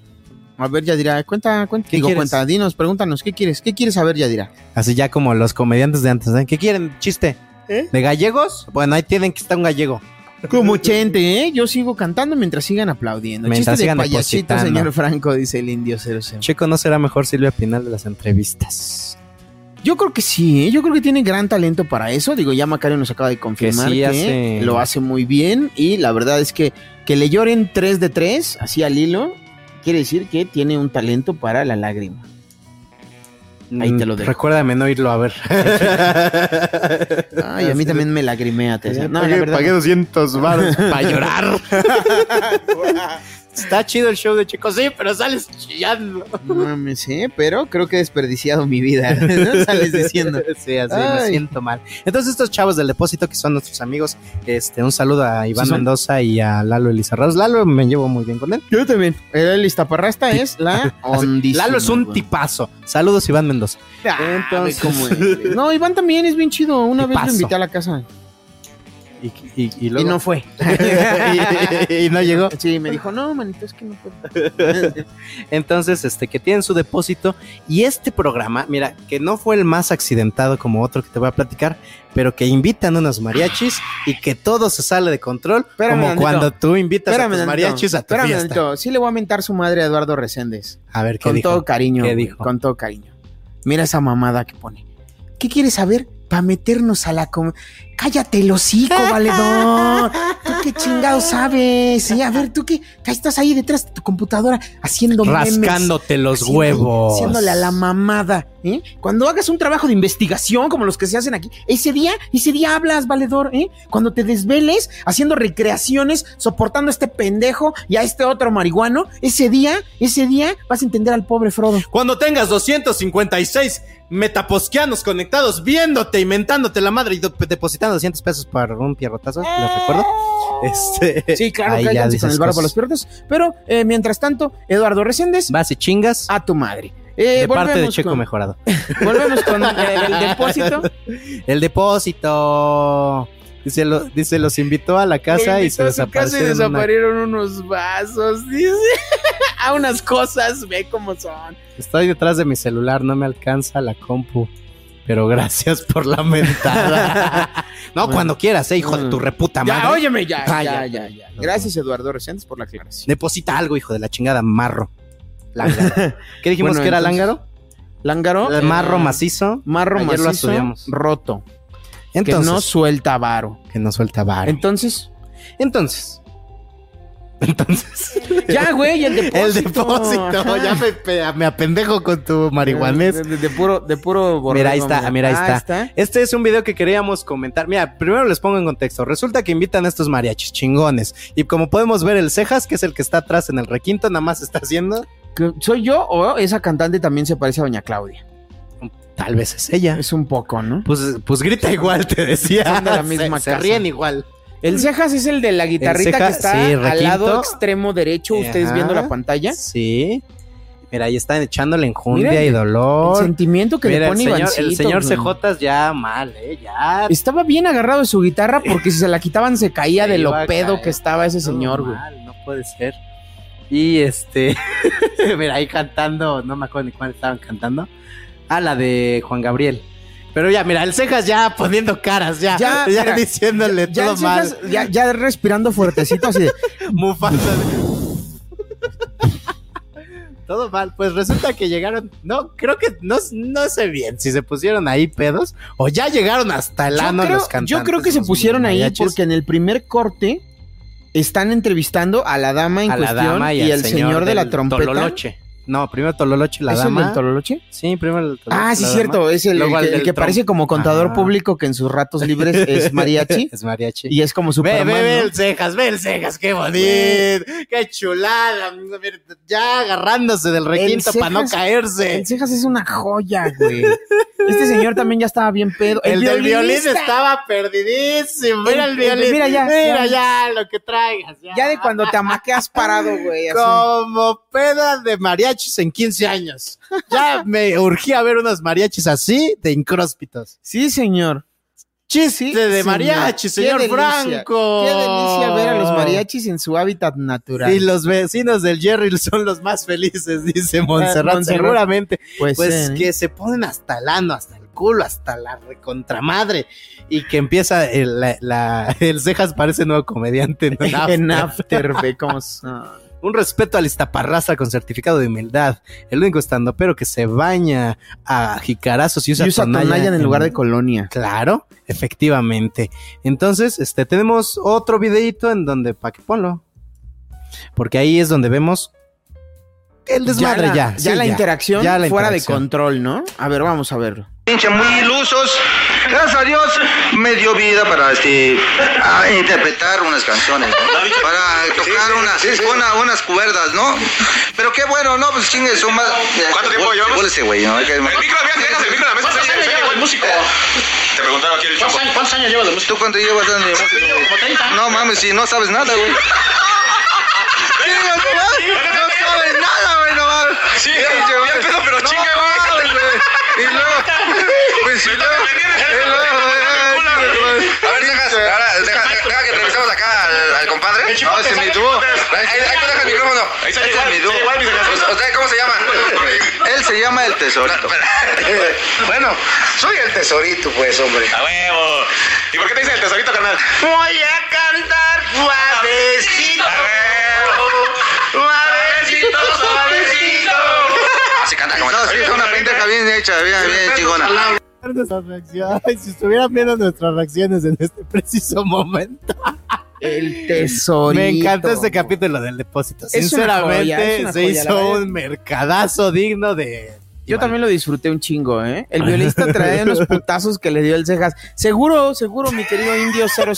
A ver, Yadira, cuenta, cuenta. ¿Qué Digo, quieres? cuenta, dinos, pregúntanos, ¿qué quieres? ¿Qué quieres saber, Yadira? Así ya como los comediantes de antes. ¿eh? ¿Qué quieren? Chiste. ¿Eh? ¿De gallegos? Bueno, ahí tienen que estar un gallego. Como gente, ¿eh? Yo sigo cantando mientras sigan aplaudiendo. Mientras Chiste sigan de payasito, depositando. señor Franco, dice el indio 00. Checo, ¿no será mejor Silvia Pinal de las entrevistas? Yo creo que sí, ¿eh? yo creo que tiene gran talento para eso. Digo, ya Macario nos acaba de confirmar que, Que sí hace- lo hace muy bien y la verdad es que que le lloren 3 de 3, así al hilo, quiere decir que tiene un talento para la lágrima. Ahí te lo Mm, dejo. Recuérdame no irlo a ver. Ay, a mí también me lagrimea. Te decía. No, la verdad. 200 baros para llorar. Está chido el show de Checo, sí, pero sales chillando. No mames, ¿eh? pero creo que he desperdiciado mi vida. ¿no? Sales diciendo. Sí, así me Ay. siento mal. Entonces, estos chavos del depósito que son nuestros amigos, este, un saludo a Iván Sí, son. Mendoza y a Lalo Elizarraz. Lalo me llevo muy bien con él. Yo también. El Iztaparrasta es la Así, ondísima, Lalo es un güey. tipazo. Saludos, Iván Mendoza. Ah, Entonces- ve cómo eres. No, Iván también es bien chido. Una vez lo Tipazo. invité a la casa. Y, y- y luego- Y no fue. y, y no llegó. Sí, me dijo, no, manito, es que no fue. Entonces, este, que tienen su depósito. Y este programa, mira, que no fue el más accidentado como otro que te voy a platicar, pero que invitan unos mariachis y que todo se sale de control, Espérame como tantito. cuando tú invitas Espérame a tus tantito, mariachis a tu espérame fiesta. tantito. Sí le voy a mentar su madre a Eduardo Reséndez. A ver, ¿qué Con dijo? todo cariño. ¿Qué güey, dijo? Con todo cariño. Mira esa mamada que pone. ¿Qué quieres saber? Para meternos a la... com- Cállate el hocico, valedor. ¿Tú qué chingado sabes? Sí, a ver, tú qué... Ahí Estás ahí detrás de tu computadora haciendo memes. Rascándote los Haciendo- huevos. Haciéndole a la mamada. ¿eh? Cuando hagas un trabajo de investigación como los que se hacen aquí, ese día, ese día hablas, valedor. ¿eh? Cuando te desveles haciendo recreaciones, soportando a este pendejo y a este otro marihuano, ese día, ese día vas a entender al pobre Frodo. Cuando tengas 256 metaposquianos conectados, viéndote y mentándote la madre y do- depositando 200 pesos para un pierrotazo, Eh. les recuerdo. Este, Sí, claro, ahí ya cáiganse con dices el barro cosas. para los pierdos. Pero eh, mientras tanto, Eduardo Reséndez, Vas y chingas a tu madre. Eh, de parte de volvemos Checo con- Mejorado. Volvemos con eh, el depósito. El depósito. Dice, lo- dice, los invitó a la casa y se Invitó a su casa y desaparecieron. una- desaparecieron unos vasos, dice. a unas cosas, ve cómo son. Estoy detrás de mi celular, no me alcanza la compu. Pero gracias por la mentada. no, cuando quieras, eh, hijo de tu reputa madre. Ya, óyeme, ya, Ah, ya, ya. ya, ya. Gracias, Eduardo Reséndez, por la aclaración. Deposita algo, hijo de la chingada, marro. Lángaro. ¿Qué dijimos Bueno, que era entonces, lángaro? Lángaro. El marro eh, macizo. Marro Ayer macizo. lo estudiamos. Roto. Entonces, que no suelta varo. que no suelta varo. Entonces, Entonces, ya, güey, el depósito. el depósito. Ajá. Ya me, pe- me apendejo con tu De, marihuanés. de- de puro, de puro borrego, Mira, ahí está, mira, ahí Ah, está. Este es un video que queríamos comentar. Mira, primero les pongo en contexto. Resulta que invitan a estos mariachis chingones. Y como podemos ver, el Cejas, que es el que está atrás en el requinto, nada más está haciendo ¿Soy yo o esa cantante también se parece a Doña Claudia? Tal vez es ella. Es un poco, ¿no? Pues, pues grita igual, te decía. Son de la misma se, se casa. ríen igual. El cejas es el de la guitarrita Ceja- que está sí, al lado requinto. extremo derecho, ustedes Ajá. viendo la pantalla. Sí. Mira, ahí están echándole enjundia Mira, y dolor. el sentimiento que le Mira, pone el señor, Ivancito, el señor güey. CJ ya mal, ¿eh? Ya. Estaba bien agarrado de su guitarra porque si se la quitaban se caía Se de lo iba a pedo caer. que estaba ese señor, güey. mal, no puede ser. Y este, mira, ahí cantando, no me acuerdo ni cuál estaban cantando. Ah, la de Juan Gabriel. Pero ya, mira, el cejas ya poniendo caras, ya, ya, mira, diciéndole ya, todo el Cejas- mal. ya, ya respirando fuertecito así de, Mufasa. Todo mal, pues resulta que llegaron, no, creo que no, no sé bien si se pusieron ahí pedos o ya llegaron hasta el Yo ano creo- los cantantes. Yo creo que se los pusieron ahí mariachis. porque en el primer corte están entrevistando a la dama en a la cuestión dama y, y, el señor, de la trompeta. Tololoche. No, primero Tololoche, la ¿Es el dama. del Tololoche? Sí, primero el Tololoche. Ah, sí, cierto. Es el, el que, el que parece como contador público que en sus ratos libres es mariachi. Ah. es mariachi. y es como Ve, Superman. ve, ve ¿no? el cejas, ve el cejas, qué bonito, qué chulada. mira, Ya agarrándose del requinto El para no Cejas- caerse. El cejas es una joya, güey. Este señor también ya estaba bien pedo. El, del violín violinista. estaba perdidísimo. Mira El- el violín. el- mira ya, ya. Mira ya lo que traigas. Ya. Ya de cuando te amaqueas parado, güey. así. Como peda de mariachis en 15 años. Ya me urgía ver unos mariachis así de incróspitos. Sí, señor. Chiste de señor. Qué mariachi, señor delicia, Franco. Qué delicia ver a los mariachis en su hábitat natural. Y los vecinos del Jerry son los más felices, dice Montserrat. Ah, Montserrat. Seguramente. Pues Pues, sí, ¿eh? que se ponen hasta el ano, hasta el culo, hasta la recontramadre. Y que empieza el, la- la- el cejas parece nuevo comediante en After. en after, güey, cómo son. Un respeto al Iztaparrastra con certificado de humildad. El único estandopero que se baña a jicarazos y usa, Y usa tonalla en el lugar de colonia. Claro, efectivamente. Entonces, este, tenemos otro videito en donde, pa' que ponlo. Porque ahí es donde vemos el desmadre ya. la, sí, la interacción ya la fuera interacción. de control, ¿no? A ver, vamos a verlo. pinche muy ilusos. Gracias a Dios me dio vida para este, a interpretar unas canciones, ¿no? para tocar unas, una- unas cuerdas, ¿no? Pero qué bueno, no, pues chingue, son más. ¿Cuánto tiempo llevamos? ese güey, ¿no? El micro, el micro, la mesa. ¿Cuántos años llevas de músico? Te preguntaron aquí el ¿Cuántos años- cuántos años llevas de músico? ¿Tú cuánto llevas de música? Como 30. No mames, si no sabes nada, güey. Sí, no sabes- no sabes nada, güey, no mames. Sí, Pinche ya güey. empezó, pero No chinga, güey. mames, Y luego, pues sí, luego, y luego, A ver, dejas, ahora, deja, deja que entrevistemos acá al, al compadre. No, se me tuvo. Ahí ahí tú deja el micrófono. Ahí se me tuvo. ¿Usted cómo se llama? Él se llama el tesorito. Bueno, soy el tesorito, pues, hombre. A huevo. ¿Y por qué te dicen el tesorito, carnal? Voy a cantar suavecito. Suavecito, suavecito. Ah, Se canta como No, sí, es una pendeja bien hecha, bien, bien chingona. Nuestra reacción. Ay, si estuvieran viendo nuestras reacciones en este preciso momento. El tesorito. Me encanta este capítulo del depósito. Es una joya, Sinceramente, es una se joya, la hizo verdad. un mercadazo digno de. Yo también lo disfruté un chingo, ¿eh? El violista trae unos putazos que le dio el cejas. Seguro, seguro, mi querido Indio 00.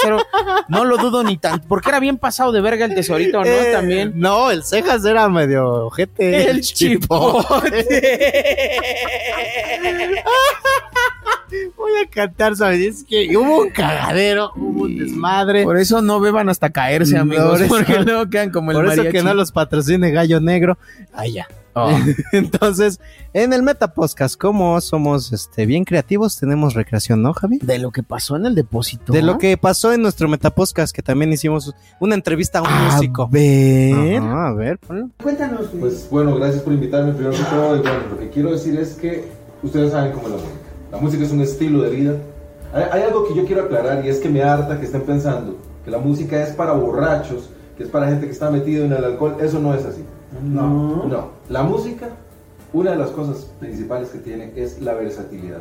No lo dudo ni tanto. Porque era bien pasado de verga el tesorito, ¿no? Eh, También. No, el cejas era medio ojete. El Voy a cantar, ¿sabes? Es que hubo un cagadero, hubo un desmadre. Por eso no beban hasta caerse, No, amigos. por eso- porque luego quedan como el Por eso mariachi. que no los patrocine Gallo Negro. Ah, ya. Entonces, en el Metapodcast, como somos este, bien creativos, tenemos recreación, ¿no, Javi? De lo que pasó en el depósito. De lo que pasó en nuestro Metapodcast, que también hicimos una entrevista a un músico. ver. Ajá, a ver, ponlo. Cuéntanos, Pues bueno, gracias por invitarme primero que todo. Y bueno, lo que quiero decir es que ustedes saben cómo es la música. La música es un estilo de vida. Hay, hay algo que yo quiero aclarar y es que me harta que estén pensando que la música es para borrachos, que es para gente que está metida en el alcohol. Eso no es así. No. No. La música, una de las cosas principales que tiene es la versatilidad.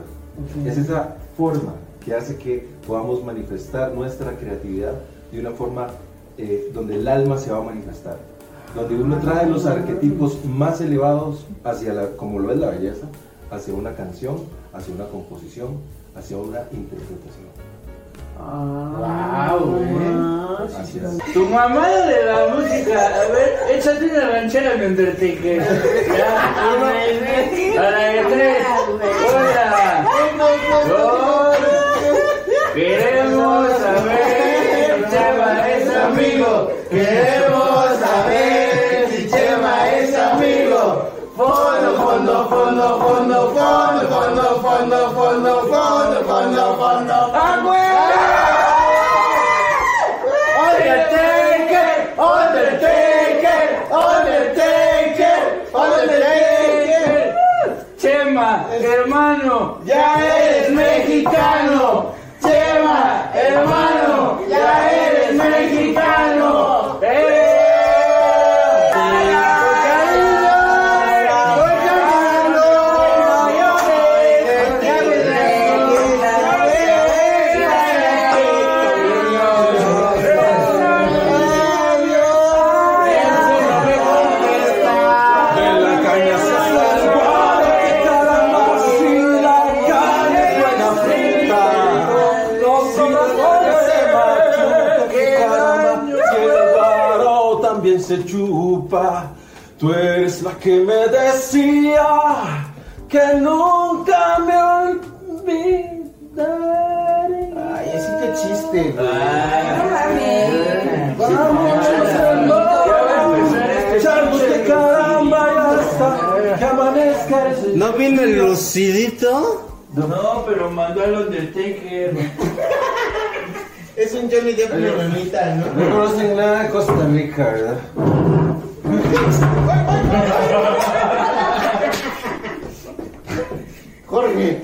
Es esa forma que hace que podamos manifestar nuestra creatividad de una forma eh, donde el alma se va a manifestar, donde uno trae los arquetipos más elevados hacia la, como lo es la belleza, hacia una canción, hacia una composición, hacia una interpretación. Así es. Tu mamada de la música. A ver, échate una ranchera, me Undertaker. Ya, una y tres. Para el tres. Hola. Queremos saber si Chema es amigo. Queremos saber si Chema es amigo. Fondo, fondo, fondo, fondo, fondo, fondo, fondo, fondo, fondo, fondo, fondo. Undertaker, Undertaker, Undertaker, Undertaker. Chema, hermano, ya eres mexicano. Chema, hermano, ya eres mexicano. ¡Eh! también se chupa. Tú eres la que me decía que nunca me olvidaré. Ay, así que chiste. Vamos a echarnos de caramba y hasta que amanezca. ¿No vino el lucidito? No, pero mandó al Undertaker. Es un Johnny Depp menonita, ¿no? No conocen nada de Costa Rica, ¿verdad? Jorge.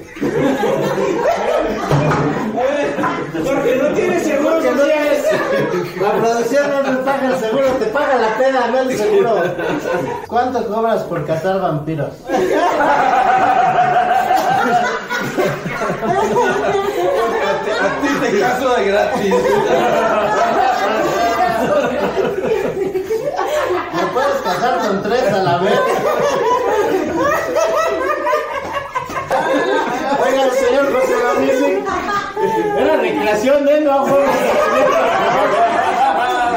Porque no tienes seguro Porque no social. tienes- La producción no te paga el seguro, te paga la pena, no el seguro. ¿Cuánto cobras por cazar vampiros? A ti te caso de gratis. ¿Me puedes casar con tres a la vez? Oiga, señor José Ramírez. Era recreación de no fue.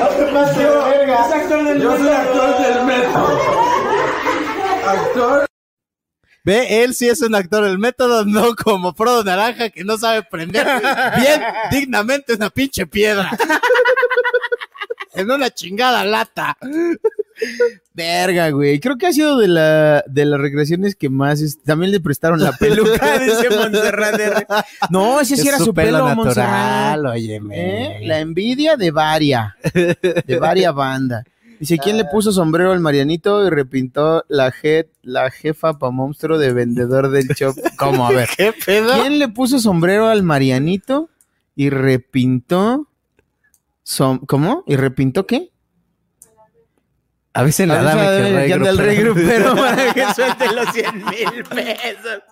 No te pases de verga. Es actor del Yo soy actor del metro. Actor. Ve, él sí es un actor del método, no como Frodo Naranja que no sabe prender bien dignamente una pinche piedra. en una chingada lata. Verga, güey. Creo que ha sido de, la, de las regresiones que más. es- También le prestaron la peluca, dice Montserrat. R. No, Oh, ese sí Es era su su pelo pelo, natural, Montserrat. óyeme. ¿Eh? La envidia de varia. De varia banda. Dice, ¿quién le puso sombrero al Marianito y repintó la, je- la jefa pa' monstruo de vendedor del shop? ¿Cómo? A ver. ¿Qué pedo? ¿Quién le puso sombrero al Marianito y repintó... som- ¿Cómo? ¿Y repintó qué? A veces A la dame veces la dame que anda el regrupero para que suelte los 100 mil pesos.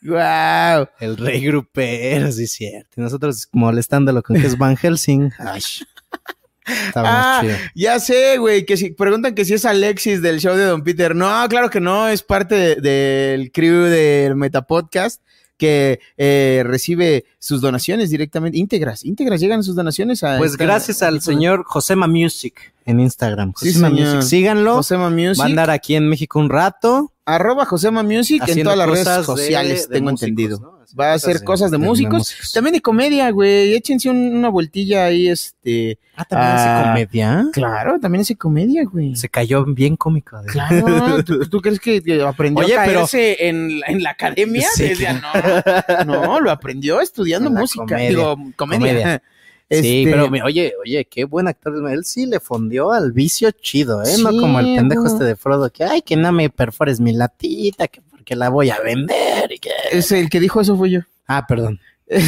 ¡Guau! El rey E. grupero, sí es cierto. Y nosotros molestándolo con que es Van Helsing. Ay, está más Ah, chido. ya sé, güey, que si preguntan que si es Alexis del show de Don Peter. No, claro que no, es parte de- del crew del Metapodcast que eh, recibe sus donaciones directamente, íntegras, íntegras, llegan sus donaciones a... Pues gracias al señor Josema Music en Instagram. Sí, Josema señor. Music, síganlo. Josema Music. Va a andar aquí en México un rato. Arroba Josema Music en Haciendo todas las redes cosas de- sociales, de tengo músicos, entendido. Va a hacer cosas de, de músicos, músicos. también de comedia, güey. Échense un- una vueltilla ahí, este. Ah, también hace comedia. Claro, también hace comedia, güey. Se cayó bien cómico. de- Claro, ¿tú, tú crees que, que aprendió Oye, a pero- caerse en, la- en la academia? Sí, Desde- no, no, lo aprendió estudiando música. comedia. Digo, comedia. Comedia. Sí, Este- pero mi- oye, oye, qué buen actor. es. Él sí le fondió al vicio chido, ¿eh? no Sí, como el pendejo güey. este de Frodo, que ay, que no me perfores mi latita, que porque la voy a vender. y que- Es el que dijo eso fue yo. Ah, perdón.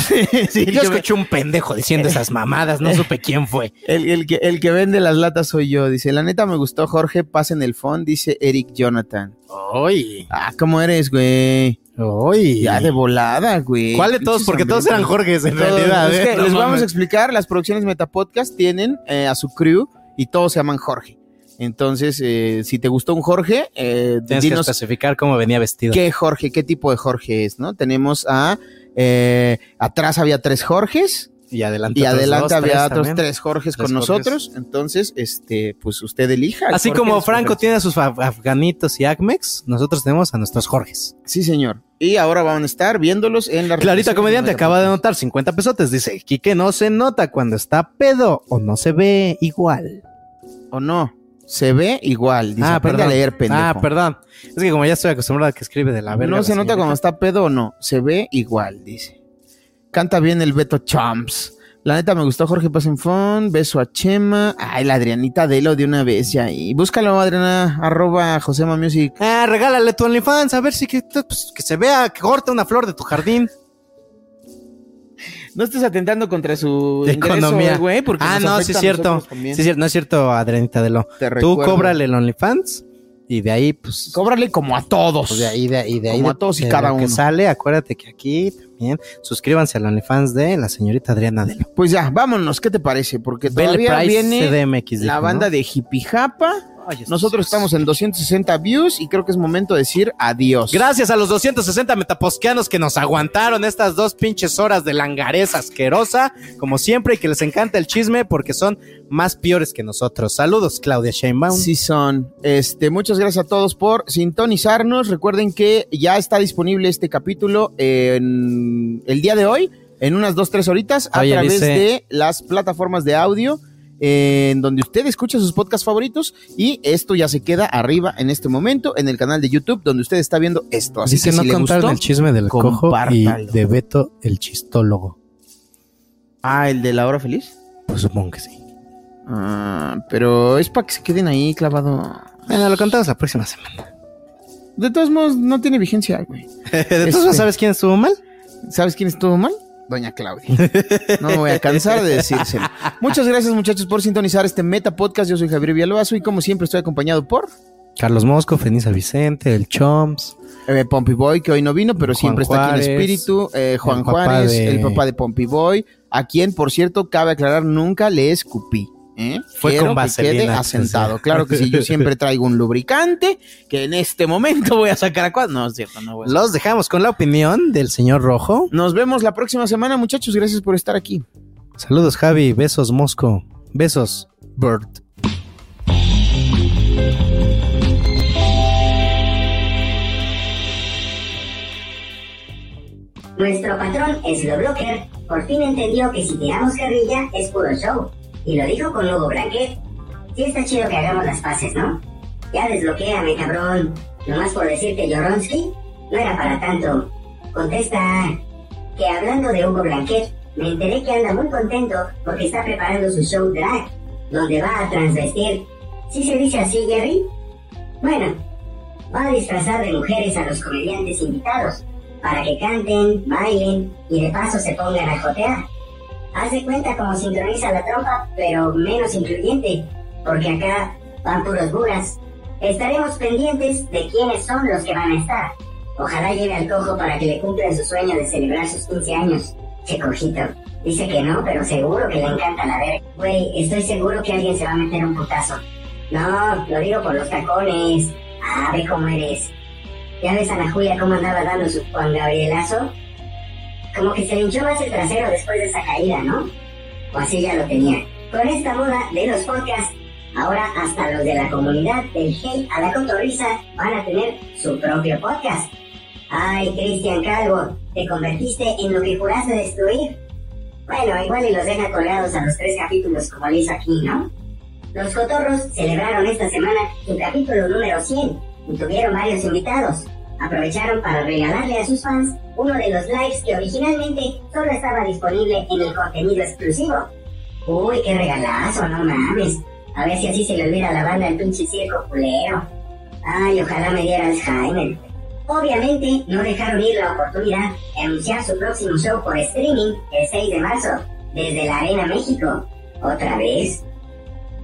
Sí, yo escuché un pendejo diciendo esas mamadas, no supe quién fue. El, el que, el que vende las latas soy yo. Dice, la neta me gustó Jorge, pasen el fond, dice Eric Jonathan. Oh, Oye. Ah, ¿cómo eres, güey? Oye. Ya de volada, güey. ¿Cuál de todos? Pinches Porque todos hambrientos. eran Jorges, en Eh, Todos. realidad, Es ¿eh? que No les vamos mames. a explicar, las producciones Metapodcast tienen eh, a su crew y todos se llaman Jorge. Entonces, eh, si te gustó un Jorge, eh, Tienes que dinos especificar cómo venía vestido. qué Jorge, qué tipo de Jorge es, ¿no? Tenemos a... eh, atrás había tres Jorges. Y adelante, Y otros adelante dos, había tres otros también. tres Jorges con Tres nosotros. Entonces, este, pues usted elija. el Así Jorge como de su Franco tiene a sus af- afganitos y acmex, nosotros tenemos a nuestros Jorges. Sí, señor. Y ahora van a estar viéndolos en la Clarita Comediante acaba de anotar 50 pesotes. Dice, Quique no se nota cuando está pedo o no se ve igual. ¿O no? Se ve igual. Dice, ah, aprende perdón. a leer, pendejo. Ah, perdón. Es que como ya estoy acostumbrado a que escribe de la verga. pues, no se nota como cuando está pedo o no. Se ve igual, dice. Canta bien el Beto Champs. La neta me gustó Jorge Pasenfón. Beso a Chema. Ay, la Adrianita Delo de una vez ya. Y búscalo, Adriana, arroba Josema Music. Ah, regálale tu OnlyFans, a ver si que, pues, que se vea, que corta una flor de tu jardín. No estés atentando contra su ingreso, eh, Economía. güey, porque ah, nos no, afecta sí a es cierto. nosotros Sí también. es cierto, no es cierto, Adrenita de lo. Te Tú recuerdo. cóbrale el OnlyFans y de ahí, pues. Cóbrale como a todos. de ahí, de, y de ahí. Como de- a todos y de cada lo que uno. sale, acuérdate que aquí también suscríbanse al OnlyFans de la señorita Adriana de lo. Pues ya, vámonos, ¿qué te parece? Porque Belle todavía Price viene CDMX, la dijo, banda ¿no? de Jipijapa. Nosotros estamos en 260 views y creo que es momento de decir adiós. Gracias a los 260 metaposqueanos que nos aguantaron estas dos pinches horas de langareza asquerosa, como siempre, y que les encanta el chisme porque son más peores que nosotros. Saludos, Claudia Sheinbaum. Sí son. Este, muchas gracias a todos por sintonizarnos. Recuerden que ya está disponible este capítulo en el día de hoy, en unas dos, tres horitas, a Oye, través dice- de las plataformas de audio, eh, en donde usted escucha sus podcasts favoritos. Y esto ya se queda arriba en este momento, en el canal de YouTube, donde usted está viendo esto. Así Dice, que no si le contaron gustó, el chisme del cojo y compártalo. de Beto, el chistólogo. Ah, el de la hora feliz. Pues supongo que sí. Ah, pero es para que se queden ahí clavado. Bueno, lo contamos la próxima semana. De todos modos, no tiene vigencia, güey. Este, ¿De todos modos, sabes quién estuvo mal? ¿Sabes quién estuvo mal? Doña Claudia. No me voy a cansar de decírselo. Muchas gracias, muchachos, por sintonizar este Meta Podcast. Yo soy Javier Villalbazo y, como siempre, estoy acompañado por Carlos Mosco, Fenisa Vicente, el Chomps. eh, Pompey Boy, que hoy no vino, pero siempre está aquí en Juárez, espíritu. eh, Juan el papá Juárez, de- el papá de Pompey Boy, a quien, por cierto, cabe aclarar, nunca le escupí. ¿eh? Fue Quiero con vaselina, Que quede pues, asentado. sí. Claro que sí, yo siempre traigo un lubricante que en este momento voy a sacar a cuadro. No, es cierto, no voy a Pues Los dejamos con la opinión del señor Rojo. Nos vemos la próxima semana, muchachos. Gracias por estar aquí. Saludos, Javi. Besos, Mosco. Besos, Bird. Nuestro patrón, Slow Blocker, por fin entendió que si tiramos carrilla es puro show. Y lo dijo con Hugo Blanquet. Sí está chido que hagamos las paces, ¿no? Ya desbloquéame, cabrón. Nomás por decirte Joronsky, no era para tanto. Contesta que hablando de Hugo Blanquet, me enteré que anda muy contento porque está preparando su show drag, donde va a transvestir. ¿Sí se dice así, Jerry? Bueno, va a disfrazar de mujeres a los comediantes invitados para que canten, bailen y de paso se pongan a jotear. Haz de cuenta como sincroniza la trompa, pero menos incluyente, porque acá van puros buras. Estaremos pendientes de quiénes son los que van a estar. Ojalá lleve al cojo para que le cumplan su sueño de celebrar sus 15 años. Che cojito. Dice que no, pero seguro que le encanta la verga. Güey, estoy seguro que alguien se va a meter un putazo. No, lo digo por los tacones. Ah, ve cómo eres. ¿Ya ves a Ana Julia cómo andaba dando su Juan Gabrielazo? Como que se le hinchó más el trasero después de esa caída, ¿no? O así ya lo tenía. Con esta moda de los podcasts, ahora hasta los de la comunidad del Hey a la Cotorrisa van a tener su propio podcast. Ay, Cristian Calvo, te convertiste en lo que juraste destruir. Bueno, igual y los deja colgados a los tres capítulos como lo hizo aquí, ¿no? Los Cotorros celebraron esta semana su capítulo número 100 y tuvieron varios invitados. Aprovecharon para regalarle a sus fans uno de los lives que originalmente solo estaba disponible en el contenido exclusivo. Uy, qué regalazo, no mames. A ver si así se le olvida a la banda el pinche circo culero. Ay, ojalá me diera Alzheimer. Obviamente no dejaron ir la oportunidad de anunciar su próximo show por streaming el 6 de marzo, desde la Arena México. ¿Otra vez?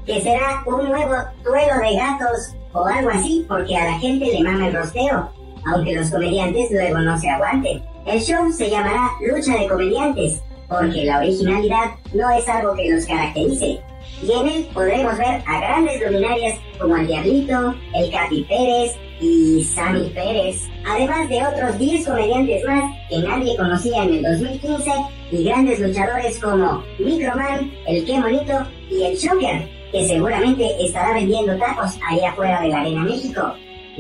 que será un nuevo duelo de gatos o algo así, porque a la gente le mama el rosteo, aunque los comediantes luego no se aguanten. El show se llamará Lucha de Comediantes, porque la originalidad no es algo que los caracterice. Y en él podremos ver a grandes luminarias como el Diablito, el Capi Pérez y Sammy Pérez, además de otros 10 comediantes más que nadie conocía en el 2015 y grandes luchadores como Microman, el Qué Monito y el Shocker, que seguramente estará vendiendo tacos allá afuera de la Arena México.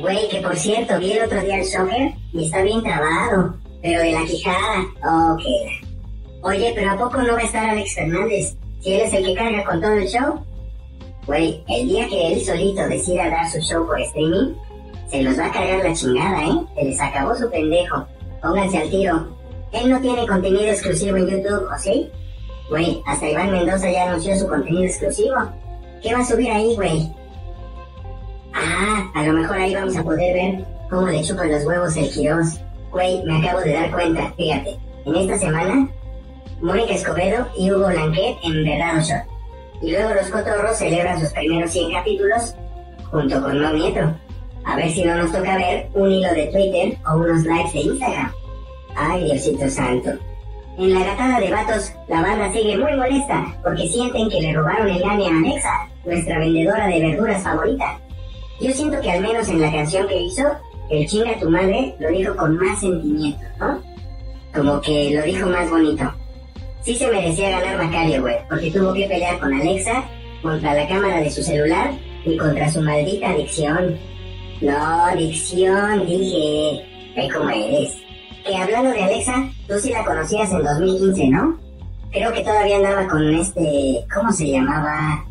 Güey, que por cierto, vi el otro día el Shocker y está bien trabado, pero de la quijada, ok. Oye, pero ¿a poco no va a estar Alex Fernández? Si él es el que carga con todo el show. Güey, el día que él solito decida dar su show por streaming, se los va a cargar la chingada, ¿eh? Se les acabó su pendejo. Pónganse al tiro. Él no tiene contenido exclusivo en YouTube, ¿o sí? Güey, hasta Iván Mendoza ya anunció su contenido exclusivo. ¿Qué va a subir ahí, güey? Ah, a lo mejor ahí vamos a poder ver cómo le chupan los huevos el Quirós. Güey, me acabo de dar cuenta, fíjate. En esta semana, Mónica Escobedo y Hugo Blanquet en Verdad Shot. Y luego los cotorros celebran sus primeros 100 capítulos junto con No Nieto. A ver si no nos toca ver un hilo de Twitter o unos likes de Instagram. Ay, Diosito Santo. En la gatada de vatos, la banda sigue muy molesta porque sienten que le robaron el gane a Alexa, nuestra vendedora de verduras favorita. Yo siento que al menos en la canción que hizo, el chinga tu madre lo dijo con más sentimiento, ¿no? Como que lo dijo más bonito. Sí se merecía ganar Macario, güey, porque tuvo que pelear con Alexa, contra la cámara de su celular y contra su maldita adicción. No, dicción, dije. Ve cómo eres. Que hablando de Alexa, tú sí la conocías en 2015, ¿no? Creo que todavía andaba con este... ¿Cómo se llamaba?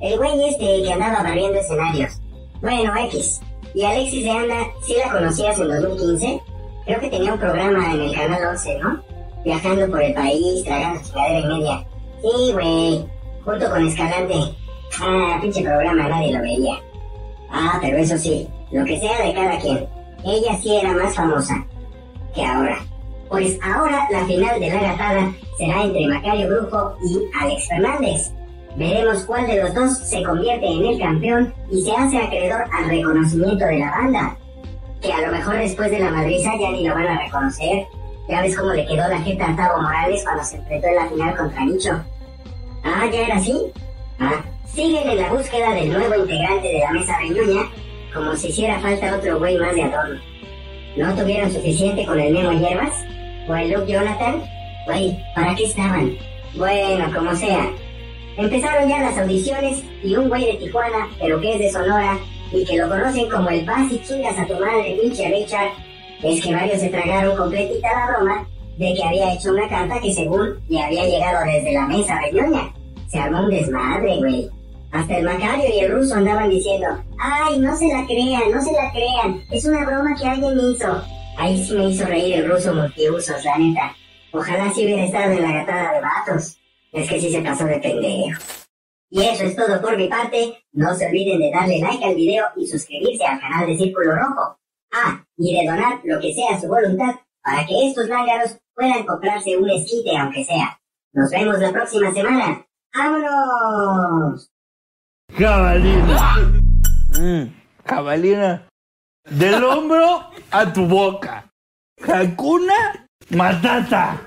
El güey este que andaba barriendo escenarios. Bueno, X. Y Alexis de Anda, sí la conocías en 2015. Creo que tenía un programa en el Canal 11, ¿no? Viajando por el país, tragando chingadera y media. Sí, güey. Junto con Escalante. Ah, pinche programa, nadie lo veía. Ah, pero eso sí, lo que sea de cada quien. Ella sí era más famosa que ahora. Pues ahora la final de la gatada será entre Macario Brujo y Alex Fernández. Veremos cuál de los dos se convierte en el campeón y se hace acreedor al reconocimiento de la banda. Que a lo mejor después de la madriza ya ni lo van a reconocer. Ya ves cómo le quedó la jeta a Tavo Morales cuando se enfrentó en la final contra Nicho. Ah, ¿ya era así? Ah, siguen en la búsqueda del nuevo integrante de la mesa reñoña como si hiciera falta otro güey más de adorno. ¿No tuvieron suficiente con el Nemo Hierbas? ¿O el Luke Jonathan? Güey, ¿para qué estaban? Bueno, como sea. Empezaron ya las audiciones y un güey de Tijuana, pero que es de Sonora, y que lo conocen como el vas y chingas a tu madre, pinche Richard, es que varios se tragaron completita la broma de que había hecho una carta que según le había llegado desde la mesa reñoña. Se armó un desmadre, güey. Hasta el Macario y el ruso andaban diciendo, ay, no se la crean, no se la crean, es una broma que alguien hizo. Ahí sí me hizo reír el ruso multiusos, la neta. Ojalá sí hubiera estado en la gatada de vatos. Es que sí se pasó de pendejo. Y eso es todo por mi parte. No se olviden de darle like al video y suscribirse al canal de Círculo Rojo. Ah, y de donar lo que sea a su voluntad para que estos lángaros puedan comprarse un esquite aunque sea. Nos vemos la próxima semana. ¡Vámonos! Jabalina. jabalina. Del hombro a tu boca. Hakuna Matata.